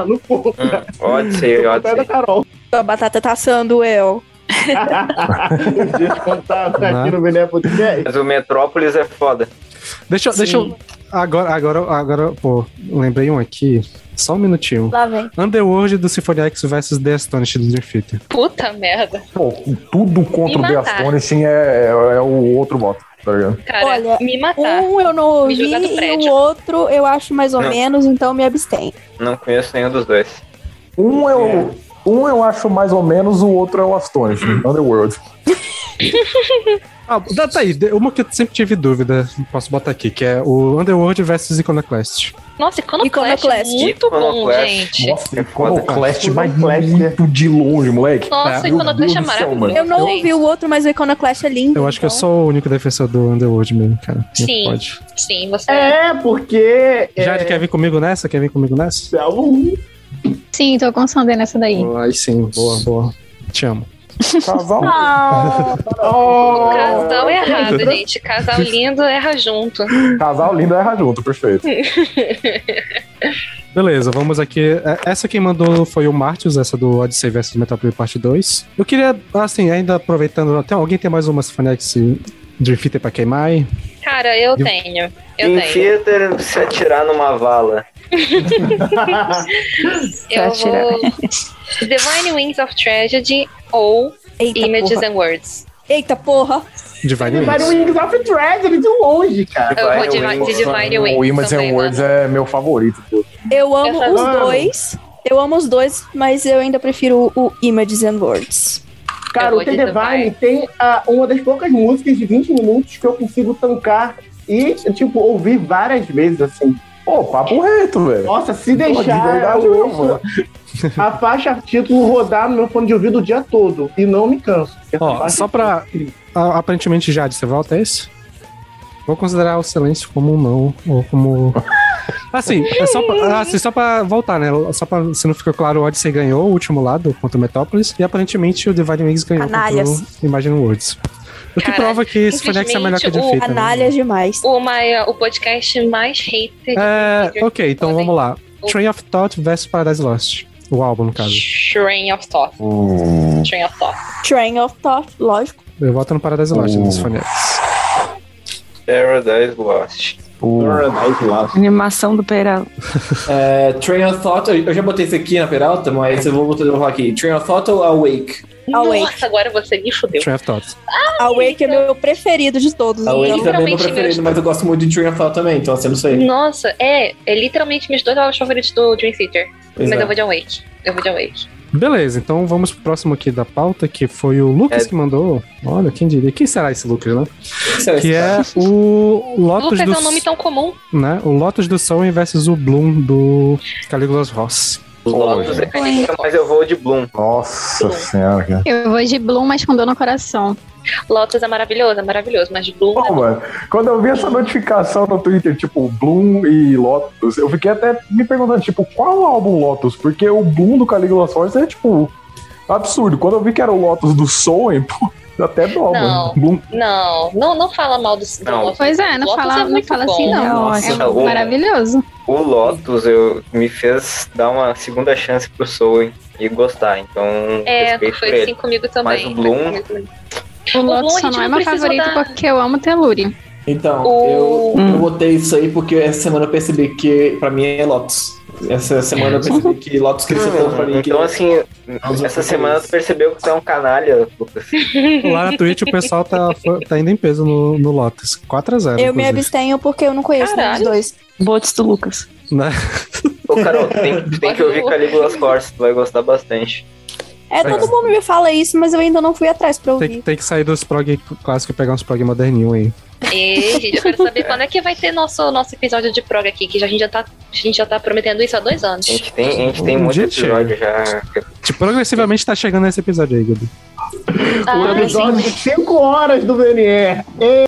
no povo. Odyssey, Pé da Odyssey. Carol. A batata tá assando, eu. Descontado aqui no Mineiro Podcast. Mas o Metrópolis é foda. Deixa, eu- deixa Sim. eu. Agora, agora, agora, pô, lembrei um aqui. Só um minutinho. Lá vem. Underworld do Symphony X versus The Astonished do Dream Theater. Puta merda. Pô, tudo contra Me o The matar. Astonishing é, é o outro voto, tá ligado? Cara, Olha, me matar. Um eu não Me ouvi jogar do e prédio. o outro eu acho mais ou Não. menos, então me abstém. Não conheço nenhum dos dois. Um eu, um eu acho mais ou menos, o outro é o Astonishing, Underworld. Ah, dá- tá aí, de- uma que eu sempre tive dúvida, posso botar aqui, que é o Underworld versus Iconoclast. Nossa, Iconoclast, é Iconoclast. muito bom, Iconoclast. gente. Nossa, Iconoclast, mas muito de longe, moleque. Nossa, Meu Iconoclast é Deus do céu, mano. maravilhoso. Eu não ouvi o outro, mas o Iconoclast é lindo. Eu acho que eu sou o único defensor do Underworld mesmo, cara. Não Sim. Pode. Sim, você É, porque. Jade, quer vir comigo nessa? Quer vir comigo nessa? Sim, tô com o Sander nessa daí. Aí sim, boa, boa. Te amo. Casal. Oh, Casal errado, gente. Casal lindo erra junto. Casal lindo erra junto, perfeito. Beleza, vamos aqui. É, Essa quem mandou foi o Martius, essa do Odyssey vs Metropolis Parte 2. Eu queria, assim, ainda aproveitando. Tem, alguém tem mais uma Symphony X Dream Theater pra queimar? aí? Cara, eu Eu- tenho. Eu Em tenho. Theater, se atirar numa vala. Eu atirar. vou. Divine Wings of Tragedy ou Eita Images porra. and Words. Eita porra! Divine Vai no Wings. Wings of Treasure de longe, um cara. Eu vou Divine, de Divine Wings. O Image também, né? and Words é meu favorito. pô. Eu amo Essa- os Amo. dois. Eu amo os dois, mas eu ainda prefiro o Images and Words. é- Cara, Eu o vou The de Divine tem ah, uma das poucas músicas de 20 minutos que eu consigo tancar e, tipo, ouvir várias vezes, assim. Pô, papo reto, velho. Nossa, se Pô, de deixar verdade eu mesmo, né? ouço a faixa título rodar no meu fone de ouvido o dia todo e não me canso. Ó, só pra. a- Ah, aparentemente, Jade, você volta, é isso? Vou considerar o silêncio como um não, ou como. Assim, é só pra, assim, só pra voltar, né? Só pra, se não ficou claro, o Odyssey ganhou o último lado contra o Metópolis, e aparentemente o Divine Wings ganhou Canalhas. contra o Imagine Worlds. O que Cara, prova que esse Phoenix é melhor que o infelizmente, Defeat. o Canalhas Hum. demais. O, Maia, o podcast mais hater. É, ok, então vamos lá. Train of Thought versus Paradise Lost. O álbum, no caso. Train of Thought. Train of Thought. Train of Thought, lógico. Eu voto no Paradise Lost, né? dos Phoenix. Paradise Lost. Paradise Lost. Animação do Peral. É, Train of Thought, eu eu já botei isso aqui na Peralta, mas eu vou botar eu vou falar aqui. Train of Thought ou Awake? Awake. Nossa, agora você me fudeu. Train of Thought. Awake é meu preferido de todos. Awake também é meu tá então. literalmente preferido, meus- mas eu gosto muito de Train of Thought também, então assim, não sei. Nossa, é, é literalmente meus dois álbuns favoritos do Dream Theater. Pois Mas é. eu vou de Awake. Eu vou de Awake. Beleza, então vamos pro próximo aqui da pauta, que foi o Lucas que mandou. Olha, quem diria? Quem será esse Lucas, né? será que esse é o Lotus Lucas do é um nome tão comum. né? O Lotus do Sol versus o Bloom do Caligula's Ross. Lotus é canista, mas eu vou de Bloom. Nossa senhora, cara. Eu vou de Bloom, mas com dor no coração. Lotus é maravilhoso, é maravilhoso, mas Bloom. Pô, mano, quando eu vi essa notificação no Twitter, tipo, Bloom e Lotus, eu fiquei até me perguntando, tipo, qual o álbum Lotus? Porque o Bloom do Caligula's Force é, tipo, absurdo. Quando eu vi que era o Lotus do Soen, pô, deu até dó, Não, mano. Bloom. não, não, não fala mal do do Não. Lotus. Pois é, não Lotus fala, não muito fala bom. assim não. Nossa, é o- maravilhoso. O Lotus eu, me fez dar uma segunda chance pro Soul hein, e gostar, então É, respeito por foi assim ele. comigo também. Mas o Bloom- foi assim comigo também. O Bloom a Lotus só gente não é não meu precisa favorito dar- porque eu amo Teluri. Então, O- eu, eu botei isso aí porque essa semana eu percebi que pra mim é Lotus. Essa semana eu percebi que Lotus cresceu tanto pra mim que Então, assim, essa outros semana tu percebeu que tu é um canalha, Lucas. Lá na Twitch o pessoal tá, tá indo em peso no, no Lotus. 4x0. Eu me abstenho porque eu não conheço nenhum dos dois. Botes do Lucas. Né? Ô, Carol, tu tem, tu tem que ouvir Caligula's Force, tu vai gostar bastante. É, todo mundo me fala isso, mas eu ainda não fui atrás pra Tem, que- ouvir. tem que sair dos prog clássicos e pegar uns prog moderninho aí. Ei, gente, eu quero saber quando é que vai ter nosso, nosso episódio de prog aqui, que já- a gente já tá, a gente já tá prometendo isso há dois anos. A gente tem, a gente tem Um muito dia chega. episódio já. Tipo, progressivamente tá chegando nesse episódio aí, Gabi. Ah, O episódio de 5 horas do VNR. E...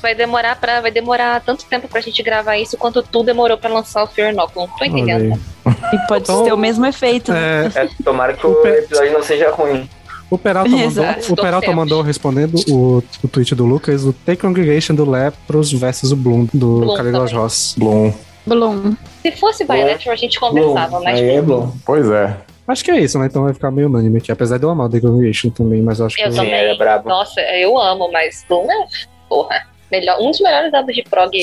Vai demorar para vai demorar tanto tempo pra gente gravar isso quanto tu demorou pra lançar o Fear Inoculum. Tô entendendo. E pode ter o mesmo efeito. né? É, tomara que o episódio não seja ruim. O Peralta mandou, Exato, o Peralta torcemos. mandou respondendo o, o tweet do Lucas, o The Congregation do Lepros versus o Bloom do Bloom Caligolas também. Ross. Bloom. Bloom. Se fosse Violet, a gente conversava, mas. Pois é. Acho que é isso, né? Então vai ficar meio unânime aqui. Apesar de eu amar o The Congregation também, mas eu acho Eu que... também. é Nossa, eu amo, mas Bloom é. Porra. Melhor, um dos melhores álbuns de prog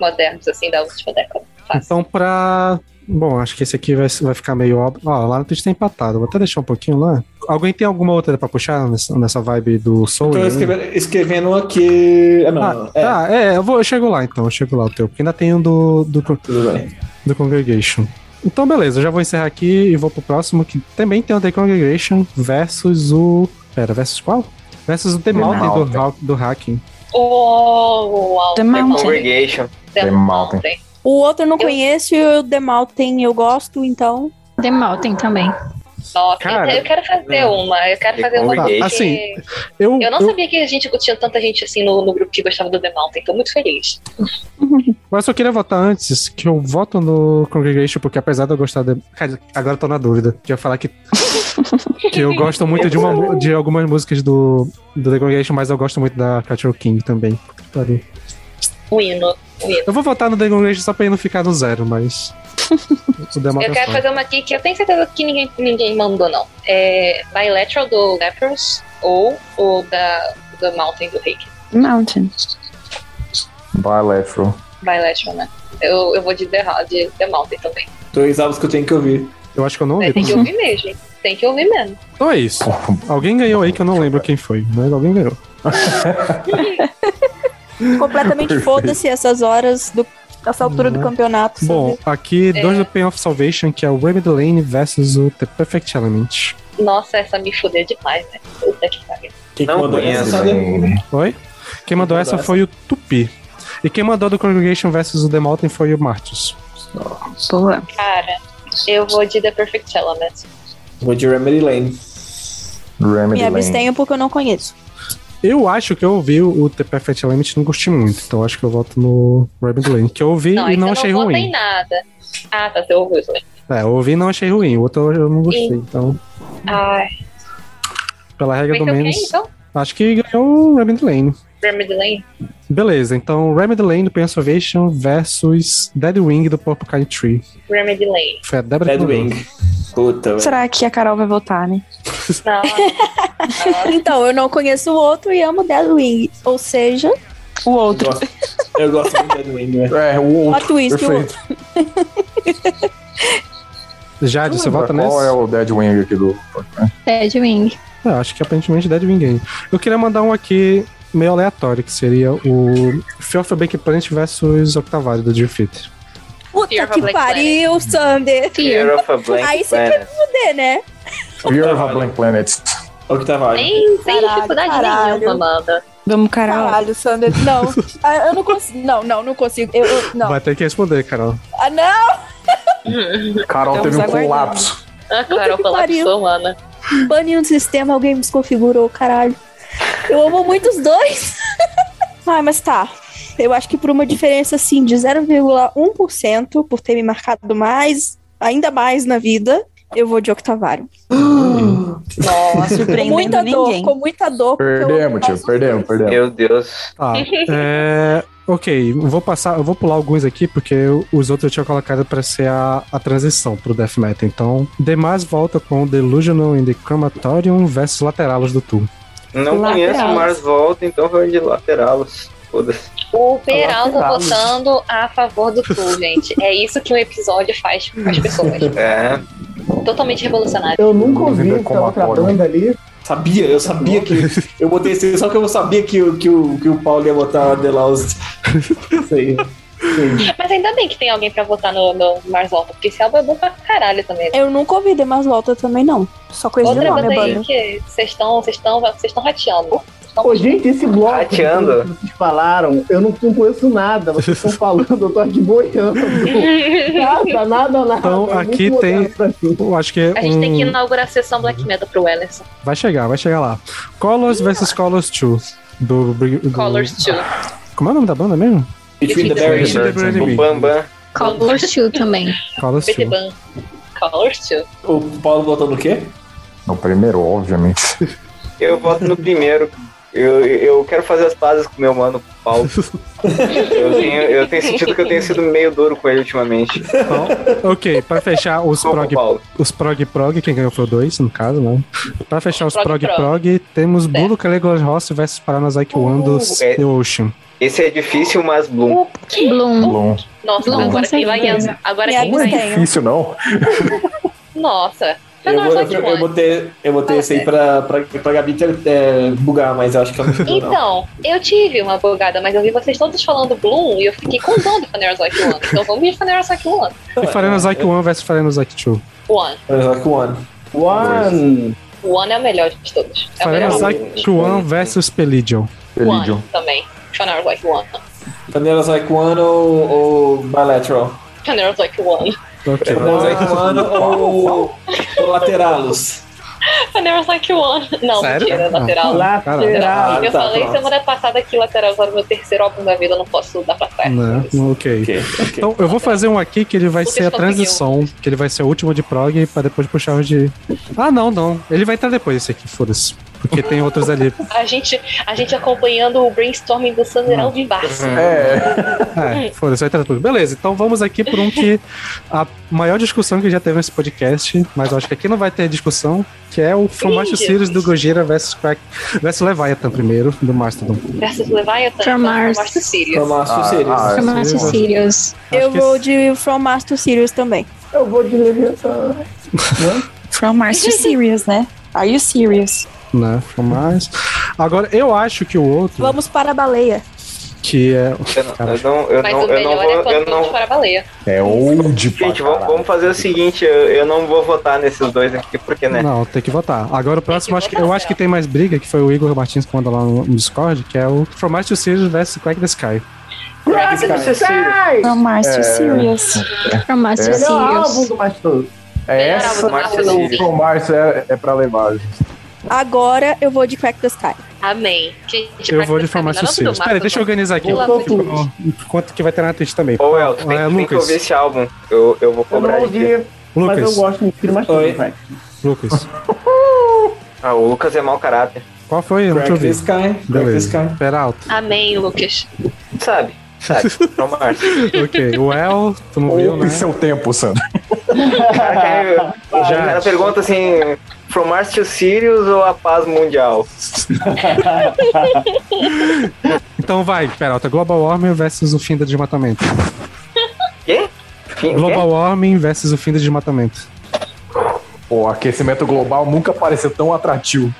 modernos, assim, da última década. Então pra... Bom, acho que esse aqui vai, vai ficar meio óbvio. Ó, lá no Twitch tá empatado. Vou até deixar um pouquinho lá. Alguém tem alguma outra pra puxar nessa, nessa vibe do Soul? Tô né? escrevendo, escrevendo um aqui. Ah, não. Ah, é. ah, é, eu, vou, eu chego lá então, eu chego lá o teu, porque ainda tem um do, do, con- do Congregation. Então, beleza, eu já vou encerrar aqui e vou pro próximo, que também tem o The Congregation versus o. Pera, versus qual? Versus o The, The Mountain, Do, Mountain. Hack- do Hacking. O The Mountain. Congregation. The Mountain. O outro eu não conheço e o The Mountain eu gosto, então. The Mountain também. Nossa, Cara, eu quero fazer uma. Eu quero The fazer uma. Congregation. porque Assim, eu, não eu- sabia que a gente tinha tanta gente assim no, no grupo que gostava do The Mountain. Tô muito feliz. Mas eu só queria votar antes, que eu voto no Congregation, porque apesar de eu gostar. De... Cara, agora eu tô na dúvida. Que eu ia falar que. que eu gosto muito de, uma mu- de algumas músicas do, do The Congregation, mas eu gosto muito da Catcher King também. Puta que pariu. O Um hino. O hino. Eu vou votar no The Congregation só pra ele não ficar no zero, mas. o Democracy. Eu quero fazer uma aqui que eu tenho certeza que ninguém, ninguém mandou, não. É Bilateral do Lepros ou o da do Mountain do Rick. Mountain. Bilateral. Bilateral, né? Eu, eu vou de The, Ra- de The Mountain também. Dois álbuns que eu tenho que ouvir. Eu acho que eu não Mas tem que ouvir mesmo. Tem que ouvir mesmo. Então é isso. Alguém ganhou aí que eu não lembro quem foi, mas alguém ganhou. Completamente Perfeito. foda-se essas horas do. Essa altura do Uhum. campeonato. Bom, aqui É. dois do Pain of Salvation, que é o Remy Lane versus o The Perfect Element. Nossa, essa me fudeu demais, né? Puta que pariu. Quem Não mandou conheço, essa? hein? Oi? Quem mandou essa essa? foi o Tupi. E quem mandou do Congregation versus o The Mountain foi o Martius. Boa. Cara, eu vou de The Perfect né? Element. Vou de Remedy Lane. Me abstenho porque um eu não conheço. Eu acho que eu ouvi o The Perfect Element e não gostei muito, então acho que eu voto no Remy Lane, que eu ouvi Não, e aí não você achei não vota em ruim. nada. Ah, tá, você ouviu também. É, eu ouvi e não achei ruim, o outro eu não gostei, Sim. então Ai, pela regra Então do quem, menos. então? Acho que ganhou o Remedy Lane. Remedy Lane. Beleza, então Remedy Lane do Pain of Salvation versus Dead Wing do Porcupine Tree. Remedy Lane. Foi a Débora Dead que mandou. Wing. Puta, Será que a Carol vai votar, né? Não. então, eu não conheço o outro e amo Deadwing. Ou seja, o Hum, outro. Eu gosto muito de Edwin, né? É, o outro, A twist, perfeito. o Jade, você Lembra vota nesse? Qual é o Dead Wing aqui do. Deadwing. Eu acho que aparentemente Dead Wing Game. Eu queria mandar um aqui meio aleatório, que seria o Fear of a Bake Plant versus Octavarius do Defeat. puta Fear of a que Black pariu, Sander. Fear of a Black Aí você quer me Planet. fuder, né? Fear of a Blank Planet. É Octavarius. Sem, sem dificuldade caralho. nenhuma, Amanda. Vamos, Carol. Caralho, Sander. Não. Ah, eu não consigo. Não, não, não consigo. Eu, eu- não. Vai ter que responder, Carol. Ah, não! Carol Estamos teve um aguardando. Então, colapso. Ah, claro, que pariu. colapsou, Ana. Baniu do sistema, alguém me desconfigurou, caralho. Eu amo muito os dois. Ai, mas tá. Eu acho que por uma diferença assim de 0,1%, por ter me marcado mais, ainda mais na vida, eu vou de Octavário. Nossa, surpreendendo muita ninguém. Dor, com muita dor. porque eu- Perdemos, tio. Perdemos, perdemos. Meu Deus. Tá. é, ok, eu vou passar, eu vou pular alguns aqui, porque eu- os outros eu tinha colocado pra ser a, a transição pro Death Metal. Então, Demas volta com Delusional in the Crematorium versus Lateralos do Tool. Não Lateral. conheço o Mars Volta, então vou de laterá-los. Foda-se. O Peralta Lateral. votando a favor do Flu, gente. É isso que um episódio faz com as pessoas. É. Totalmente revolucionário. Eu nunca ouvi é essa outra banda ali. Sabia, eu sabia que. Eu botei esse, só que eu sabia que, o- que, o, que o Paulo ia botar a The Lost. Isso aí. Mas ainda bem que tem alguém pra votar no, no Mars Volta, porque esse álbum é bom pra caralho também. Eu nunca ouvi The Mais Volta também, não. Só conheci o Outra nome, banda a aí banda. que vocês estão vocês estão vocês estão rateando. Ô, gente, esse bloco Rateando. que vocês falaram, eu não, não conheço nada. Vocês estão falando, eu tô aqui boiando. Nada, nada, nada. Então, aqui muito tem. Eu acho que é A gente tem que um- inaugurar a sessão Black Metal pro Ellerson. Vai chegar, vai chegar lá. Colors versus Colors 2. Do, do, Colors 2. Como é o nome da banda mesmo? é Between the Between the Berries. Berries. né? Between the Berries. O Bambam. Color Shoe também. Color Shoe. Color Shoe. O Paulo votou no quê? No primeiro, obviamente. Eu voto no primeiro. Eu, eu quero fazer as pazes com meu mano Paulo. Eu tenho, eu tenho sentido que eu tenho sido meio duro com ele ultimamente. Ok, pra fechar os prog, os prog prog, quem ganhou foi o 2, no caso, né? Pra fechar os prog Prog prog, prog. É. temos Bulu Caligula's Rossi versus Paranazaki Wando é. The Ocean. Esse é difícil, mas Bloom. Bloom. Bloom. Nossa, Bloom, agora com quem vai certeza. ganhar? Agora Não quem vai é ganhar? difícil, não. Nossa. Eu, vou, Paranazaki eu, eu Wanda. botei, eu botei esse aí pra, pra, pra Gabi ter, é, bugar, mas eu acho que ela não bugou, não. Então, eu tive uma bugada, mas eu vi vocês todos falando Bloom e eu fiquei com dó do Panerazaki One. Então vamos de Panerazaki One. E Paranazaki 1 versus Paranazaki 2. One. Paranazaki 1. One. O One é o melhor de todos. É o melhor. Paranazaki 1 versus Pelidion. One também. Panerazaki One. Panerazaki One ou, ou Bilateral? Panerazaki One. É Ok. Panerazaki One ou, ou Lateralos? Panerazaki One. Não, Sério? mentira, Ah. lateral. Lateral. Lateral. Eu Ah, tá, falei pronto. semana passada que lateral era o meu terceiro álbum da vida, eu não posso dar pra trás. Né? Ok. Então eu vou fazer um aqui que ele vai ser a conseguiu. transição, que ele vai ser o último de prog pra depois puxar o de. Ah, não, não. Ele vai estar depois esse aqui, foda-se. Porque tem outros ali. A gente, a gente acompanhando o brainstorming do Uhum. Sanderão de embaixo. É. É, foda-se, vai tratar tudo. Beleza, então vamos aqui por um que. A maior discussão que já teve nesse podcast, mas eu acho que aqui não vai ter discussão, que é o From Master Series do Gojira versus Quack. versus Leviathan primeiro, do Mastodon. Versus Leviathan. From Mars. Márcio Sirius. From Mars to Sirius. Ah, From é. Master Sirius. Eu vou de From Mars to Sirius também. Eu vou de Leviathan. From Mars to Sirius, né? Are you serious? Né? From Mars. Agora, eu acho que o outro, Vamos para a baleia. que é. Cara, Não, eu Mas não, o eu melhor não é vou. quando Eu vamos não... para a baleia. É old pra Gente, vamos, vamos fazer o seguinte: eu, eu não vou votar nesses dois aqui, porque, né? Não, tem que votar. Agora o próximo, acho que, eu acho que tem mais briga, que foi o Igor Martins que mandou lá no, no Discord, que é o From Mars to Sirius vs Quack the Sky. Crack do Cecília. From Mars to É. Sirius. From Mars to É. Sirius. Essa Márcio não, Sirius. Tom Márcio é, é pra levar. Agora eu vou de Crack the Sky. Amém. Gente, Eu vou de From Mars to Sirius. Peraí, deixa eu organizar aqui. Pula Quanto- Quanto que vai ter na Twitch também? Ô, El, tu tem, tu É, tem que Lucas. ouvir esse álbum. Eu, eu vou Eu cobrar não de ti. ouvi, mas Lucas. eu gosto muito de Oi. Mastodon, vai. Lucas. Ah, o Lucas é mau caráter. Qual foi? Eu não te Crack the ouvi. Sky. Beleza. Crack the Sky. Peralta. Amém, Lucas. Sabe? Sabe? Tom Márcio. ok, o El, tu não viu, Poupe né? seu é tempo, Sandro. O cara, quer- o Já. cara pergunta assim: From Mars to Sirius ou a paz mundial? Então vai, Peralta. Global Warming versus o fim do desmatamento. Quê? Fim- Global Warming versus o fim do desmatamento. O aquecimento global nunca pareceu tão atrativo.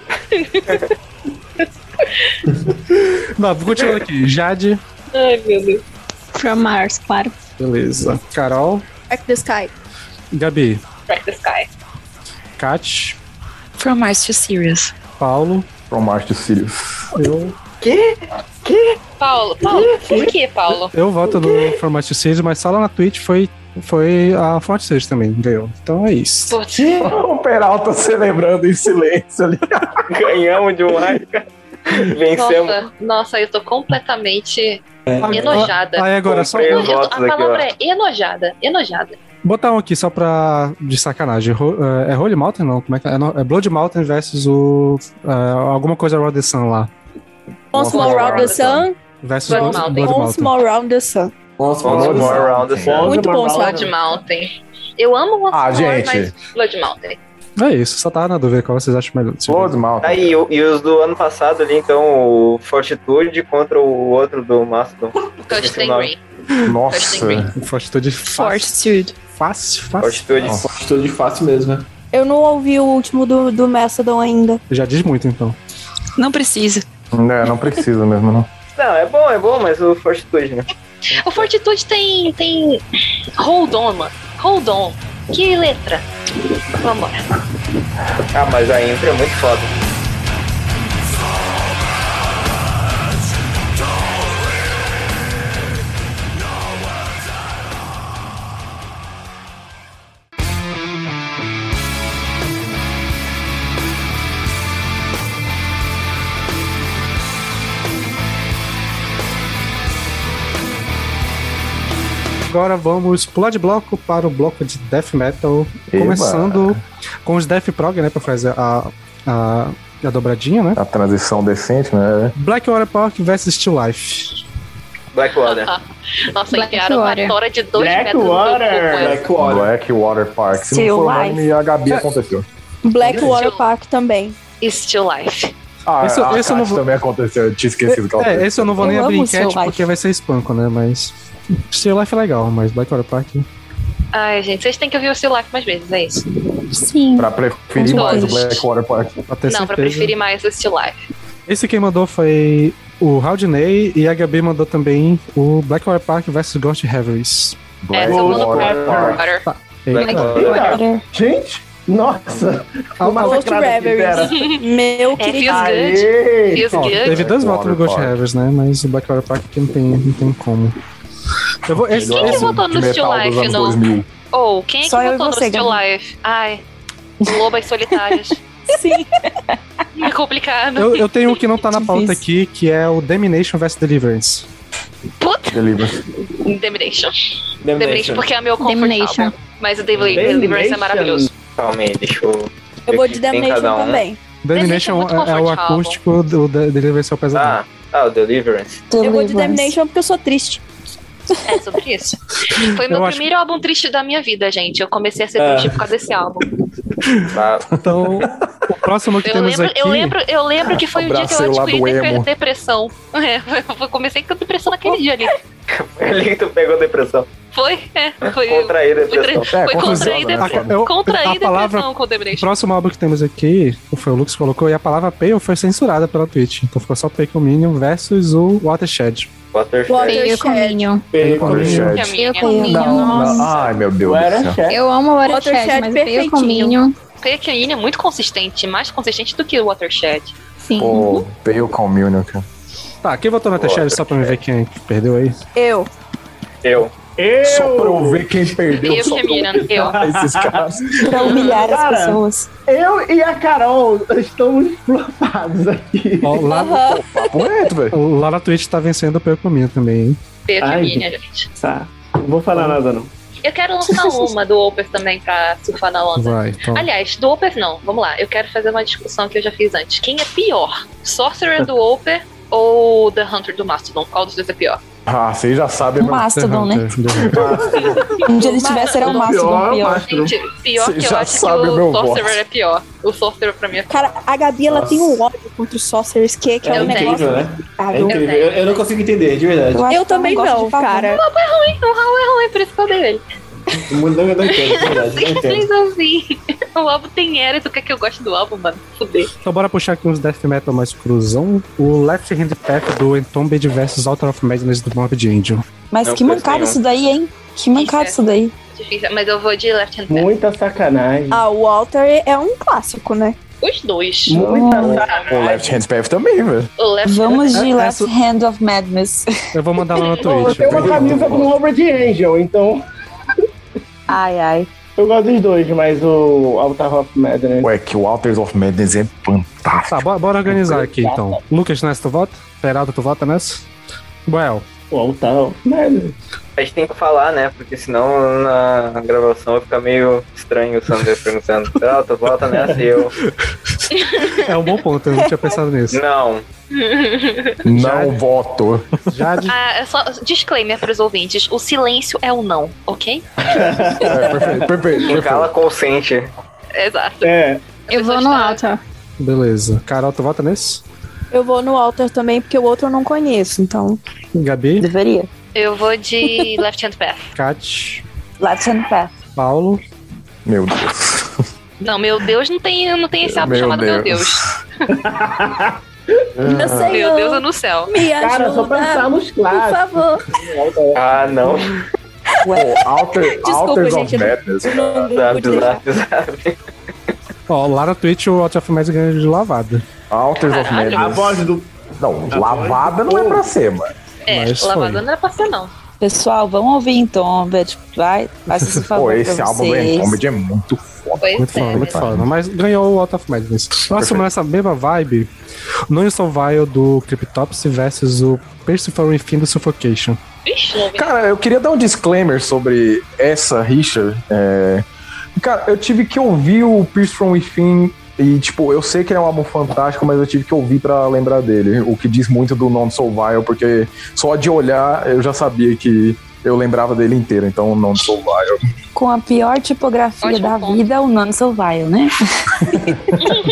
Não, continuando aqui. Jade. Ai, meu Deus. From Mars, claro. Beleza. Carol. Crack the Sky. Gabi. Crack the Sky. Kat. From Mars to Sirius. Paulo. Tom Márcio Sirius. Eu, Que? Que? Paulo, Paulo, por que, Paulo? eu voto no Format 6, mas só lá na Twitch foi, foi a Format 6 também, ganhou. Então é isso. Putz, O Peralta celebrando em silêncio ali. Ganhamos de um arca. Vencemos. nossa, nossa, eu tô completamente É. enojada. Aí agora, só Comprei Eu os tô- votos a aqui, ó. palavra é enojada, enojada. botar um aqui só pra. de sacanagem. Ro- É é Holy Mountain? Não, como é que é? Não, É Blood Mountain versus o. é, alguma coisa Raw The Sun lá. One Small Round the então. Sun. Versus Blood, Blood One Mountain. Small Round the Sun. Once more more round the sun. Muito bom, Blood Sérgio. Mountain. Eu amo One Ah, Small Round, gente. mas Blood Mountain. É isso, só tava na dúvida qual vocês acham melhor. Blood Mountain. Tá, e, o- e os do ano passado ali, então, o Fortitude contra o outro do Mastodon. Coasting Não. Green. Nossa. Fortitude Fortitude. Fácil, fácil. Fortitude. Nossa, Fortitude fácil mesmo, né? Eu não ouvi o último do, do Mastodon ainda. Já diz muito então. Não precisa. É, não precisa mesmo, não. Não, é bom, é bom, mas o Fortitude, né? O Fortitude tem, tem... Hold on, mano. Hold on. Que letra. Vambora. Ah, mas a intro é muito foda. agora vamos pular de bloco para o bloco de death metal. Eba. Começando com os death prog, né? Pra fazer a, a, a dobradinha, né? A transição decente, né? Blackwater Park versus Still Life. Blackwater. Nossa, enfiaram uma Water. tora de dois Black metros no Water. cu. Blackwater. Blackwater Park. Se Still não for o nome, Life. a Gabi aconteceu. Blackwater Park também. Still Life. Ah, Esse- a esse eu não Kátia também aconteceu. Eu tinha esquecido que ela É, fez. esse eu não vou nem abrir enquete porque vai ser espanco, né? Mas. Still Life é legal, mas Blackwater Park. Ai, gente, vocês têm que ouvir o Still Life mais vezes, é isso. Sim. Pra preferir Com mais o certeza. Blackwater Park. Pra ter Não, certeza. pra preferir mais o Still Life. Esse quem mandou foi o Haldinei e a Gabi mandou também o Blackwater Park versus Ghost Reveries. É, Essa é eu mando Blackwater. pro Water. Eita, gente, nossa. Ah, Uma Ghost massacrada que Reveries. dera. Meu É, querido. feels Aê! good. Feels Ó, good. teve dois votos no Ghost Reveries, né? Mas o Blackwater Park não tem, não tem como. Eu vou, esse, Quem que esse- votou no Still Life, não? Ou, quem é que Só eu e votou no você, Still Life? Ai, lobas solitárias. Sim. É complicado. eu, eu tenho um que não tá na pauta aqui, que é o Domination versus Deliverance. Puta! É, Deliverance. Demination. Demination. Demination, porque é o meu Demination. confortável. Mas o Devil- Deliverance é maravilhoso. Calma aí, deixa eu. Eu vou de Tem Damnation cada um. também. Domination muito é, é o confortável. acústico, o de- Deliverance é o pesadelo. Ah, o Deliverance. Eu vou de né? Damnation porque eu sou triste. É sobre isso. Foi meu Eu acho- É. primeiro álbum triste da minha vida, gente. Eu comecei a ser triste por causa desse álbum. Tá. Ah. Então, o próximo que Eu temos lembro, aqui. eu, lembro, eu lembro que foi o dia que Abracei eu o lado adquiri depre- emo. depressão. É, eu comecei com depressão naquele dia ali. Foi ali que tu pegou depressão. Foi? É, foi. Contrair foi tra- depressão. foi contrair depressão. Eu- Contrair a palavra- depressão com o O Debrecht. próximo álbum que temos aqui foi o Lux que colocou e a palavra Pale foi censurada pela Twitch. Então ficou só Pale Minion versus o Watershed. Veio com Minion. Watershed. Veio com Minion. Não, Ai, meu Deus do céu. Eu amo o Watershed, Watershed mas veio com perfeitinho. Minion. Pequenina é muito consistente, mais consistente do que o Watershed. Sim. Pô, veio com o Communion, cara. Tá, quem votou no Watershed só pra me ver quem perdeu aí? Eu. Eu. Eu. Só pra eu ver quem perdeu. Eu só que pra mina, eu eu. humilhar Esses caras. Pra humilhar as pessoas. Eu e a Carol estamos flopados aqui. Ó, lá, Aham. lá na Twitch tá vencendo o Pale Minion também, hein? Ai, Pequenina, gente. gente. Tá, não vou falar nada não. Eu quero lançar uma do Opeth também pra surfar na onda. Vai, então. Aliás, do Opeth não, vamos lá. Eu quero fazer uma discussão que eu já fiz antes. Quem é pior? Sorcerer do Opeth ou The Hunter do Mastodon? Qual dos dois é pior? Ah, vocês já sabem, O Mastodon, né? Onde ele estivesse era o Mastodon pior. Gente, pior Você que eu já acho que sabe o o meu Sorcerer voto. é pior. O Sorcerer pra mim é pior. Cara, a Gabi, ela tem um ódio contra os Sorcerers, que, que é, É um negócio... incrível, né? Ah, É eu- incrível. Eu, eu não consigo entender, de verdade. Eu, também não, cara. O Raul é ruim, o Raul é ruim, por isso que eu odeio ele. Não, não, não entendo, de verdade. Não entendo. Vocês ouvir. O álbum tem era, tu quer que eu goste do álbum, mano? Fudeu. Então bora puxar aqui uns death metal mais cruzão. O Left Hand Path do Entombed versus Altar of Madness do Morbid Angel. Mas que mancada isso daí, hein? Que mancada isso daí. Difícil, mas eu vou de Left Hand Path. Muita sacanagem. Ah, o Walter é um clássico, né? Os dois. Muita O Left Hand Path também, velho. Vamos de É- Left Hand of Madness. Eu vou mandar lá na Bom, eu Twitch. tenho uma camisa com obra de Angel, então. Ai, ai. Eu gosto dos dois, mas o Altar of Madness. Ué, que o Alters of Madness é fantástico. Tá, bora, bora organizar aqui então. Lucas, nessa tu vota? Peralta, tu vota nessa? Well. O Altar of Madness. A gente tem que falar, né? Porque senão na gravação vai ficar meio estranho o Sander perguntando. Ah, tu volta nessa e eu. É um bom ponto, eu não tinha pensado nisso. Não. é. Não voto. Jade. Ah, é só disclaimer pros ouvintes: o silêncio é o não, ok? É, perfeito, perfeito. O Cala consente. Exato. É. Eu vou no Alta. Beleza. Carol, tu vota nesse? Eu vou no Walter também, porque o outro eu não conheço, então. Gabi? Deveria. Eu vou de Left Hand Path. Kat? Left Hand Path. Paulo? Meu Deus. Não, meu Deus, não tem, não tem esse álbum Meu chamado Meu Deus. Deus. Meu Deus é no céu. Cara, só pensamos Por claro. favor. Ah, não. Pô, Alter, Desculpa, Alters gente, of eu não- Madness. eu não- cara. Zap, zap, zap. Ó, lá na Twitch o Alt of Madness ganha de lavada. Alters of Caralho. Madness. A voz do. Não, lavada não é pra ser, mano. É, Mas lavada foi. não era pra ser, não. Pessoal, vamos ouvir então, Beth. Vai, faça esse Pô, favor. esse pra álbum do vocês. Entombed é muito foda. Pois Muito foda, muito foda. Mas ganhou o Out of Madness. Próximo nessa mesma vibe, é Nunes Survival do Cryptopsy versus o Persephone Fim do Suffocation. Vixe, não ouvi. Cara, eu queria dar um disclaimer sobre essa rixa. é. Cara, eu tive que ouvir o Pierce From Within e, tipo, eu sei que ele é um álbum fantástico, mas eu tive que ouvir pra lembrar dele, o que diz muito do Non Survival, porque só de olhar eu já sabia que eu lembrava dele inteiro, então Non Survival. Com a pior tipografia da vida, o Nano Survival, né?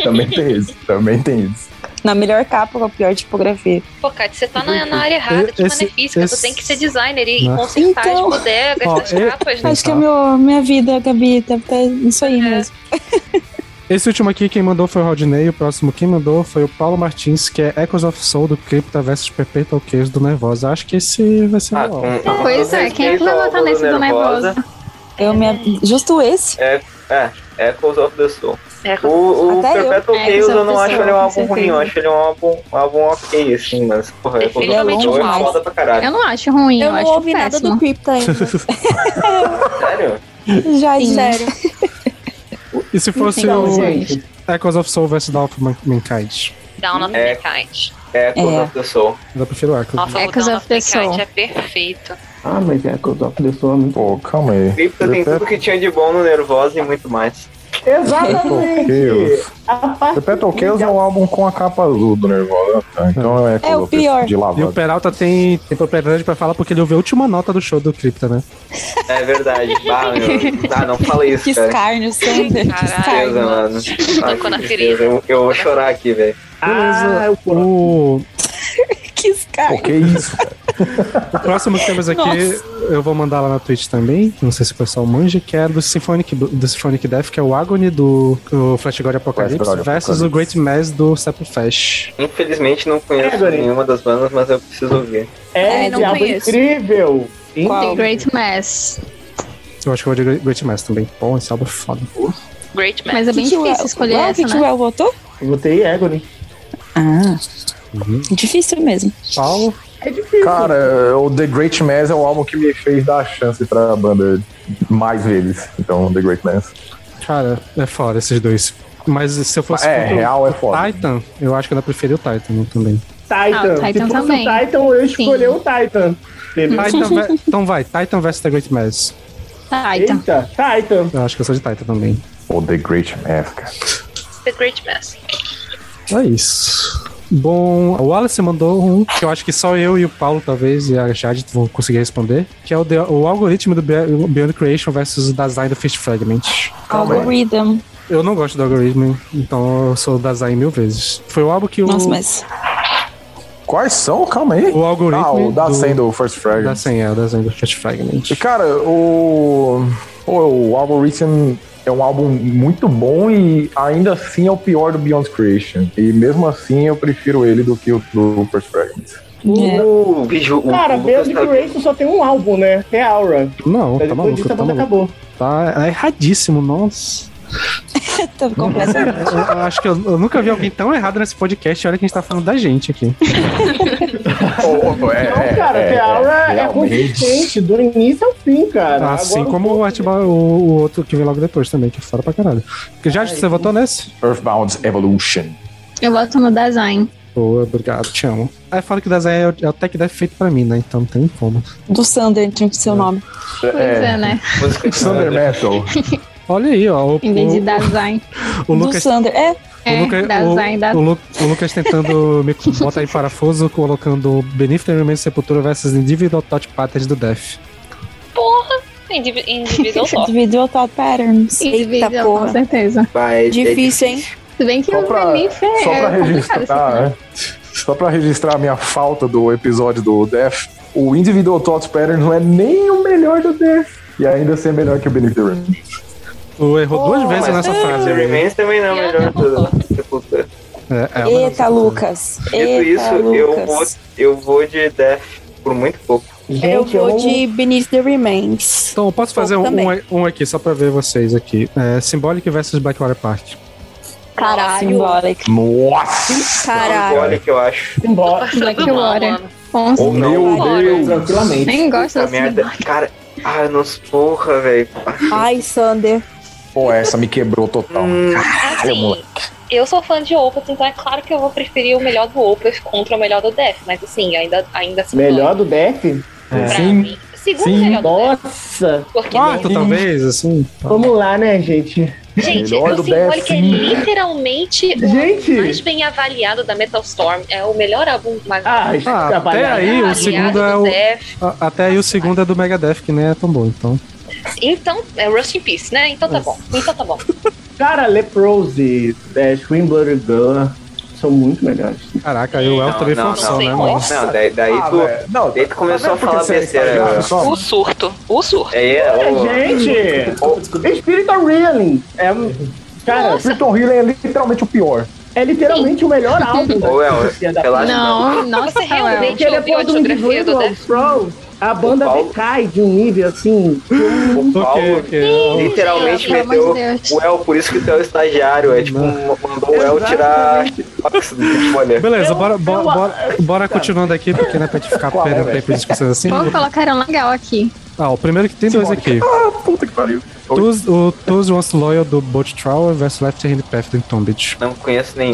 também tem isso, também tem isso. Na melhor capa, com a pior tipografia. Pô, Kátia, você tá na, na área errada de Esse- manefísica. Tu esse- tem que ser designer e Nossa. consertar Então- as bodegas, Ó, as eu- capas. né? Acho que é meu, minha vida, Gabi, deve estar isso É, aí mesmo. Esse último aqui, quem mandou foi o Rodney, o próximo quem mandou foi o Paulo Martins, que é Echoes of Soul do Crypta versus Perpetual Case do Nervosa. Acho que esse vai Ah, ser Ah, legal. Pois é, quem é que levantou nesse do nervoso? é. Eu me... É Justo esse. É, é, Echoes of the Soul. É, O, o Até eu. Perpetual É, Chaos Echoes of eu não the acho Soul, ele um com álbum ruim, certeza. eu acho ele um álbum, um álbum ok, assim, mas, porra, Echoes of the Definitivamente Soul é mal. foda pra caralho. Eu não acho ruim, eu, Eu não acho ouvi nada péssimo. do Crypto ainda. Sério? Já, Sério. E se fosse Então, o gente. Echoes of Soul versus Dawn of Man- Mankind? Down of É. the Kind. Echoes É. of the Soul. Eu prefiro o Echoes. Nossa, o Down of the Kind é perfeito. Ah, mas Echoes of the Soul é muito... Pô, calma aí. Cripta tem tudo que tinha de bom no Nervosa e muito mais. Exatamente. A The Petal Chaos é um álbum com a capa azul do Nervosa, tá? então é Echoes of the Soul de E o lavada. Peralta tem, tem propriedade pra falar porque ele ouviu a última nota do show do Crypta, né? É verdade. Ah, meu. Ah, não fala isso, Que cara. escárnio, Sander. Que Tristeza, escárnio. mano. Ah, Tocou na que tristeza. Eu, eu vou chorar aqui, velho. Ah, Beleza. o... Que é escárnio. que isso? o próximo que temos aqui, Nossa. eu vou mandar lá na Twitch também. Não sei se o pessoal manja, que é do Symphonic, do Symphonic Death, que é o Agony do, do Flash God Apocalypse Flash God versus Apocalypse. o Great Mass do Sepulfest. Infelizmente não conheço nenhuma das bandas, mas eu preciso ouvir. É, É, não diabo conheço. incrível! The Great Mass. Eu acho que eu vou de Great Mass também. Pô, esse álbum é foda. Great Mass. Mas é bem Que que o difícil El- escolher o El- essa, que que né? o El votou? Botei Agony. Ah, difícil mesmo. Paulo? Cara, o The Great Mass é um álbum que me fez dar a chance pra banda mais vezes. Então, The Great Mass. Cara, é foda esses dois. Mas se eu fosse. É, contra o real é foda. Titan, eu acho que eu preferia o Titan né, também. Titan. Ah, o Titan Se fosse também. o Titan, eu escolhi o Titan. Entendeu? Titan ve- então vai, Titan vs The Great Mass. Titan. Eita, Titan. Eu acho que eu sou de Titan também. Ou The Great Mass, cara. The Great Mass. É isso. Bom, o Wallace mandou um que eu acho que só eu e o Paulo, talvez, e a Jade vão conseguir responder, que é o, de- o algoritmo do Be- Beyond Creation versus o Design do Fist Fragment. Algorithm. Eu não gosto do algoritmo, então eu sou da Zayn mil vezes. Foi o álbum que o. Nossa, mas. Quais são? Calma aí. O algoritmo. Ah, o da 100 do First Fragment. Da 100, é, o da 100 do First Fragment. E, cara, o. pô, o Algorithm é um álbum muito bom e ainda assim é o pior do Beyond Creation. E mesmo assim eu prefiro ele do que o do First Fragment. O bicho, o Cara, o Beyond tá- Creation só tem um álbum, né? Que é Aura. Mas Não, tá depois maluco. disso a Tá, banda maluco. acabou. tá é erradíssimo, nossa. Tô completamente. Eu- eu acho que eu, eu nunca vi alguém tão errado nesse podcast. Olha que a gente tá falando da gente aqui. Não, cara, é, The Aura é, é, realmente. consistente do início ao fim, cara. assim Agora, como o, Atba- o, o outro que vem logo depois também, que é fora pra caralho. Porque já você votou nesse? Earthbound Evolution. Eu voto no design. Boa, obrigado, te amo. Aí fala que o design é o, é o tech dev feito pra mim, né? Então não tem como. Do Sander tinha que ser o nome. Pois é, né? Thunder Metal. Olha aí, ó. O, Em vez de o- design. o Lucas. É. É, O, Lucas, design o- da- o Lu- o Lucas tentando me botar em parafuso, colocando Benefit Remains de Sepultura versus Individual Thought Patterns do Death. Porra! Indivi- Individual Thought. Individual Thought Patterns. Individual, Eita com porra. certeza. Vai, Difícil, hein? Se bem que Só o pra- Benif é. Só pra é complicado esse registrar, né? Só pra registrar a minha falta do episódio do Death, o Individual Thoughts Pattern não é nem o melhor do Death. E ainda ser melhor que o Benefit Remains. Tu errou duas vezes nessa frase. The Remains também não é melhor do Sepultura. É, é uma- Eita, Lucas. Dito isso, Eita, eu vou, Lucas. eu vou de Death por muito pouco. eu vou de Beneath the Remains. Então, eu posso fazer um, também. um- um aqui só pra ver vocês aqui. É, Symbolic versus Blackwater Park. Caralho. Symbolic. Nossa! Caralho. Olha que eu acho. Embora. Blackwater. Ou não. Deus! Tranquilamente. Nem gosto Essa desse merda. Cara, ah, não porra, velho. Ai, Sander. Pô, essa me quebrou total. Caralho, assim, moleque. Eu sou fã de Opeth, então é claro que eu vou preferir o melhor do Opeth contra o melhor do Death, mas assim, ainda, ainda assim. Melhor do Death? Pra Sim. mim, segundo Sim, melhor do Nossa! Porque Quarto, Sim. talvez, assim. tá. Vamos lá, né, gente? Gente, o Symbolic é literalmente o Gente! álbum mais bem avaliado da Metal Storm. É o melhor álbum mais Ah, até aí o segundo é o. a- Até aí o segundo é do Megadeth, que nem é tão bom, então. Então, é Rust in Peace, né? Então tá bom. Então tá bom. Cara, Leprosy, é, Swim Blooded Girl são muito melhores. Caraca, aí o El também foi um som, né, mano? Não, daí, daí Ah, tu, velho. daí tu começou a Tá vendo por que falar você é besteira estagiário? agora. Só- O surto. O surto. É, é, o- Gente! Spiritual Reeling! É, um- cara, Spiritual Reeling é literalmente o pior. É literalmente o melhor álbum. Ô, El, relaxa. Não, nossa, realmente é Porque ouviu a depois do discografia do Individual Death? Throne, a banda decai de um nível assim. O Paulo literalmente gente, pelo meteu amor de Deus. o El, por isso que tu é o estagiário. É tipo, mandou o El tirar box do spoiler. Beleza, bora, bora, bora, bora continuando aqui, porque não é pra gente ficar perdendo tempo em discussões assim. Pô, colocaram legal aqui. Ah, o primeiro que tem dois aqui. Ah, puta que pariu. o Toes Once Loyal do Bolt Trower versus Left Hand Path do Tombage. Não conheço nenhum.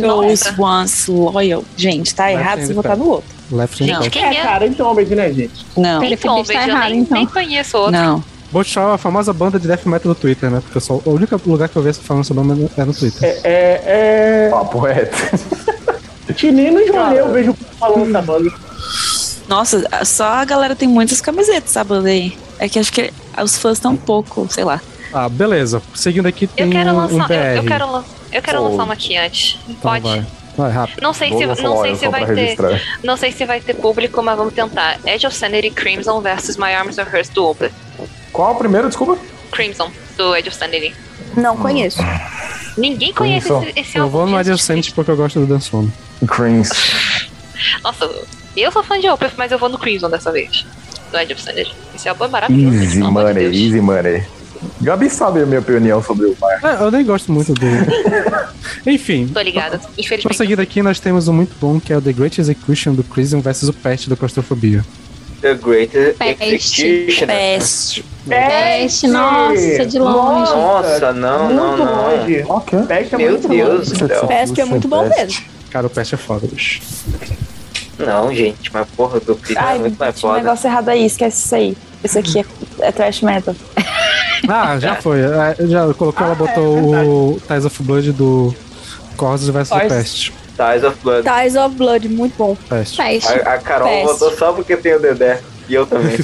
Those once loyal. Gente, tá Left errado se hand votar path. no outro. Left Não. Hand Path. Quem é, é? cara, então, Homem, né, gente? Não. Ele Então, Felipe está veja, errado, nem, então. nem conheço outro. Não. Bolt Trower é a famosa banda de death metal do Twitter, né? Porque eu só, o único lugar que eu vi essa falando sobre o nome é no Twitter. É. Papo reto. é... Tinino e João, eu vejo falando da banda. Nossa, só a galera tem muitas camisetas, essa banda aí. É que acho que os fãs tão pouco, sei lá. Ah, beleza. Seguindo aqui tem Eu quero um lançar, BR. eu, eu quero, lan- eu quero Ou- lançar uma aqui antes. Então Pode? vai. Vai, rápido. Não sei se, não sei se vai ter, não sei se vai ter público, mas vamos tentar. Edge of Sanity Crimson versus My Arms Are Hers do Opeth. Qual o primeiro, desculpa? Crimson do Edge of Sanity. Não conheço. Ninguém conhece esse, esse eu álbum. vou no Adjacent porque eu gosto do Dançono. Cranes. Nossa, eu sou fã de Opeth, mas eu vou no Crimson dessa vez. Do Edge of Sanity. Esse álbum é maravilhoso. Easy money, easy money. Gabi sabe a minha opinião sobre o Mar. É, eu nem gosto muito dele. Enfim. Tô ligada. Infelizmente. Prosseguindo aqui, nós temos um muito bom que é o The Great Execution do Crisium versus o Pest do Claustrofobia. The Great Peste. Executioner. Peste. Peste, nossa, de longe. Nossa, não, não, não. Ok. Peste é Meu muito bom. Deus do céu. Peste é muito bom Peste. mesmo. Cara, o Pest é foda, bicho. Não, gente, mas porra, do Pete é Ai, muito mais tinha um foda. negócio errado aí, esquece isso aí. Isso aqui é, é trash metal. Ah, já foi. É, Já colocou, ela botou o Ties of Blood do Corsos versus o Corsos. Pest. Ties of Blood. Ties of Blood, muito bom. Tá, Pest. A, a Carol Peste. votou só porque tem o Dedé. E eu também.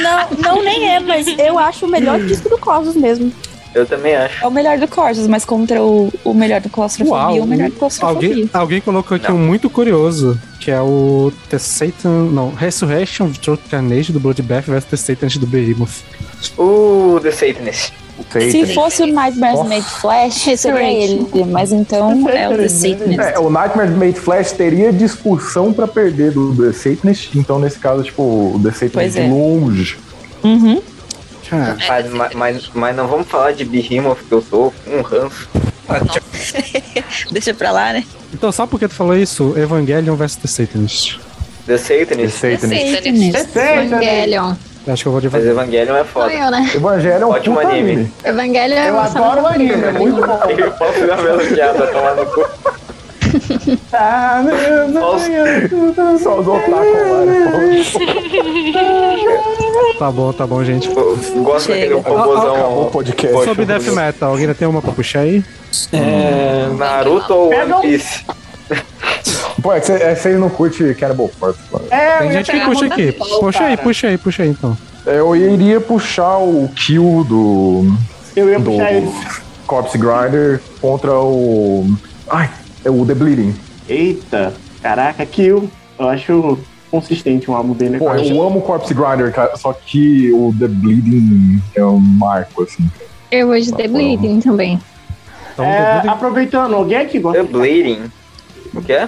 Não, não nem é, mas eu acho o melhor disco do Cosmos mesmo. eu também acho. É o melhor do Corsos, mas contra o, o melhor do claustrofobia, o melhor do claustrofobia. alguém, alguém colocou aqui um muito curioso, que é o The Satan. Não, Resurrection of Throat Carnage do Bloodbath versus The Satan do Behemoth. O Uh, The Satanist. Se fosse o Nightmares Made Flash, seria ele. Mas então é o The Sickness. É, o Nightmare Made Flash teria discussão pra perder do The Satanist, então nesse caso, tipo, o The Satanist Pois é. de longe. Uhum. Mas, mas- mas, mas não vamos falar de Behemoth que eu tô com um ranço. Deixa pra lá, né? Então, só porque tu falou isso, Evangelion versus The Satanist. The Satanist. The Satanist. Evangelion. Acho que eu vou Mas Evangelion é Sou foda. eu, né? Evangelho é um Ótimo puta anime. Evangelion é uma adoro o anime, é muito bom. Eu posso dar bela piada, tomar no cu. Ah, meu Deus. Só os otaku Tá bom, tá bom, gente. Gosto daquele Ah, ah, acabou robôzão. o podcast. Sobre Death Metal, alguém ainda tem uma pra puxar aí? É, Naruto ou One Piece? Pô, é que vocês não curtem Cannibal Corpse, mano. É, Tem gente que puxa aqui. Puxa aí, puxa aí, puxa aí então. É, Eu iria puxar o kill do. Eu ia do puxar ele. Corpse Grinder contra o. Ai, é o The Bleeding. Eita, caraca, Kill. Eu acho consistente um álbum bem Pô, legal. eu amo Corpse Grinder, cara, só que o The Bleeding é um marco, assim. Eu vou de The Bleeding também. Então, É, aproveitando, alguém aqui gosta The Bleeding. O quê?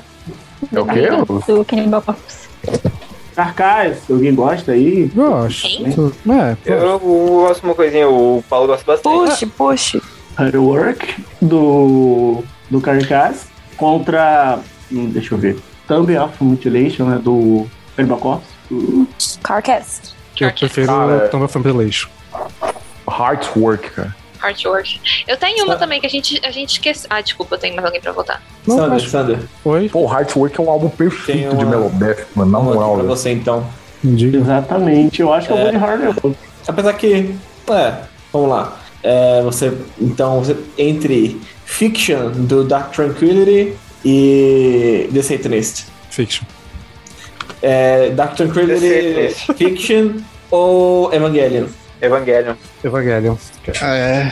É o quê? Do Cannibal Corpse. de Carcaz? Alguém gosta aí? Gosto. Então, é, Eu, eu gosto de uma coisinha, o Paulo gosta bastante. Puxe, puxe. Hard Work do, do Carcaz contra. hum, Deixa eu ver. Thumb of Mutilation, né? Do Cannibal Corpse. Carcass. Que eu prefiro Cara, o Tomb of Annihilation. Heartwork, cara. Artwork. Eu tenho uma também que a gente, a gente esquece. Ah, desculpa, eu tenho mais alguém pra votar. Sander, Sander. Oi? Pô, Heartwork é um álbum perfeito uma- de Melodef, mano, na Vou mandar moral. um pra velho. você então. Uhum. Exatamente, eu acho que eu vou de Harley Quinn. É. Apesar que, é, vamos lá. É, você, então, você, entre Fiction do Dark Tranquility e The Satanist. Fiction. É, Dark Tranquility, Fiction ou Evangelion? Evangelion. Evangelion. É.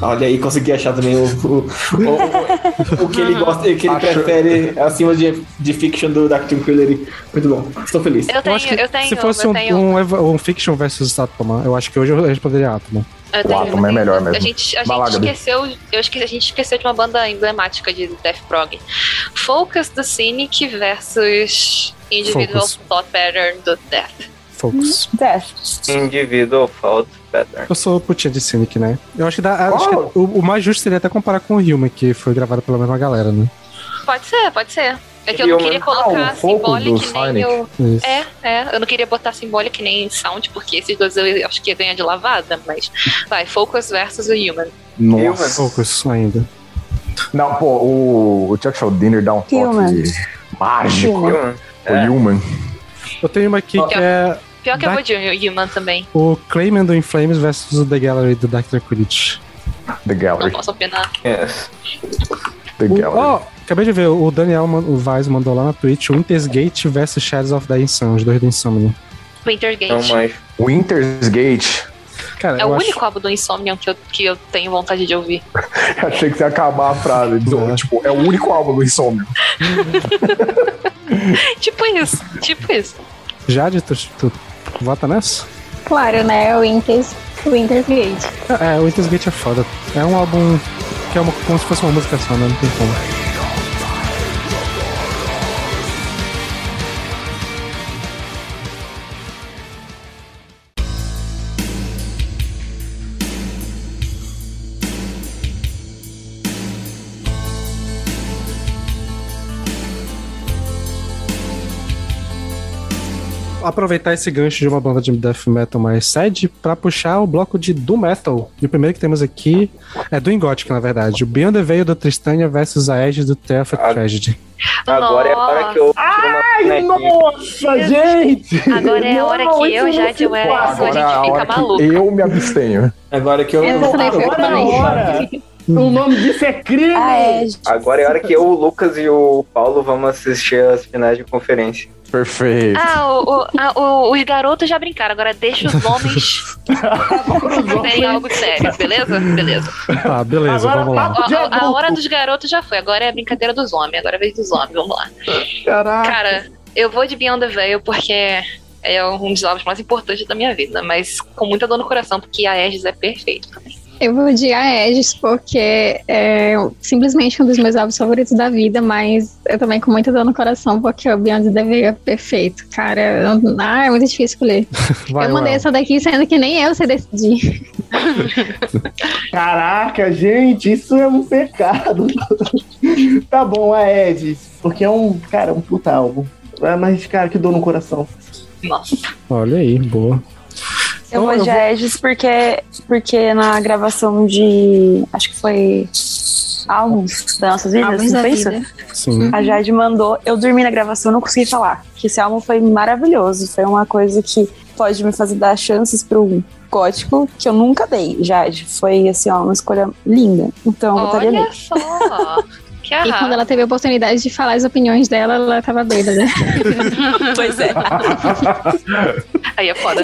Olha aí, consegui achar também o, o, o, o que ele gosta, o que ele prefere acima de, de fiction do Dark Tranquility. Muito bom, estou feliz. Eu tenho, eu tenho. Se fosse eu um, tenho um, eva- um fiction versus Atoma, eu acho que hoje eu responderia Atoma. Eu tenho, Atoma eu é tenho. melhor mesmo. A gente, a Vai lá, gente Gabi. esqueceu, eu esque, a gente esqueceu de uma banda emblemática de Death Prog. Focus do Cynic versus Individual Focus. Thought Pattern do Death. Uhum. Focus. Individual Fault Pattern. Eu sou putinha de Cynic, né? Eu acho que, dá, acho que o, o mais justo seria até comparar com o Human, que foi gravado pela mesma galera, né? Pode ser, pode ser. É que eu não queria colocar Ah, o Focus do Symbolic nem Cynic. eu. Isso. É, é. Eu não queria botar Symbolic nem Sound, porque esses dois eu acho que ia ganhar de lavada, mas. Vai, Focus versus o Human. Nossa. Focus ainda. Não, pô, o, o Chuck Schuldiner dá um Human. toque mágico. Human. É. O Human. Eu tenho uma aqui que é Pior que eu Dark- vou de o Human também. o Clayman do Inflames versus o The Gallery do Dark Tranquility. The Não Gallery. posso opinar. Yes. The Gallery. Ó, acabei de ver, o Daniel man- o Vaz mandou lá na Twitch o Intersgate versus Shadows of the Insane, os dois do Insomnia. É Wintergate. Winter's Gate. Cara, É o único álbum do Insomnium que eu, que eu tenho vontade de ouvir. Achei que você ia acabar a frase. do- Tipo, é o único álbum do Insomnio. tipo isso, tipo isso. Jade, tu, tu vota nessa? Claro, né? O Winters, o Winters Gate. É, o Intersgate é foda. É um álbum que é uma, como se fosse uma música só, né? Não tem como. aproveitar esse gancho de uma banda de death metal mais sad pra puxar o bloco de do metal. E o primeiro que temos aqui é do Gothic, na verdade. O Beyond the Veil do Tristania versus a Aegis do Tale of Tragedy. Agora é a hora que eu tiro uma Ai, nossa, gente! Agora é a hora que eu, Jade e o Erickson, a é gente é fica maluco. eu me abstenho. Agora que eu. Agora é a hora. O nome disso é crime! Ah, Agora é a hora que eu, o Lucas e o Paulo vamos assistir as finais de conferência. Perfeito. Ah, o, o- a- o- os garotos já brincaram, agora deixa os homens fazerem algo sério, beleza? Beleza. Tá, beleza, vamos A, lá. a- a hora dos garotos já foi, agora é a brincadeira dos homens, agora é a vez dos homens, vamos lá. Caraca. Cara, eu vou de Beyond the Veil porque é um dos álbuns mais importantes da minha vida, mas com muita dor no coração, porque a Aegis é perfeita. Eu vou de a Aegis porque é simplesmente um dos meus álbuns favoritos da vida, mas eu também com muita dor no coração, porque o Beyond the Veil é perfeito, cara. Eu- Ah, é muito difícil escolher. Vai, eu mandei Noel. essa daqui sendo que nem eu sei decidir. Caraca, gente, isso é um pecado. tá bom, a Edis, porque é um, cara, um puta álbum. Ah, Mas, cara, que dor no coração. Nossa. Olha aí, boa. Eu vou de Aegis porque, porque na gravação de. Acho que foi. Álbuns das nossas vidas, Álbuns Ah, não da foi isso? vida. Sim. A Jade mandou. Eu dormi na gravação, não consegui falar. Que esse álbum foi maravilhoso. Foi uma coisa que pode me fazer dar chances pro gótico que eu nunca dei, Jade. Foi, assim, ó, uma escolha linda. Então, eu votaria Olha nele. só! Que E quando ela teve a oportunidade de falar as opiniões dela, ela tava doida, né? pois é. Aí é foda.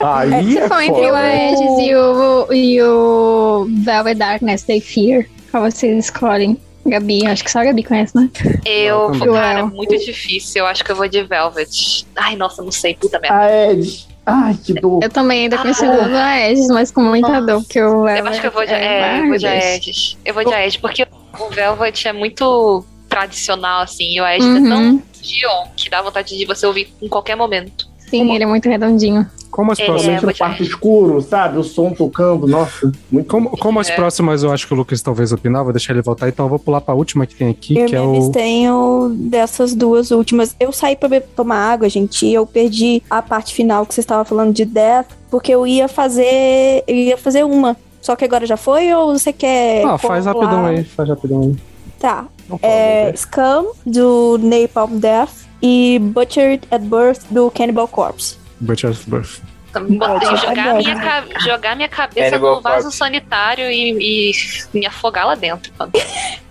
Aí é Ficou entre o foda. Aegis e o, e o Velvet Darkness They Fear. Qual vocês escolhem? Gabi, acho que só a Gabi conhece, né? Eu, também. cara, é Joel. muito difícil. Eu acho que eu vou de Velvet. Ai, nossa, não sei, puta merda. Edis. Ai, que dor. Eu também ainda considero a Aegis, mas com muita dor, porque o Velvet... Tipo, ah, Eu acho que eu vou de, é, eu ai, vou de meu Deus. Aegis. Eu vou de Aegis, porque o Velvet é muito tradicional, assim. E o Aegis é Uhum. tão Dion que dá vontade de você ouvir em qualquer momento. Sim, ele é muito redondinho. Como as É, próximas. Principalmente no quarto escuro, sabe? O som tocando, nossa. Muito Como, como as É. próximas eu acho que o Lucas talvez opinar, vou deixar ele voltar, então eu vou pular pra última que tem aqui, eu que é me o. abstenho dessas duas últimas. Eu saí pra be- tomar água, gente, e eu perdi a parte final que vocês estavam falando de Death, porque eu ia fazer. Eu ia fazer uma. Só que agora já foi ou você quer. Ah, faz colar? rapidão aí, faz rapidão aí. Tá. É, Scum, do Napalm Death. E Butchered at Birth, do Cannibal Corpse. Butcher of Birth. Botei, Ótimo. jogar, Adoro. minha, ca- jogar minha cabeça Animal no vaso Corpse. sanitário e, e me afogar lá dentro. mano.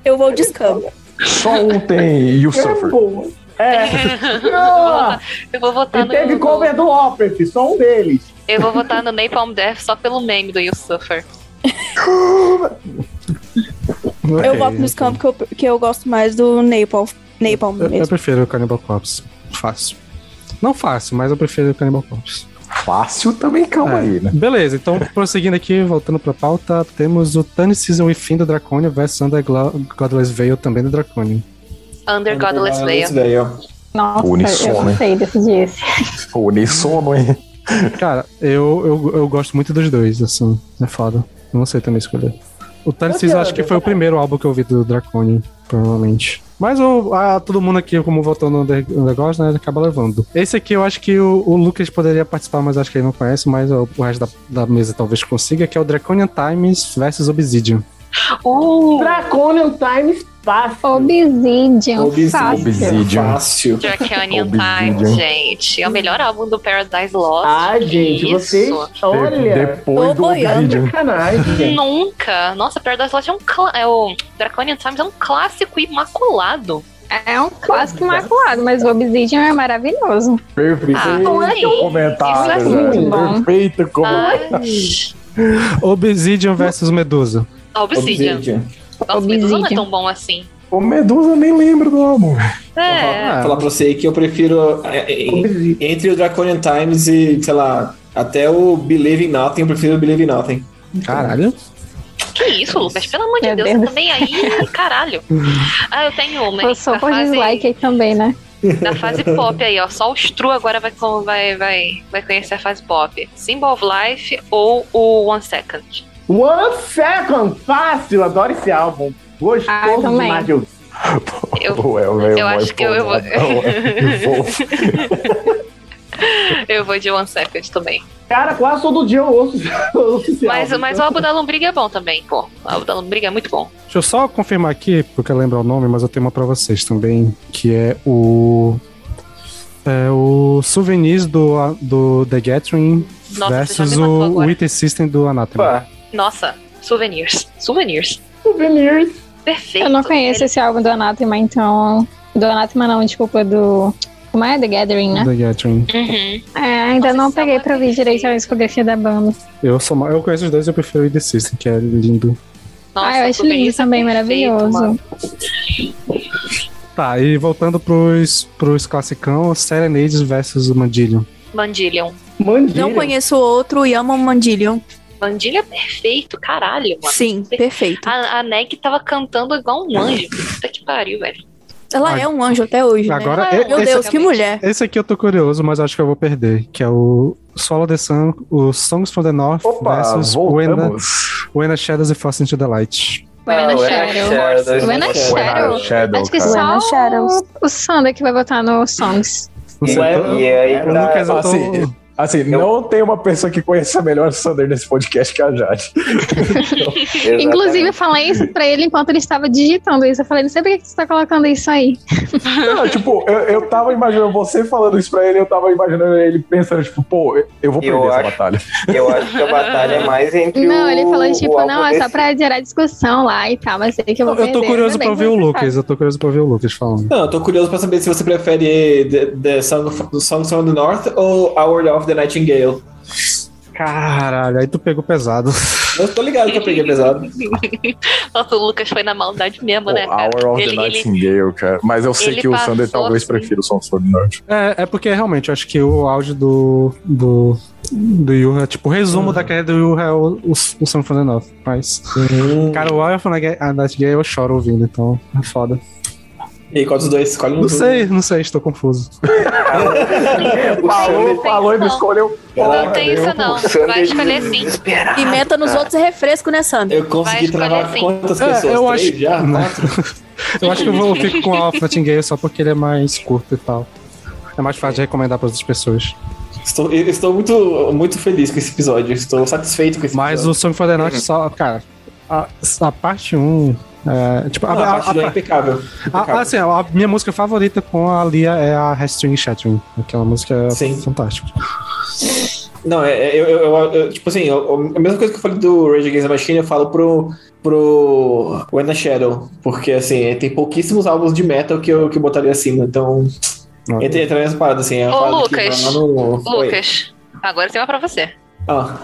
Eu vou de Scum. Só um tem You Suffer. eu, vou votar- eu vou votar E teve no. cover do Opeth, só um deles. Eu vou votar no Napalm Death só pelo meme do You Suffer. Eu voto no Scum porque eu, que eu gosto mais do Napalm. Napalm É, Eu, eu mesmo. prefiro o Cannibal Corpse. Fácil. Não fácil, mas eu prefiro o Cannibal Corpse. Fácil também, calma aí, né? Beleza, então prosseguindo aqui, voltando pra pauta, temos o Tani Season e Fim do Dracônio versus Under Glo- Godless Veil também do Dracônio. Under Godless Veil. Nossa, eu Unissono, não hein? sei decidir esse. Unissono, hein? Cara, eu, eu, eu gosto muito dos dois, assim. É foda. Eu não sei também escolher. O Tani Ô, Season acho Diogo, que foi o primeiro álbum que eu ouvi do Dracônio, provavelmente. Mas o, a, todo mundo aqui, como votou no Under- negócio, né, ele acaba levando. Esse aqui eu acho que o, o Lucas poderia participar, mas acho que ele não conhece, mas o, o resto da, da mesa talvez consiga, que é o Draconian Times versus Obsidian. Uh, Draconian Times fácil. É um Obsidian. Fácil. fácil. Draconian Time, gente. É o melhor álbum do Paradise Lost. Ah, Que gente, isso? vocês. é Olha. Depois do Obsidian. Sacanagem. Nunca. Nossa, Paradise Lost é um cla- é o Draconian Times é um clássico imaculado. É um clássico imaculado, mas o Obsidian é Né, maravilhoso. Perfeito Ah, não é que eu- né? comentário. isso é muito velho. bom. Perfeito comentário. Obsidian versus Medusa. A Ah, Obsidian. Nossa, Medusa não é tão bom assim. O Medusa eu nem lembro do álbum. É. Falar pra você que eu prefiro é, é, entre o Draconian Times e, sei lá, até o Believe in Nothing, eu prefiro o Believe in Nothing. Caralho. Que isso, Lucas? Pelo amor de Meu Deus, Deus. você também aí, caralho. Ah, eu tenho uma. hein? Passou Da por fase- dislike aí também, né? Da fase pop aí, ó. Só o Stru agora vai, com- vai, vai, vai conhecer a fase pop. Symbol of Life ou o One Second. One Second, fácil. Adoro esse álbum. Ah, eu Gostoso também. demais de ouvir. Eu, Well, eu acho que eu, eu vou. eu vou de One Second também. Cara, quase todo dia eu ouço, eu ouço esse então. Mas, álbum. mas o álbum da Lombriga é bom também, pô. O álbum da Lombriga é muito bom. Deixa eu só confirmar aqui, porque eu lembro o nome, mas eu tenho uma pra vocês também, que é o. É o Souvenirs do, do The Gathering Nossa, versus você já me matou o agora. Wither System do Anathema. Nossa, souvenirs. Souvenirs. Souvenirs. Perfeito. Eu não conheço esse álbum do Anathema, então. Do Anathema não, desculpa, do. Como é? The Gathering, né? The Gathering. É, ainda não peguei pra ouvir direito a discografia da banda. Eu, sou, ma- eu conheço os dois e eu prefiro o Wither System, que é lindo. ah, eu acho lindo é também, maravilhoso. Tá, e voltando pros, pros classicão, Serenades versus o Mandillion. Mandillion. Não conheço outro e amo Mandillion. Mandilha é perfeito, caralho, mano. Sim, perfeito. A, a Neg tava cantando igual um anjo. Puta que pariu, velho. Ela é um anjo até hoje. né? Agora, Meu esse- Deus, que mulher. Esse aqui eu tô curioso, mas acho que eu vou perder, que é o Solo the Sun, o Songs from the North Opa, versus Wena, voltamos. Wena Shadows e Force into the Light. Buena Ah, Buena Shadow. Shadow. É Buena Buena Shadow. Shadow, Acho que cara. só Buena o, o Sander que vai botar no Songs. Não sei, eu- E aí, tá, eu não quero- eu tô- assim, assim, não tem uma pessoa que conheça melhor o Sander nesse podcast que a Jade. Inclusive, eu falei isso pra ele enquanto ele estava digitando isso. Eu falei, não sei por que que você tá colocando isso aí. Não, tipo, eu, eu tava imaginando você falando isso pra ele, eu tava imaginando ele pensando, tipo, pô, eu vou perder Eu essa acho- batalha. Eu acho que a batalha é mais entre Não, o- ele falou tipo, o álbum não, é só desse- pra gerar discussão lá e tal, mas sei que eu vou Eu tô perder. curioso Ainda bem pra que ouvir o você Lucas, sabe. eu tô curioso pra ouvir o Lucas falando. Não, eu tô curioso pra saber se você prefere The, the Song, of- Songs from the North ou Hour of the Nightingale. Caralho, aí tu pegou pesado. Eu tô ligado que é eu peguei pesado. Nossa, o Lucas foi na maldade mesmo, né, cara? Hour of the Ele- ele- Nightingale, cara. Mas eu sei ele que o Sander passou, talvez assim. prefira o Sons for the North. É, é porque realmente eu acho que o áudio do. do. do Yuha, tipo, o resumo da carreira do Yuha é o, o, o Song from the North. Mas. Cara, o Hour of the Nightingale eu choro ouvindo, então é foda. E aí, qual dos dois? Escolhe um Não dos sei, não sei, estou confuso. falou, falou e me escolheu. Não tem isso não. Vai escolher sim. Pimenta nos outros é refresco, né, Sandra? Eu consegui travar quantas É, pessoas? eu Três acho- já? Não. Quatro? Eu acho que eu vou ficar com o Alpha Nightingale só porque ele é mais curto e tal. É mais fácil de recomendar para outras pessoas. Estou, eu estou muito, muito feliz com esse episódio. Estou satisfeito com esse Mas o episódio. Song for the North só. Cara, a, a parte 1 É, tipo, Não, a parte dela é impecável. a- assim, a minha música favorita com a Lia é a Restring Shattering. Aquela música é fantástica. Não, é, é- eu, eu- eu- eu- tipo assim, eu- eu- a mesma coisa que eu falei do Rage Against the Machine, eu falo pro, pro When the Shadow, porque assim, tem pouquíssimos álbuns de metal que eu, que eu botaria acima, então entra, entra nessa parada, assim, é uma Ô, parada Lucas. que vai lá no... Oi. Lucas, agora tem uma pra você. Ah,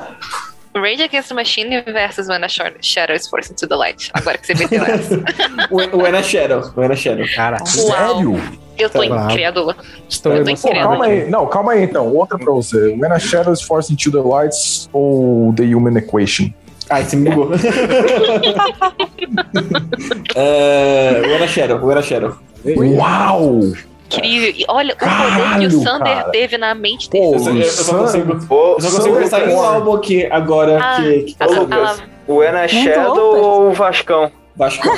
Rage Against the Machine versus When the Shor- Shadow is Forced into the Light. Agora que você meteu essa. When, when the é Shadow, When the Shadow. Caraca, Ah, sério? Eu tô Bravo. incrédula. Estou eu tô Pô, incrédula. calma aí, não, calma aí então. Outra pra você. When a Shadows Force into the Lights ou The Human Equation? Ah, esse me bugou. é, When the Shadow, When the Shadow. Uau! Incrível. E olha, o poder que Caralho, o Sander cara. teve na mente Eu dele. só, eu só consigo, eu só consigo Sam- pensar em um álbum aqui é agora Ah, que... que a- Ô, a- O Ana Shadow ou o Vascão? Vascão.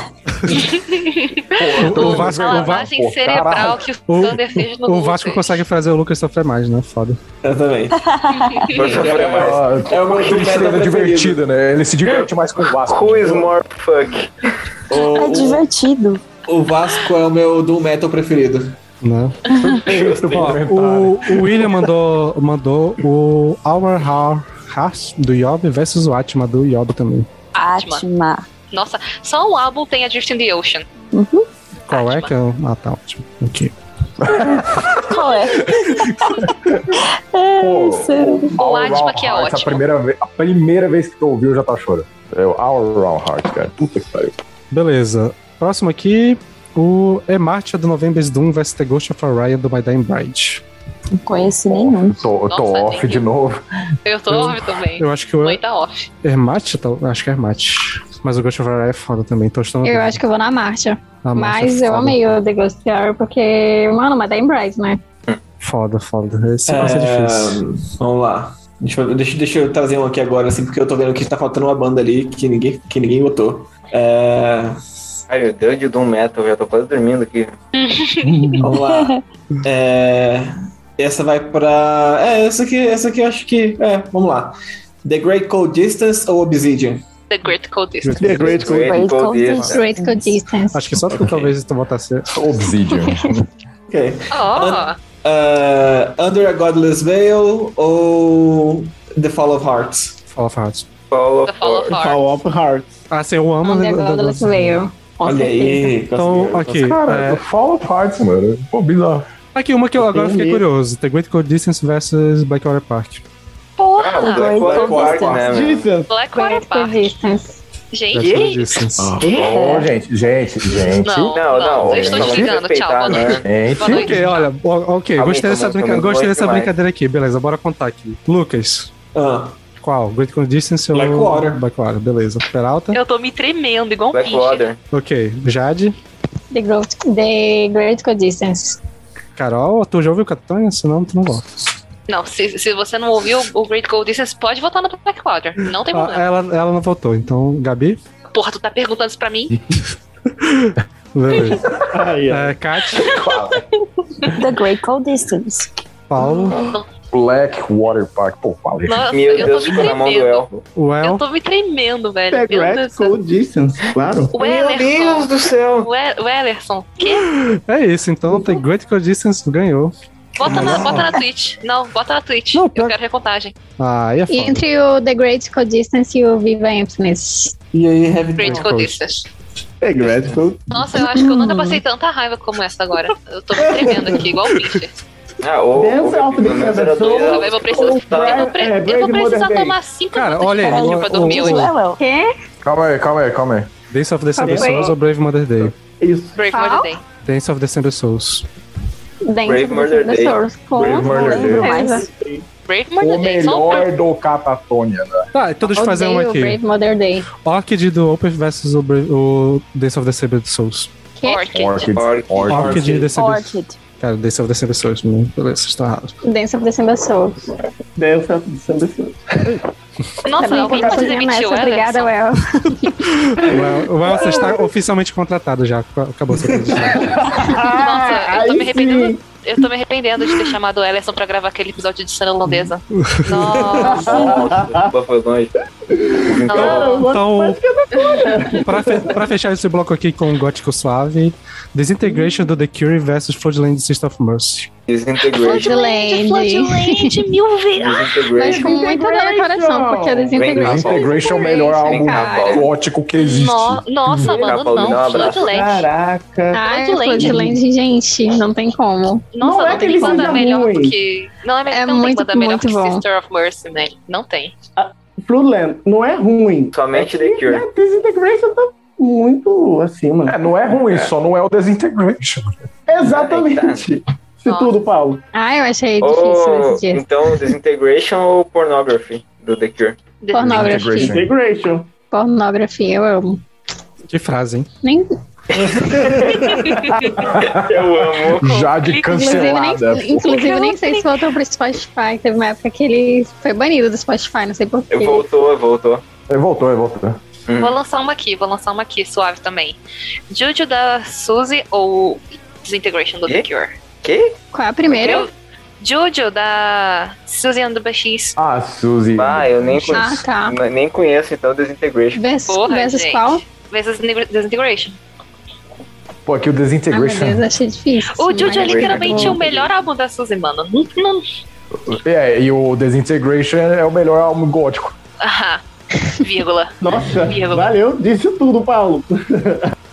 O, o Vasco, a o Va- lavagem pô, cerebral caralho. que o O- Sander fez no O Vasco consegue fazer o Lucas sofrer mais, né? Foda. Exatamente. Ah, É uma tristeza divertida, né? Ele se diverte mais com o Vasco. Who is more fuck? É O, divertido. o Vasco é o meu Doom Metal preferido. Não. né? O, o William mandou, mandou o Our Heart Hearts do Yob versus o Atma do Yob também. Atma. Nossa, só um álbum tem a Drift in the Ocean. Qual é que é o. Ah, tá ótimo. Aqui. Qual é? O Atma que é Essa ótimo. primeira vez, a primeira vez que tu ouviu já tá chorando. É o Our Round Heart, cara. Puta que pariu. Beleza. Próximo aqui, o Emartia do November's Doom versus The Ghost of Orion do My Dying Bride. Não conheço nenhum. Tô, tô Nossa, off de novo. Eu tô off também. Eu acho que o Mãe tá off. Ermat, tá- acho que é Ermat. Mas o Ghost of Orion é foda também, então estou Eu acho que eu vou na marcha. A marcha Mas é eu foda. amei o The Ghost Theory, porque, mano, mas é em Bright, né? Foda, foda. Esse É, vai ser difícil. Vamos lá. Deixa eu, deixa, deixa eu trazer um aqui agora, assim, porque eu tô vendo que tá faltando uma banda ali que ninguém, que ninguém botou. É... Ai, meu Deus de Doom Metal, já tô quase dormindo aqui. Vamos lá. É, Essa vai pra. É, essa aqui, essa aqui eu acho que. É, vamos lá. The Great Cold Distance ou Obsidian? The Great Cold Distance. The Great Cold- Great Cold Distance. Great Cold Distance. Acho que só porque talvez tu botasse Obsidian. Ok. Oh. Uh, Under a Godless Veil ou The Fall of Hearts? Fall of Hearts. Fall of, Fall of Hearts. of Hearts. Ah, sim, eu amo. The Godless Veil. com Olha aí. Então, aqui. Cara, é, Fall of Hearts, mano. Pô, bizarro. Aqui, uma que eu agora fiquei Entendi. curioso. The Great Cold Distance versus Blackwater Park. Porra! Ah, o Blackwater Park, É, né, meu? Blackwater Park. Blackwater Gente, Distance. Ô, gente, gente, gente. Não, não, eu estou Vamos desligando, tchau, boa noite. Gente. Ok, olha, o- ok, Tá bom, gostei tá dessa, bom, tá brinca- bom, gostei boa dessa demais. brincadeira aqui, beleza, bora contar aqui. Lucas. Ah, Qual? Great Cold Distance ou Blackwater. Blackwater, beleza. Peralta. eu tô me tremendo igual um bicho. Ok, Jade, The Great, The Great Cold Distance. Carol, tu já ouviu Catânia? Senão tu não volta. Não, se, se você não ouviu o Great Cold Distance, pode votar no Blackwater. Não tem Ah, problema. ela, ela não voltou, então, Gabi? Porra, tu tá perguntando isso pra mim? Beleza. é, Kat, The Great Cold Distance. Paulo. Blackwater Park. Pô, falei. Nossa, Meu eu tô Deus, me ficou na mão do tremendo. Elfo. Eu tô me tremendo, velho. The Meu Great Deus. Cold Distance, claro. O Ellerson. Deus do céu. O, El- o Ellerson. Que? É isso, então, The Great Cold Distance ganhou. Bota na, bota na Twitch. Não, bota na Twitch. eu quero recontagem. Ah, aí é E foda. entre o The Great Cold Distance e o Viva Emptiness. E aí, Heavy Great Cold Distance. The Great Cold Nossa, eu acho que eu nunca passei tanta raiva como essa agora. Eu tô me tremendo aqui, igual um bicho. Ah, o, Dance o, of the era Feather dois Soul. álbuns. Eu vou precisar, eu vou pre- É, Brave eu vou precisar Modern Day. tomar cinco Cara, minutos olha de aí, remédio o- pra o- dormir o- hoje. Quê? Calma aí, calma aí, calma aí. Dance of December Calma aí. Souls ou Brave Mother Day? Isso. Brave Mother Day. Dance of December Souls. Dentro do The Source. Com Brave Murder Day. certeza. Brave O Mother Day. é Só um melhor do Catatônia, né? Tá, então deixa eu fazer uma Odeio aqui. Brave Mother Day. Orchid do Open versus o, Bra- o Dance of December Souls. Orchid. Orchid. Orchid. Orchid. December- Cara, Dance of December Souls. hum, Beleza, vocês estão errados. Dance of December Soul. Dance of December Soul. Nossa, alguém pode demitir o Ellerson? tá Obrigada, Well. O Well, você está oficialmente contratado já. Acabou seu registro. Nossa, eu tô me arrependendo. Eu tô me arrependendo de ter chamado o Ellerson pra gravar aquele episódio de cena holandesa. Nossa. Opa, Ah, foi longe. Ah, Então, então então... pra, fe- pra fechar esse bloco aqui com um gótico suave, Disintegration do The Cure versus Floodland Sister of Mercy. Disintegration. Floodland, mil vezes. Mas com muita dor no coração, porque a Desintegration. Integration é o melhor álbum cara. gótico Ah, que existe. No- nossa, Vem cá, mano, Paulo, me dá não. um abraço. Floodland. Caraca. Ah, Floodland. Floodland, gente, não tem como. Nossa, não, tem banda melhor do que. Não, é, É não muito, tem banda melhor muito que bom. Sister of Mercy, né? Não tem. Fruland não é ruim. Somente The É. Cure. Desintegration tá muito acima. É, não é ruim, só não é o Desintegration. É Exatamente. Se tudo, Paulo. Ah, eu achei difícil Ou, esse dia. então, Disintegration ou Pornography do The Cure? Pornography. Integration. Pornography, eu amo. Que frase, hein? Nem... Eu amo. Já de cancelada. Inclusive, nem, inclusive, nem sei se voltou pro Spotify. Teve uma época que ele foi banido do Spotify, não sei porquê. Voltou, voltou. É, voltou, é, voltou. Vou lançar uma aqui, vou lançar uma aqui, suave também. Juju da Suzy ou Disintegration do The Cure? Que? Qual é a primeira? Eu- Juju da Suzy and the Banshees. Ah, Suzy. Ah, eu nem Ah, conheço. tá. n- Nem conheço, então, Desintegration. Versus, Porra, versus gente. qual? Versus Neg- Disintegration. Pô, aqui o Desintegration. Ah, Meu Deus, achei difícil. O Juju é mas- literalmente o melhor álbum da Suzy, mano. Não, não... É, e o Desintegration é o melhor álbum gótico. Ah, vírgula. Nossa, vírgula. valeu, disse tudo, Paulo.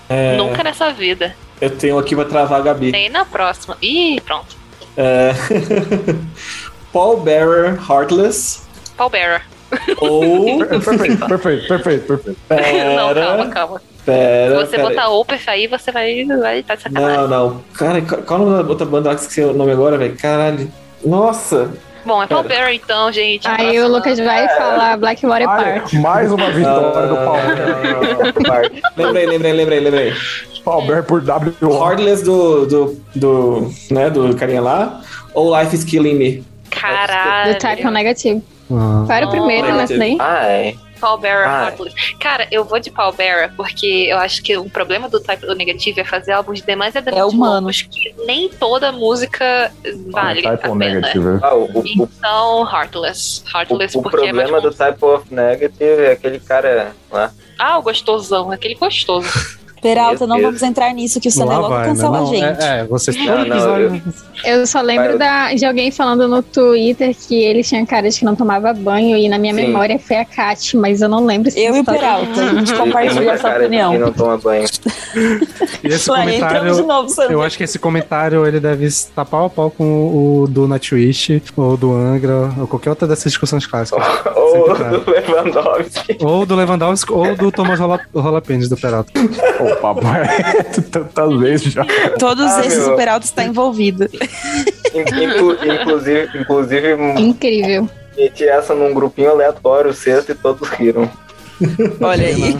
É, Nunca nessa vida. Eu tenho aqui pra travar a Gabi. Nem na próxima. Ih, pronto. É, Paul Bearer Heartless Paul Bearer. ou. perfeito, perfeito, perfeito, perfeito. Não, Pera, calma, calma. Se pera, você pera. botar Opeth aí, você vai, vai tá de sacanagem. Não, não. Cara, qual- qual o nome da outra banda lá que eu esqueci o nome agora, velho? Caralho. Nossa. Bom, é Paul Pera. Bearer então, gente. Aí o Lucas vai falar Blackwater Park. Mais uma vitória do Palmer. lembrei, lembrei, lembrei, lembrei. Palmer por W. Heartless do, do, do, né, do carinha lá ou Life is Killing Me? Caralho. Do Type O Negative. Ah. Qual era o primeiro né, nessa daí? Ah, é. Paul Bearer Ah, é. Heartless. Cara, eu vou de Paul Bearer porque eu acho que o problema do Type O Negativo é fazer álbuns demais é humanos que nem toda música vale. a tá Type O pena. Negative. Ah, o, o, o- Então, Heartless. Heartless o porque é mais problema do Type of Negative é aquele cara lá. Ah, o gostosão, aquele gostoso. Meu Peralta, não Deus. vamos entrar nisso, que o Lá Sané logo vai, né? cancela a Não, gente. É, vocês Não, todo não, episódio. Eu só Vai, lembro eu- da, de alguém falando no Twitter que ele tinha cara de que não tomava banho e na minha Sim. memória foi a Kat, mas eu não lembro se é. Eu e o tá- Peralta, a gente Ele tem compartilha muita essa cara de opinião. quem não toma banho. E esse Ué, entramos de comentário. novo, Sandra. Eu acho que esse comentário ele deve estar pau a pau com o do Nightwish, ou do Angra, ou qualquer outra dessas discussões clássicas. Ou Sempre tá. do Lewandowski. Ou do Lewandowski, ou do Thomas Rola- Rolapendes do Peralta. Ô, papai, tantas vezes já. Todos Ah, esses meu. o Peralta está envolvido. In- inclu- inclusive, inclusive, m- Incrível. meti essa num grupinho aleatório, sexto, e todos riram. Olha aí.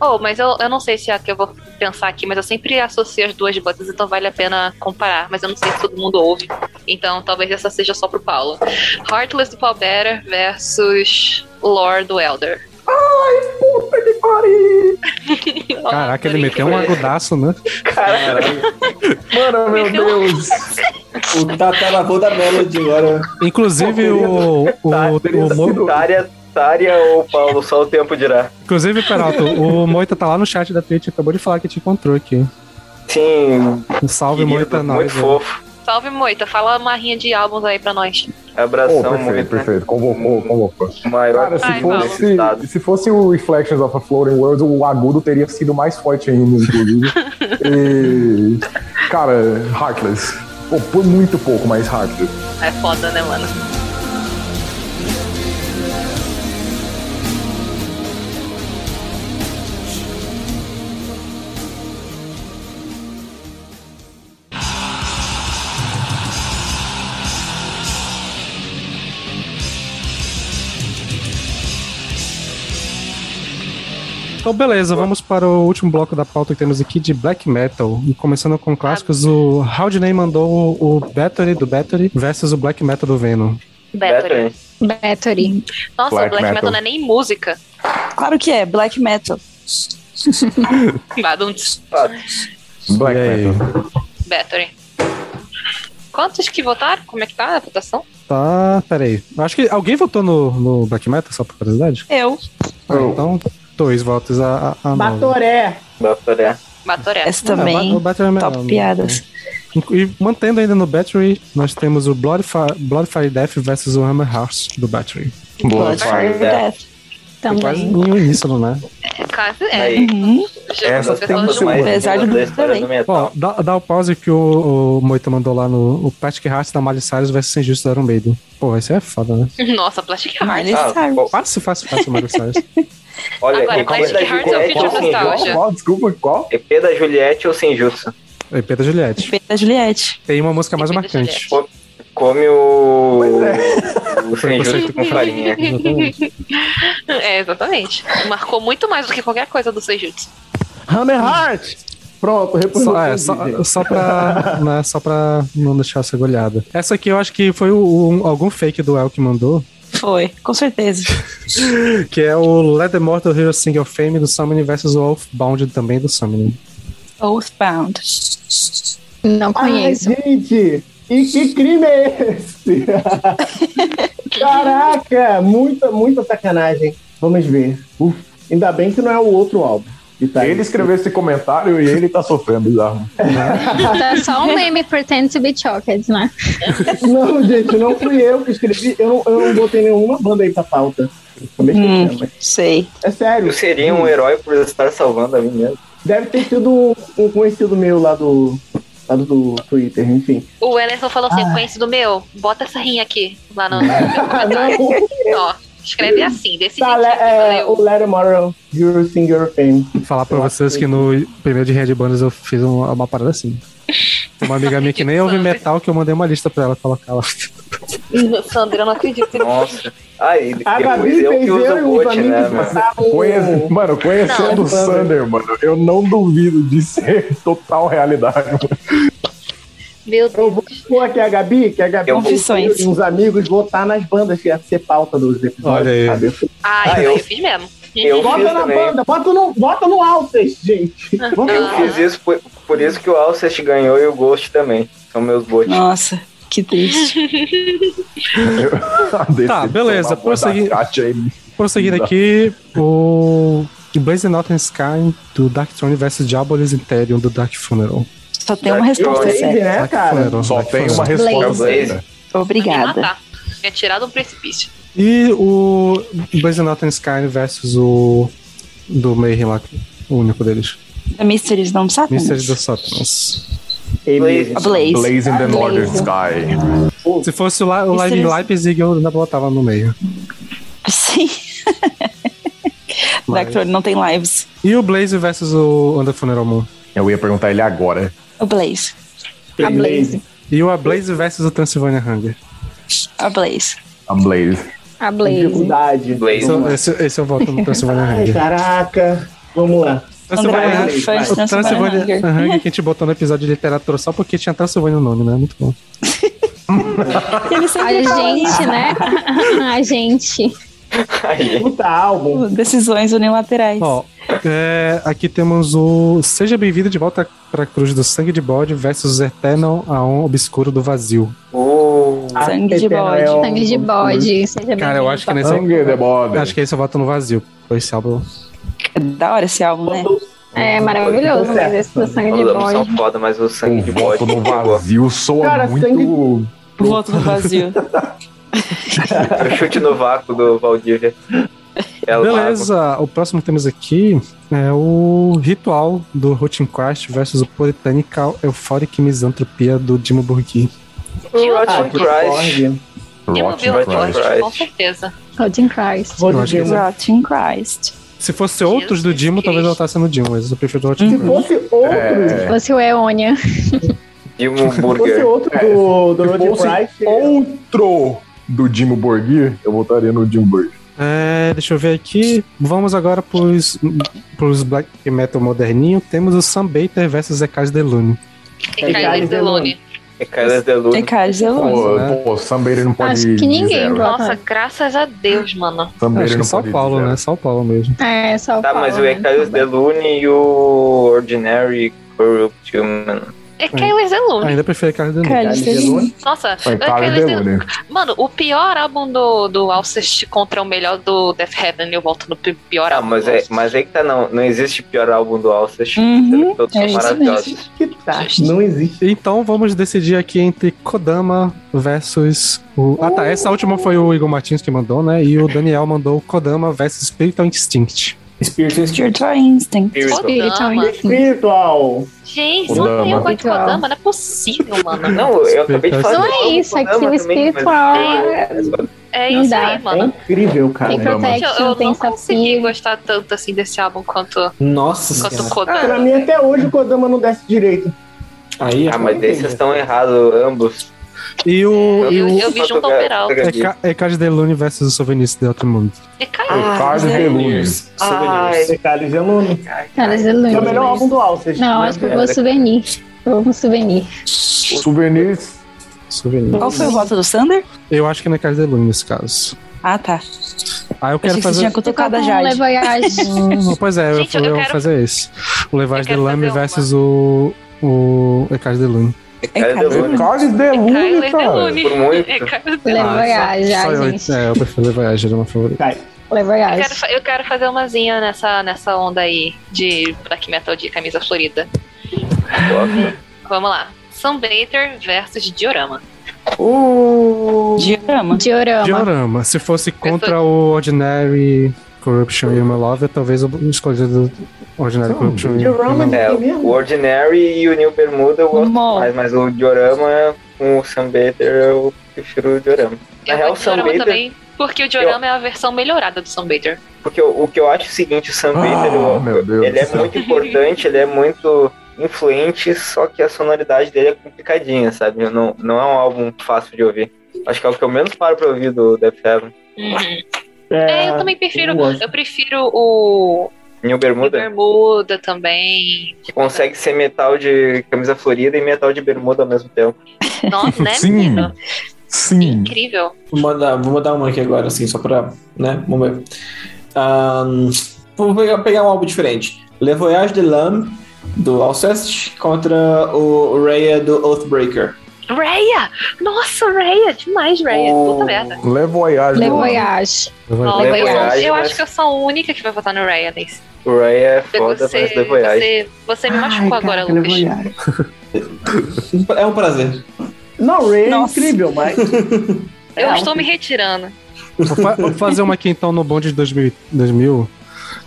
Oh, mas eu, eu não sei se é a que eu vou pensar aqui, mas eu sempre associo as duas bandas, então vale a pena comparar. Mas eu não sei se todo mundo ouve, então talvez essa seja só pro Paulo. Heartless do Paul Bearer versus Lord do Elder. Ai, puta que pariu! Caraca, ele meteu um agudaço, né? Mano, meu Deus. O Tata lavou da Melody agora. Inclusive o, o, tá, o, Mo- Tária, Tária ou Paulo, só o tempo dirá. Inclusive, Peralta, o Moita tá lá no chat da Twitch, acabou de falar que te encontrou aqui. Sim. Um salve, querido, Moita, Muito nós. né? fofo. Salve, Moita. Fala uma rinha de álbuns aí pra nós. Pô, Abração, perfeito, muito. perfeito. Convocou, convocou. Maior Cara, se Ai, fosse, se fosse o Reflections of a Floating World, o agudo teria sido mais forte ainda, inclusive. E, cara, Heartless. Pô, por muito pouco, mas Heartless. É foda, né, mano? Então, beleza, vamos para o último bloco da pauta que temos aqui de black metal. E começando com clássicos, o Haldney mandou o o Battery do Battery versus o black metal do Venom. Battery. Battery. Nossa, Black Black, metal. metal não é nem música. Claro que é, black metal. Badum, Black Metal. Battery. Quantos que votaram? Como é que tá a votação? tá. Peraí. Eu acho que alguém votou no, no Black Metal, só por curiosidade? Eu. Ah, então, dois votos a, a, a é nove. Batoré. Batoré. Batoré. Essa Ah, É, também. o Batman é melhor, top né? piadas. E mantendo ainda no Battery, nós temos o Bloodfire Bloodfire Death versus o Hammer House do Battery. Bloodfire Death. Foi Quase no início, né? Quase é. Essa tem que ser uma. Ó, dá, dá o pause que o, o Moita mandou lá no o Plastic Hearts da Miley Cyrus versus Injustice da Iron Maiden. Pô, esse é foda, né? Nossa, Plastic Heart. Miley Ah, Cyrus. Fácil, fácil, fácil, Miley Cyrus. Olha, Agora, EP Plastic da Hearts é o Juliette feature ou sem nostalgia. Jutsu? Desculpa, qual? EP da Juliette é ou sem Jutsu? EP da Juliette. EP da Juliette. Tem uma música mais marcante. Come o. O sem Jutsu Preconceito com farinha. é, exatamente. Marcou muito mais do que qualquer coisa do Seijutsu. Hammer Heart! Pronto, reproduz. Só, é, só, só pra, né, só pra não deixar essa goleada. Essa aqui eu acho que foi o- um- algum fake do El que mandou, Foi, com certeza. que é o Let the Mortal Hero Sing Your Fame do Summoning versus o Oathbound também do Summoning. Oathbound. Não conheço. gente, e que crime é esse? Caraca, muita, muita sacanagem. Vamos ver. Uf, ainda bem que não é o outro álbum. que tá aí. Ele escreveu esse comentário e ele tá sofrendo, bizarro. Tá só um meme pretend to be choked, né? Não, gente, não fui eu que escrevi. Eu não, eu não botei nenhuma banda aí pra pauta. Também sei. É sério. Eu seria um herói por estar salvando a mim mesmo. Deve ter sido um- um conhecido meu lá do, lá do Twitter, enfim. O Ellison falou assim: conhece do meu? Bota essa rinha aqui lá no. Ah, Não. Ó, escreve assim, desse Tá, jeito. le- é, o Larry Morrow, Your Singer Fame. Falar pra vocês que no primeiro de Red Bandas eu fiz um- uma parada assim. Tem uma amiga minha que nem ouve metal que eu mandei uma lista pra ela colocar lá. Sandra, eu não acredito. Nossa. Aí, A depois Gabi eu que fez uso eu e o o bot, Vanille né, passar mano? Oh. Conhece- mano, conhecendo Não. o Sander, mano, eu não duvido de ser total realidade. Meu Deus. Eu vou expor aqui é a Gabi, que a Gabi Confissões. e uns amigos votar nas bandas que ia ser pauta dos episódios. Olha aí. Ah, isso eu, fiz mesmo. Eu bota fiz na também. banda, bota no, bota no Alces, gente. Bota Eu fiz isso, por, por isso que o Alcest ganhou e o Ghost também. São meus bots. Nossa, que triste. Tá, beleza. Prosseguindo, prosseguindo Dá. aqui, o Blazing Out in Sky do Dark Throne versus Diabolis Interior do Dark Funeral. Só tem uma resposta É, é certa. Só tem uma resposta certa. Obrigada. matar. É tirado um precipício. E o Blazing Out in Sky versus o do Mayhem lá, o único deles. Da Mysteries não sabe? Mysteries do Satanas. A Blaze. Blazing the A Northern Blaze. Sky. Se fosse o, La- o Live Mysteries- Leipzig, eu ainda botava no meio. Sim. Dark Throne não tem lives. E o Blaze versus o Under Funeral Moon? Eu ia perguntar ele agora. A Blaze. A Blaze. E o A Blaze versus o Transylvania Hunger? A Blaze. A Blaze. A Blaze. Dificuldade. Esse, esse, esse eu voto no Transylvania Ai, Hunger. caraca. Vamos lá. Transylvania André, vai, vai. Hunger. O Transylvania Transylvania Hunger que a gente botou no episódio de literatura só porque tinha Transylvania no nome, né? Muito bom. A fala gente, né? A gente. Puta álbum. tipo, Decisões unilaterais. Ó, é, aqui temos o Seja Bem-vindo de Volta pra Cruz do Sangue de Bode versus Eternal Aon Obscuro do Vazio. Uh, Sangue de bode. Sangue de bode. Seja Cara, eu acho que nesse. é Sangue de Bode. Acho que esse eu voto no Vazio. Foi esse álbum. É da hora esse álbum, né? É maravilhoso, mas esse do sangue de Os ambos são bode. foda, mas o é sangue de bode. Voto Um no vazio soa Cara, muito. Voto no vazio. Eu chute no vácuo do Valdívia. É o Beleza, o próximo que temos aqui é o Ritual do Routine Crash versus o Puritanical Euphoric Misantropia do Dimo Burgi. Rotten Christ. Eu né? vi o George, com certeza. Rotten Christ. Eu acho que um- esse- Rotten Christ. Se fosse outros do Dimo, talvez eu votasse no Dimo, mas eu prefiro o Routine Se Crash. fosse outro, Se fosse o Eonia. Dimo se fosse outro do, do Road Price, É. outro do Dimo Borgir, eu votaria no Dimo Borgir. É, deixa eu ver aqui. Vamos agora pros, pros Black Metal moderninho. Temos o Sunbater versus Zekaz Delune. E Kylie Delone. É Carlos Deluz. Pô, né? pô, Sambeira não pode Acho ir de que ninguém zero. Nossa, graças a Deus, mano. Sambeira Acho que não São pode ir de Paulo, zero. né? São Paulo mesmo. É, só o Tá, Paulo, mas o né? Ecarius Delune e o Ordinary Corrupt Human. É Kylie Zelune. Ainda prefiro Carlos Delune. Carlos Zelune. Nossa, Vai, é Carlos Kylie Zelune. Zelune. Mano, o pior álbum do, do Alcest contra o melhor do Death Heaven. Eu volto no pi- pior Ah, álbum. mas é, mas aí que tá, não. Não existe pior álbum do Alcest. Uhum, é Todos são maravilhosos. Não existe. Então vamos decidir aqui entre Kodama versus o. Ah Uh! tá, essa última foi o Igor Martins que mandou, né? E o Daniel mandou Kodama versus Spiritual Instinct. Spiritual Spiritual Instinct. Spiritual Kodama. Spiritual. Gente, Kodama. não tem o Gosto Kodama, não é possível, mano. Não, eu acabei de falar. Não do é álbum isso, é que Kodama o também, é espiritual mas- É Não isso dá. aí, mano. Incrível, cara. Tem Gente, eu, Protection, eu tem não consegui gostar tanto assim desse álbum quanto, Nossa quanto o Ah, pra Kodama. é mim até hoje o Kodama não desce direito. Aí, ah, mas Uhum. daí vocês estão errados, ambos. E o. Eu- e o... eu vi junto ao Peralta. É, Ca- é Carlos Delune versus o Souvenir do Outro Mundo. É Ah, Ah, Carlos Delune. Ai, Detalhes de aluno. Caras Tá de luz. É o melhor álbum do Alcest. Não, acho que eu vou souvenir. Eu vou souvenir. Souvenirs. Souvenir. Qual foi o voto do Sander? Eu acho que não é Carlos Delune nesse caso. Ah, tá. Ah, eu Achei quero que você fazer. tinha cutucado a Então, vamos Jade. levar a Jade. Hum, pois é, eu, eu, vou fazer esse. O Levage de Lame versus o. O Ecaz de Lune. É, É, Carlos é Delune, cara. Por muito. É Ah, Só eu- É, eu prefiro Levage, ele é meu favorito. Eu quero, fa- eu quero fazer umazinha nessa, nessa onda aí de black metal de camisa florida. Vamos lá. Sunbather versus Diorama. O... Diorama. Tá, Diorama. Diorama. Se fosse contra o Ordinary Corruption e o My Love, talvez eu escolheria do Ordinary Corruption e o My É, Love. o Ordinary e o New Bermuda eu gosto mais, mas o Diorama com o Sunbather eu prefiro o Diorama. Na real, o Diorama Sunbather, também, porque o Diorama é a versão melhorada do Sunbather. porque o, o que eu acho é o seguinte, o Sunbather, eu- ele é muito importante, ele é muito influente, só que a sonoridade dele é complicadinha, sabe? Não, não é um álbum fácil de ouvir. Acho que é o que eu menos paro pra ouvir do Death Heaven. É, eu também prefiro. eu gosto. Eu prefiro o New Bermuda, Bermuda também. que consegue ser metal de camisa florida e metal de bermuda ao mesmo tempo. Nossa, né, Sim. menino? Sim. Incrível. Vou mandar, vou mandar uma aqui agora, assim, só pra. né? Vamos ver. Ahn, vou pegar, pegar um álbum diferente. Le Voyage de L'Âme, do Alcest, contra o Raya do Oathbreaker. Raya! Nossa, Raya! Demais, Raya. Puta é merda. Le Voyage. Le Voyage. Nossa, Le Voyage, eu mas- acho que eu sou a única que vai votar no Raya nesse. O Raya é foda, Você, mas The Voyage. você, você me machucou agora, cara, Lucas. É um prazer. Não, Ray é incrível, mas. Eu estou me retirando. Vou, fa- vou fazer uma aqui então no bonde de 2000, 2000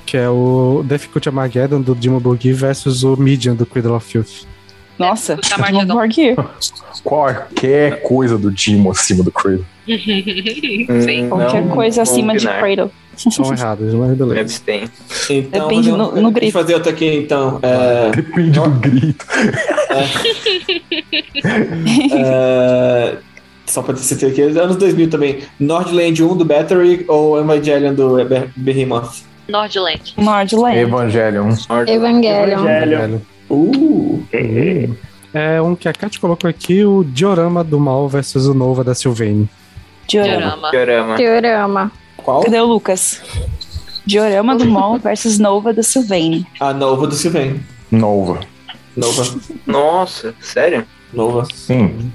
que é o Difficult Armageddon do Dimo Borgir versus o Midian do Cradle of Filth. Nossa, Qualquer coisa do Dimo acima do Cradle. Hum. Sim. Qualquer não coisa vou acima de opinar. Cradle. Estão errados, mas beleza. Abstém. Então, Depende vou- no- no vou grito. fazer outra aqui, então. Depende do grito. Ah, só pra você ter aqui, anos 2000 também. Nordland 1 do Battery ou Evangelion do Be- Behemoth? Nordland. é. Nordland. Evangelion. Evangelion. Uh, É um que a Kat colocou aqui, o Diorama do Mal versus o Nova da Sylvane. Diorama. Diorama. Diorama. Qual? Cadê o Lucas? Diorama do Mol versus Nova da Sylvain. A Ah, Nova do Sylvain. Nova. Nova. Nossa, sério? Nova. Sim.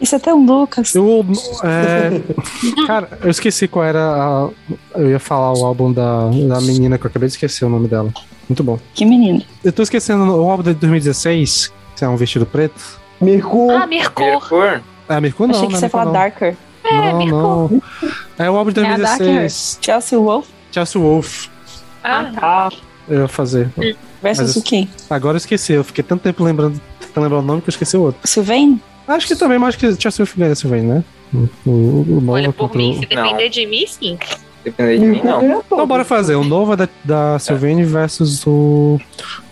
Isso é tão Lucas. Eu, é, cara, eu esqueci qual era a, Eu ia falar o álbum da, da menina que eu acabei de esquecer o nome dela. Muito bom. Que menino? Eu tô esquecendo o álbum de 2016, que é um vestido preto. Mirko. Ah, Mirko. Mercur? Ah, Mirko não, Achei que né? você ia Mirko falar não. Darker. Não, não. É o álbum de É a Darker. 2016. Chelsea Wolf Chelsea Wolf. Ah, tá. Eu ia fazer. versus Mas eu- o quem? Agora eu esqueci. Eu fiquei tanto tempo lembrando, tentando lembrar o nome que eu esqueci o outro. Sylvain? Acho que também, mas acho que Chelsea Wolf ganha Sylvain, né? O, o, o Nova Olha, por contra mim, se o... depender de mim, sim. Depender de mim, Uhum. não. Então bora fazer o Nova da, da Sylvain versus o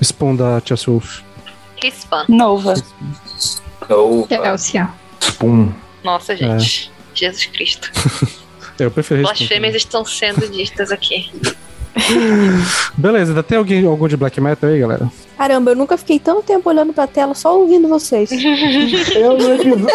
Spawn da Chelsea Wolf. Hispan. Nova. é Chelsea. Spum. Nossa, gente. É. Jesus Cristo. né? Eu prefiro Spawn. Blasfêmias estão sendo ditas aqui. Beleza, ainda tem alguém, algum de Black Metal aí, galera? Caramba, eu nunca fiquei tanto tempo olhando pra tela só ouvindo vocês.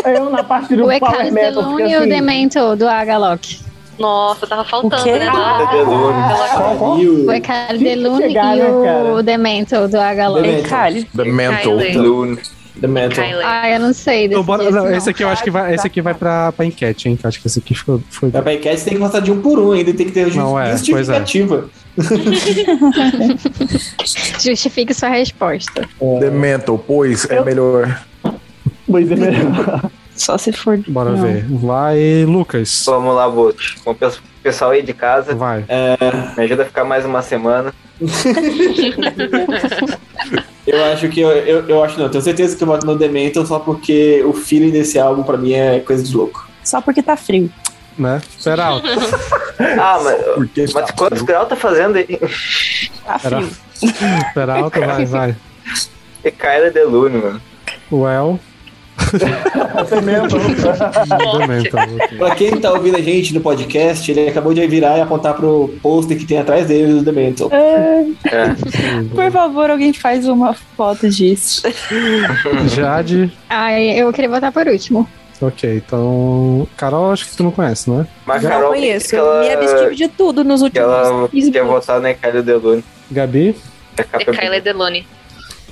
eu, na parte O Ecaz de Lune e o Demento do Agalok. Nossa, tava faltando, quê? né? Ah, O Ecaz de Lune e o Demento do Agalok. então. Encalhe. The Mental. Kylie. Lune. The Metal. Ah, eu não sei. Então, desse bora- desse não, não. esse aqui eu acho que vai, esse aqui vai pra, pra enquete, hein? Que eu acho que esse aqui foi. foi... Pra enquete você tem que votar de um por um ainda, tem que ter Não, é, pois é. justificativa. Justifique sua resposta. The Mental, pois é melhor. Pois é melhor. Só se for. Bora ver. Vai, Lucas. Vamos lá, Bolt. Com o pe- pessoal aí de casa. Vai. me ajuda a ficar mais uma semana. Eu acho que eu, eu, eu acho não, tenho certeza que eu voto no The Metal só porque o feeling desse álbum pra mim é coisa de louco. Só porque tá frio. Né? Peralta. ah, mas, mas quantos graus tá fazendo aí? Tá Peralta. Peralta, vai, vai. E Kyla Delune, mano. Well. The Mental. Pra quem tá ouvindo a gente no podcast, ele acabou de virar e apontar pro pôster que tem atrás dele do The Mental. Por favor, alguém faz uma foto disso. Jade. Ai, eu queria votar por último. Ok, então. Carol, acho que tu não conhece, não é? Mas Ga- Carol, conheço, ela- eu me abstive de tudo nos Que últimos ela 15 quer votar na Kyla Delune. Gabi. É capa The Kyla Delone.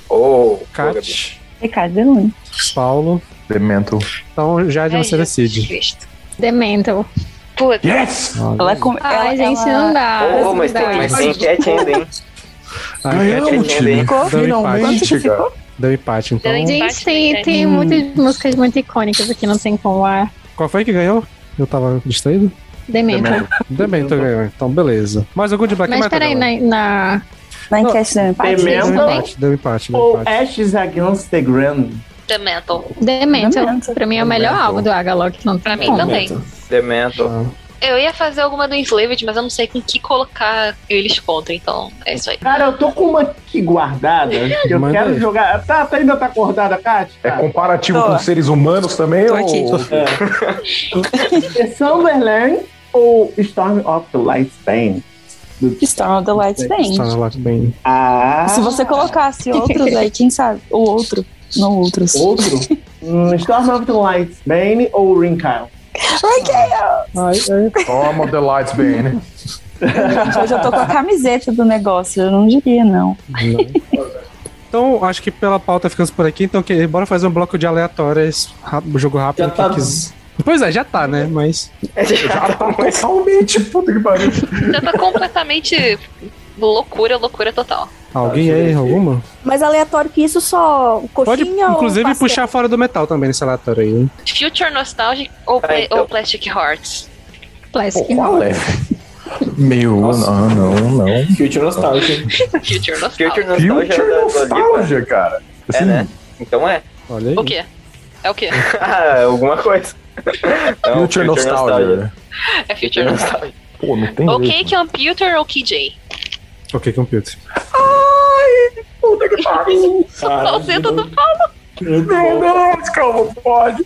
Oh, Kat. Ricardo Paulo. The Mental. Então, é É Jade, um você decide. The Mental. Putz. Yes! Ela com... Ai, gente, não dá. Ah, Oh, mas tem, mas tem enquete ainda, hein? Ah, Ganhamos, enquete time. ainda, hein? Ficou? Deu Finalmente, empate. cara. Deu empate, então. Gente, tem, tem muitas músicas muito icônicas aqui, não tem como. Ah, Qual foi que ganhou? Eu tava distraído? The Mental. Demento ganhou, então beleza. Mais algum de Black Mas Metal? peraí, galera? na, na... na enquete da empate, Deu vocês também? empate, deu empate. Deu Oh, Ou empate. é Ashes Against the Grand. The Mental. The Mental. Pra mim é o The melhor Mental. álbum do Agalog. Não tem Pra mim como. também. The Mental. Eu ia fazer alguma do Enslaved, mas eu não sei com que colocar eles contra, então é isso aí. Cara, eu tô com uma aqui guardada. que Eu Manda quero aí. jogar. Tá, tá- ainda tá acordada, Kátia? É comparativo Tô. com seres humanos também? Tô ou... aqui. É. É Sunderland ou Storm of the Light Band? Storm of the Light Band. Tá bem. Ah. Se você colocasse outros aí, quem sabe? O outro. Não outros. Outro? Hum, Storm of the Light Band ou Rinkail? Toma The Lights bem, né? Gente, hoje eu tô com a camiseta do negócio, eu não diria, não. Então, acho que pela pauta ficamos por aqui. Então, ok, bora fazer um bloco de aleatórias, rá- jogo rápido. Já que tá. quis- Pois é, já tá, né? Mas. Já tá totalmente, puta que pariu. Já tá completamente loucura, loucura total. Alguém aí, alguma? Mais aleatório que isso, só Pode, coxinha ou inclusive, pastel? puxar fora do metal também nesse aleatório aí. hein? Future Nostalgic ou, Pla- ou Plastic Hearts? Plastic é? Meu, não, não, não. Future Nostalgia. Future Future Nostalgic. Nostalgia Future da Lolipa. Nostalgia, cara. É, né? Então é. Olha O quê? É o quê? Ah, alguma coisa. Não, Future Nostalgia. É Future Nostalgic. Pô, não tem O jeito. que Computer ou KJ? Ok, computer. Ai, puta que pariu. Falseta do Paulo. Meu Deus, calma, pode.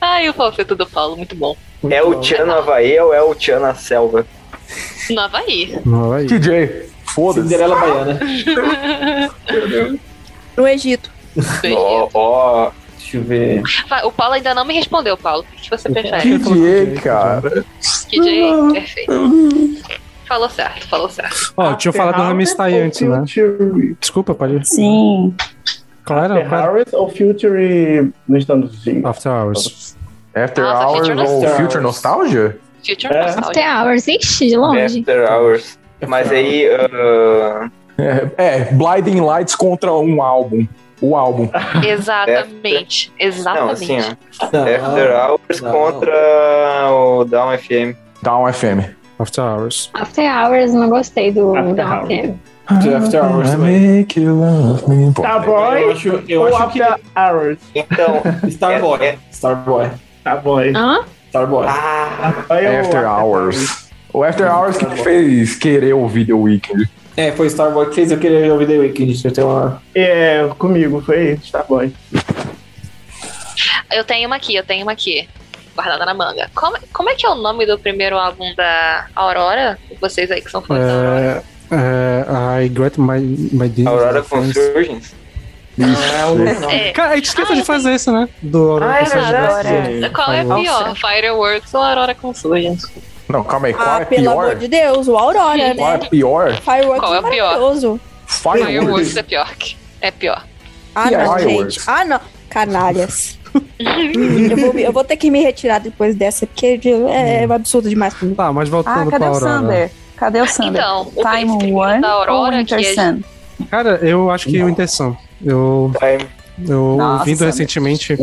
Ai, o falseta do Paulo, muito bom. É o Tchan na Havaí ou é o Tchan na selva? No Havaí. DJ, foda-se. Cinderela Baiana. No Egito. Ó, ó. Deixa eu ver. Vai, O Paulo ainda não me respondeu, Paulo. O que você É, prefere? DJ, cara. KJ, perfeito. Falou certo, falou certo. Ó, deixa eu falar do Rammstein antes, né? Desculpa, pode ir. Sim. Qual era? After Hours ou Future no Stand After Hours. After Nossa, Hours Future ou Nostalgia. Future Nostalgia? Future É. Nostalgic. After Hours, ixi, de longe. After Hours. Mas aí. ah, É, é, Blinding Lights contra um álbum. O álbum. Exatamente, não, exatamente. assim, ó. É, After Hours contra o Down FM. Down FM. After Hours. After Hours, não gostei do After da Hours. Alpha. After Hours Ah, Tá Make you love me. Pô, Starboy Eu acho, eu ou É, acho que. After Hours? Então. Starboy. Starboy. Starboy. Hã? Starboy. É After Hours. O After Tá Hours que me fez querer ouvir The Weeknd. É, foi Starboy que fez eu queria ouvir The Weeknd. Eu tenho uma. É, comigo, foi tá Starboy. Eu tenho uma aqui, eu tenho uma aqui. Guardada na manga. Como, como é que é o nome do primeiro álbum da Aurora? Vocês aí que são fãs. É, é, I Great My, my Deeds. Aurora Consurgence. É. Cara, a gente esqueceu de fazer isso, né? Do Aurora Ah, é Consurgence. assim, verdade. Qual é Fireworks. pior? Fireworks ou Aurora Consurgence? Não, calma aí. Qual Ah, é pelo pior? amor de Deus, o Aurora, Qual né? é pior? Fireworks Qual é o pior? maravilhoso. Fireworks Fireworks. é pior. que- É pior. Ah, não, Fireworks. gente. Ah, não. Canalhas. eu, vou, me- eu vou ter que me retirar depois dessa, porque é, é um absurdo demais pra mim. Tá, mas voltando Ah, cadê pra o né? Aurora? Sander? Cadê o Sander? Então, o Time One da ou Aurora, que Winter é- Sun? Cara, eu acho que o intenção. Eu. Eu Nossa, ouvindo meu. recentemente.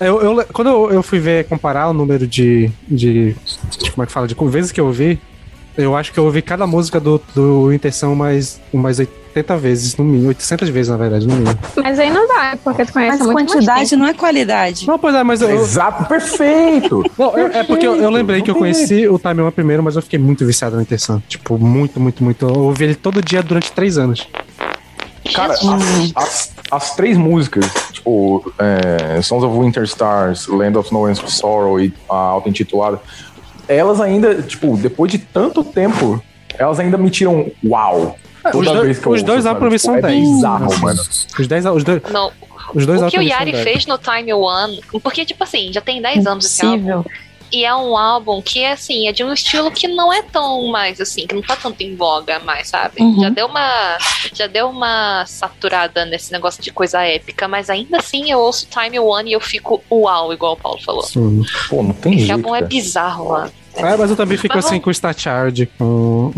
Eu, eu- quando eu, eu fui ver, comparar o número de, de. de- Como é que fala? De vezes que eu ouvi, eu acho que eu ouvi cada música do, do Intenção mais, umas 80 vezes, no mínimo. 800 vezes, na verdade, no mínimo. Mas aí não dá, porque tu conhece Mas muito mais quantidade gente. não é qualidade. Não, pois é, mas eu. Exato, perfeito! Não, eu- é porque eu, eu lembrei que eu conheci o Time One primeiro, mas eu fiquei muito viciado no Intenção. Tipo, muito, muito, muito. Eu ouvi ele todo dia durante três anos. Cara, as, as- as três músicas, tipo, é, Sons of Winter Stars, Land of No and Sorrow e a auto-intitulada, elas ainda, tipo, depois de tanto tempo, elas ainda me tiram uau. É, Os Toda dois- vez que eu os ouço, dois lá sabe? pra mim são Tipo, É 10. bizarro, Nossa. mano. Os dez, os dois, Não. os dois O lá que o também são Yari dez. fez no Time One, porque, tipo assim, já tem 10 é anos esse álbum. E é um álbum que, é assim, é de um estilo que não é tão mais, assim, que não tá tanto em voga mais, sabe? Uhum. Já deu uma já deu uma saturada nesse negócio de coisa épica, mas ainda assim eu ouço Time One e eu fico uau, igual o Paulo falou. Sim. Pô, não tem Esse jeito, álbum é cara. bizarro, mano. É, mas eu também fico Mas assim com o Star Child, com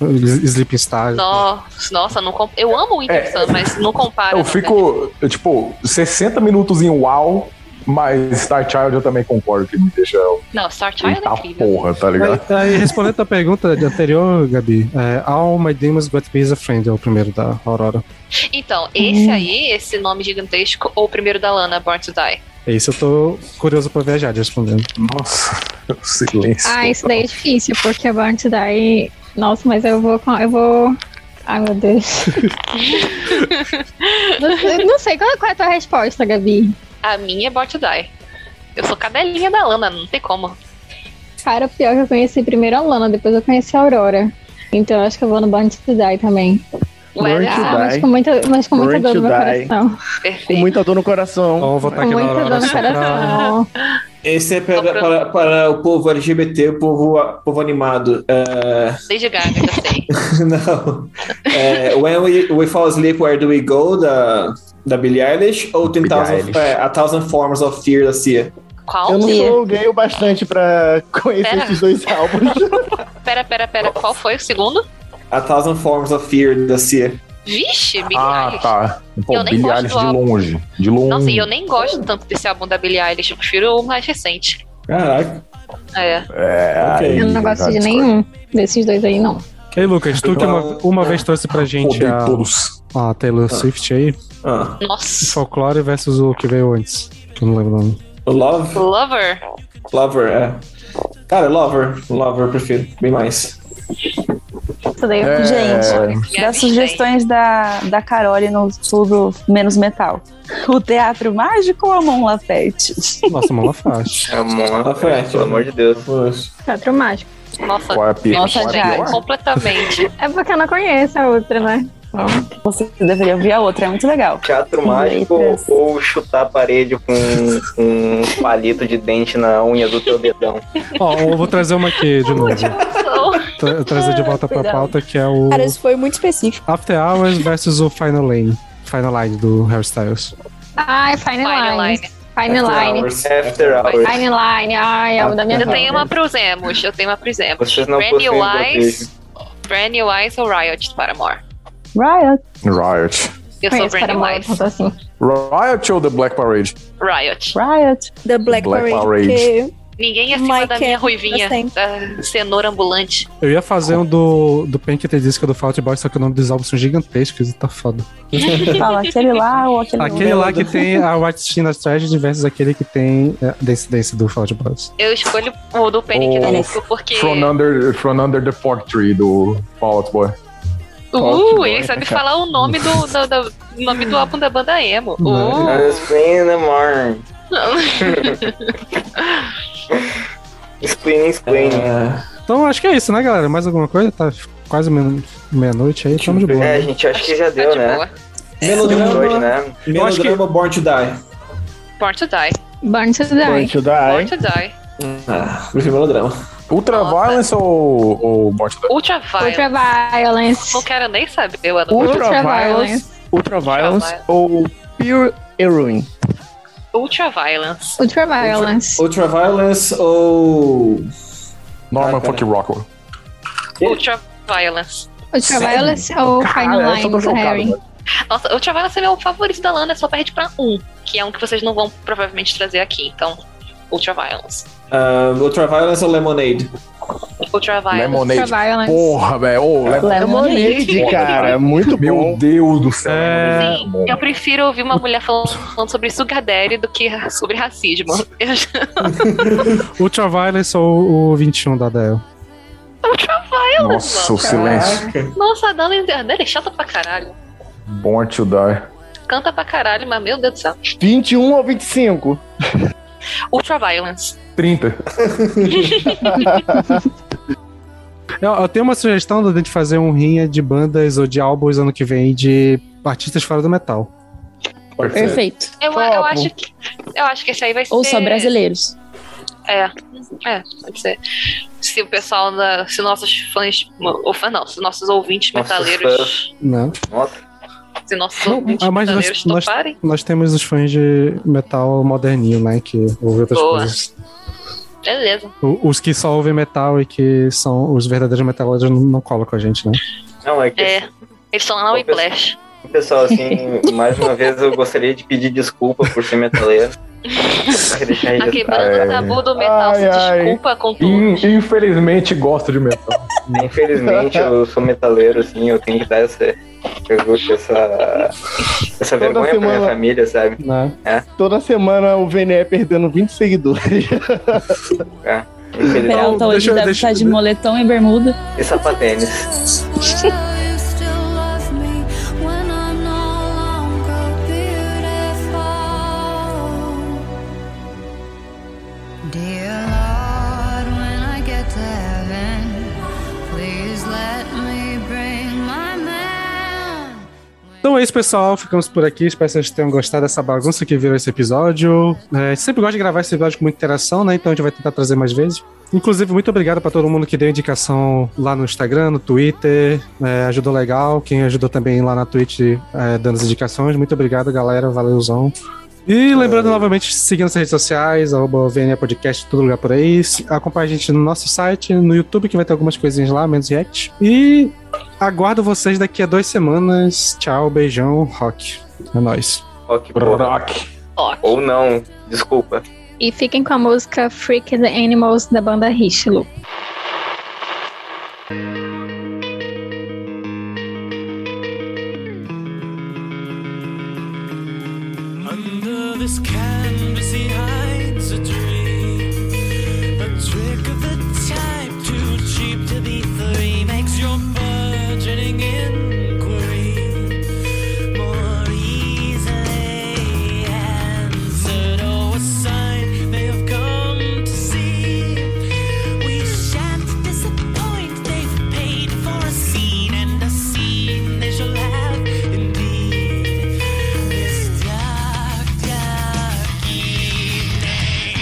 é, Sleeping É. Star. Nossa, nossa não comp- eu amo o Winter Sun, mas não compara. Eu não, né? fico, eu, tipo, 60 minutos em uau, mas Star Child eu também concordo que me deixa. Não, Star Child é Eita porra, tá ligado? Aí, aí, respondendo a pergunta de anterior, Gabi, é, All My Demons But Me Is A Friend é o primeiro da Aurora. Então, esse aí, esse nome gigantesco, ou o primeiro da Lana, Born to Die. Esse É eu tô curioso pra viajar de respondendo. Nossa, silêncio. Ah, isso daí é difícil, porque a Born to Die. Nossa, mas eu vou. com- Eu vou. Ai, meu Deus. não, eu não sei qual é, qual é a tua resposta, Gabi. A minha é Born to Die. Eu sou cadelinha da Lana, não tem como. Cara, o pior é que eu conheci primeiro a Lana, depois eu conheci a Aurora. Então eu acho que eu vou no Born to Die também. Born to Ah, mas Die. com muita, mas com muita Born dor to no meu Die. coração. Com muita dor no coração. Ó, vou Com muita dor no coração. Esse é para, para, para o povo LGBT, o povo, povo animado. É, Lady Gaga, já sei. não. É, When we, we Fall Asleep, Where Do We Go, da, da Billie Eilish, ou 10, Eilish. é, A Thousand Forms of Fear, da Cia? Qual? Eu não sou gay o bastante pra conhecer Pera. esses dois álbuns. Pera, pera, pera. Qual foi o segundo? A Thousand Forms of Fear, da Cia. Vixe, Billie Ah, Eilish. tá. Pô, Eu nem Billie gosto Eilish do de álbum. longe. De longe. Nossa, e eu nem gosto tanto desse álbum da Billie Eilish. Eu prefiro o mais recente. Caraca. É. É, aí, Eu não gosto de nenhum desses dois aí, não. E aí, Lucas, tu que uma, uma vez trouxe pra gente é um a, a Taylor Ah. Swift aí. Ah, Nossa. Folklore versus o que veio antes. Que eu não lembro o nome. O Love? Lover. Lover, é. Cara, Lover. Lover, eu prefiro. Bem mais. Isso daí É. Gente, das sugestões da, da Carole no Tudo Menos Metal. O Teatro Mágico ou a Mon Laferte? Nossa, mão faixa. É uma pelo amor de Deus. Teatro mágico. Nossa, Qual é a pior? nossa, Qual é a Jade, pior? completamente. É porque eu não conheço a outra, né? Você deveria ouvir a outra, é muito legal. Teatro mágico ou chutar a parede com um palito de dente na unha do teu dedão. Ó, eu vou trazer uma aqui de novo. Tra eu trazer de volta pra Cuidado. pauta que é o Cara, isso foi muito específico. After Hours versus o Final Lane. Final Line do Hairstyles. Ai, Final, Line. é Final Line. After hours. Final Line. Ai, é o da minha Eu vida. tenho uma pros emos. Eu tenho uma pros emos. Vocês não Brand new possuem Eyes. Brand new Eyes ou Riot para More? Riot. Riot. Eu sou Brand new Eyes. então assim. Riot ou The Black Parade? Riot. Riot. The Black, Black Parade. Parade. porque- Ninguém é acima da minha ruivinha, da cenoura ambulante. Eu ia fazer um do, do Pink The Disco do Fault Boy, só que o nome dos álbuns são gigantescos e tá foda. Fala aquele lá ou aquele aquele lá que tem a White China Tragedy versus aquele que tem é, Dance Dance do Fault Boys. Eu escolho o do Panic! Ou at the Disco porque. From Under, From Under the Fork Tree do Fall Out Boy. Uh, ele sabe falar o nome do, do, do- nome do álbum da banda emo. Uh. Spring in the morning. Spring, spring. Então acho que é isso, né, galera? Mais alguma coisa? Tá quase meia- meia-noite aí, tamo de boa. É, né? gente, acho tá que já deu, né? Melodrama. Hoje, né? Eu acho que- Melodrama Born to Die. Born to Die. Born to Die. Born to Die. Born to Die. Ah, prefiro melodrama. Ultraviolence ou, ou Morte Ultraviolence. Ultraviolence. Não quero nem saber o ano. Ultraviolence Ultraviolence ou Pure Heroine? Ultraviolence. Ultraviolence. Ultraviolence ou. Norman Fuck Rockwell. Ultraviolence. Ultraviolence ou Final Cara, eu Line só tô do chocado, Harry? Nossa, Ultraviolence é meu favorito da Lana, só perde pra um, que é um que vocês não vão provavelmente trazer aqui, então. Ultraviolence. Ah, Ultraviolence ou Lemonade? é Ultraviolence. Porra, velho. Ô, Lemonade, cara, Muito bom. Meu Deus do céu. Eu prefiro ouvir uma mulher falando, falando sobre Sugar Daddy do que sobre racismo. Eu já- Ultraviolence ou o 21 da Dell? Ultraviolence! Nossa, o mano. silêncio. Nossa, a Dana a Dana é chata pra caralho. Born to Die. Canta pra caralho, mas meu Deus do céu. 21 ou 25? Ultraviolence. 30. Eu, eu tenho uma sugestão da gente fazer um rinha de bandas ou de álbuns ano que vem de artistas fora do metal. Perfeito. Eu, eu, acho que, eu acho que esse aí vai Ou ser. só brasileiros. É, é, pode ser. Se o pessoal, da, se nossos fãs, ou fã não, se nossos ouvintes metaleiros, Não. se nossos Não, ouvintes ah, mas metaleiros nós, nós, toparem. nós temos os fãs de metal moderninho, né? Que ouvem outras Boa. coisas. Beleza. O- os que só ouvem metal e que são os verdadeiros metalóides não, não colam com a gente, né? Não, é que É, eles estão lá na Whiplash. Pessoal, assim, mais uma vez eu gostaria de pedir desculpa por ser metaleiro. Só que deixar Tá quebrando registrado. é, o tabu do metal, se desculpa com tudo. In- infelizmente gosto de metal. Infelizmente, eu sou metaleiro, assim, eu tenho que dar essa, essa, essa tá vergonha pra minha semana. família, sabe? Né? É, Toda semana o VNE perdendo 20 seguidores. é. O Peralta Infelizmente. hoje deve estar de moletom e bermuda. E sapatênis. Dear Lord, when I get to heaven, please let me bring my man. Então é isso, pessoal. Ficamos por aqui. Espero que vocês tenham gostado dessa bagunça que virou esse episódio. É, a gente sempre gosta de gravar esse episódio com muita interação, né? Então a gente vai tentar trazer mais vezes. Inclusive, muito obrigado pra todo mundo que deu indicação lá no Instagram, no Twitter. É, ajudou legal. Quem ajudou também lá na Twitch é, dando as indicações. Muito obrigado, galera. Valeuzão. E lembrando novamente, seguindo as redes sociais, arroba VNA Podcast, todo lugar por aí. Se- Acompanhe a gente no nosso site, no YouTube, que vai ter algumas coisinhas lá, menos react. E aguardo vocês daqui a duas semanas. Tchau, beijão, rock. É nóis. Rock, rock. Ou não, desculpa. E fiquem com a música Freak the Animals da banda Richelieu. Under this canvas he hides a dream A trick of the type too cheap to be free Makes your burgeoning inquiry More easily answered Oh, a sign they have come to see We shan't disappoint They've paid for a scene And a scene they shall have indeed this dark, dark evening.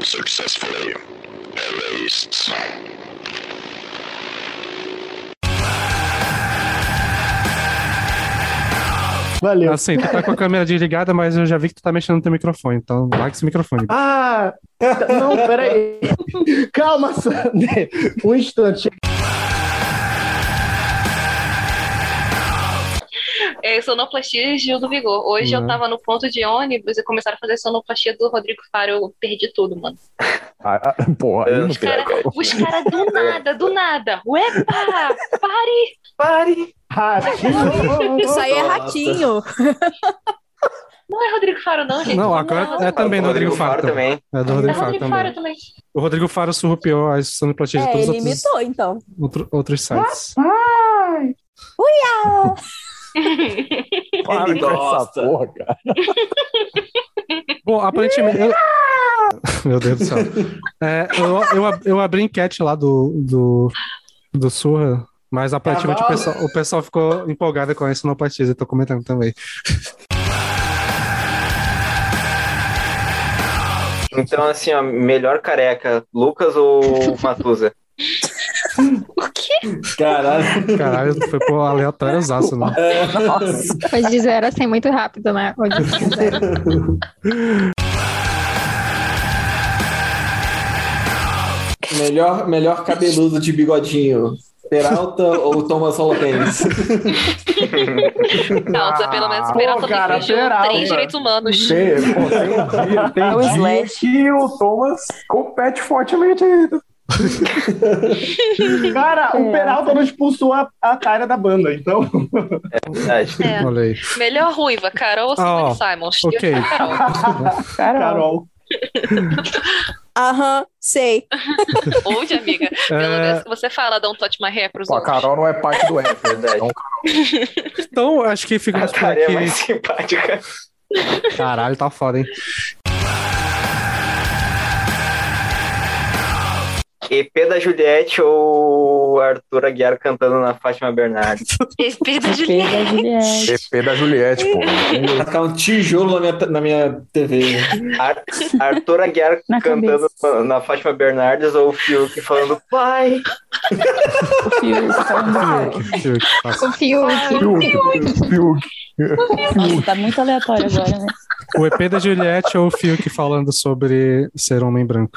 successfully erased. Valeu. Assim, tu tá com a câmera desligada, mas eu já vi que tu tá mexendo no teu microfone, então larga esse microfone. Ah! Não, peraí. Calma, Sander. Um instante. É sonoplastia e Gil do Vigor. Hoje Uhum. eu tava no ponto de ônibus e começaram a fazer sonoplastia do Rodrigo Faro. Eu perdi tudo, mano. Ah, ah, porra, aí não tem. Os caras do nada, do nada. Uepa! Pare! Pare! Ah, Ratinho. Isso aí é ratinho. Não é Rodrigo Faro, não, gente. Não, agora é também do Rodrigo Faro. também. É do É Rodrigo Faro Rodrigo Faro também. também. O Rodrigo Faro surrupiou as sonoplastias de É, todos os ele outros, imitou, então. outro- outros sites. Ai! Uia! Para Ele com essa gosta. porra, cara. Bom, aparentemente. eu- Meu Deus do céu. É, eu, eu, ab- eu abri enquete lá do, do, do Surra, mas aparentemente o Cavalo. pessoal, o pessoal ficou empolgado com essa sonoplastias, eu tô comentando também. Então, assim, ó, melhor careca, Lucas ou Matusa? Caralho. Caralho, foi por aleatóriozaço, né? Foi de zero assim, muito rápido, né? Foi de zero. Melhor, melhor cabeludo de bigodinho. Peralta ou Thomas Holocaines? Não, pelo menos o Ah, Peralta pô, cara, tem Peralta. três direitos humanos. Tem, pô, tem um dia, tem É o dia Slash. que o Thomas compete fortemente ainda. Cara, o Peralta não expulsou a, a cara da banda, então. É verdade. É. Olha aí. Melhor ruiva, Carol ou Simone Ó, Simons? Eu ok. sou a Carol. Carol. Aham, sei. Hoje, amiga, pelo É. menos você fala Don't Touch My Hair pros Pô, a outros. Carol não é parte do F. Então, Então, acho que ficamos por aqui. é simpática. Caralho, tá foda, hein? EP da Juliette ou Arthur Aguiar cantando na Fátima Bernardes? EP da Juliette. EP da Juliette, pô. Vou tacar um tijolo na minha, na minha TV. Ar- Arthur Aguiar cantando na, na Fátima Bernardes ou o Fiuk falando pai? é um tá O Fiuk. Nossa, tá muito aleatório agora, né? O EP da Juliette ou o Fiuk falando sobre ser homem branco?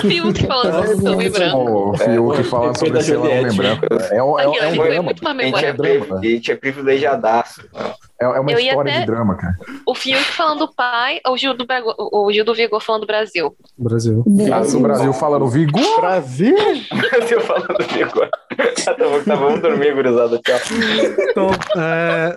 Fiuk falando sobre branco. É, o um Fiuk falando sobre ser homem branco. É um, é, um- é um Aquilo ali foi drama. muito uma É um memória. drama. A gente é privilegiadaço. É, é uma Eu ia história até- de drama, cara. O Fiuk falando pai ou o Gil do, Brago- o Gil do Vigor falando Brasil? Brasil. Brasil. O Brasil falando vigor. Brasil. Brasil falando Fiuk. Tá bom, tá bom, vamos dormir, gurizada. Tchau. Então, é...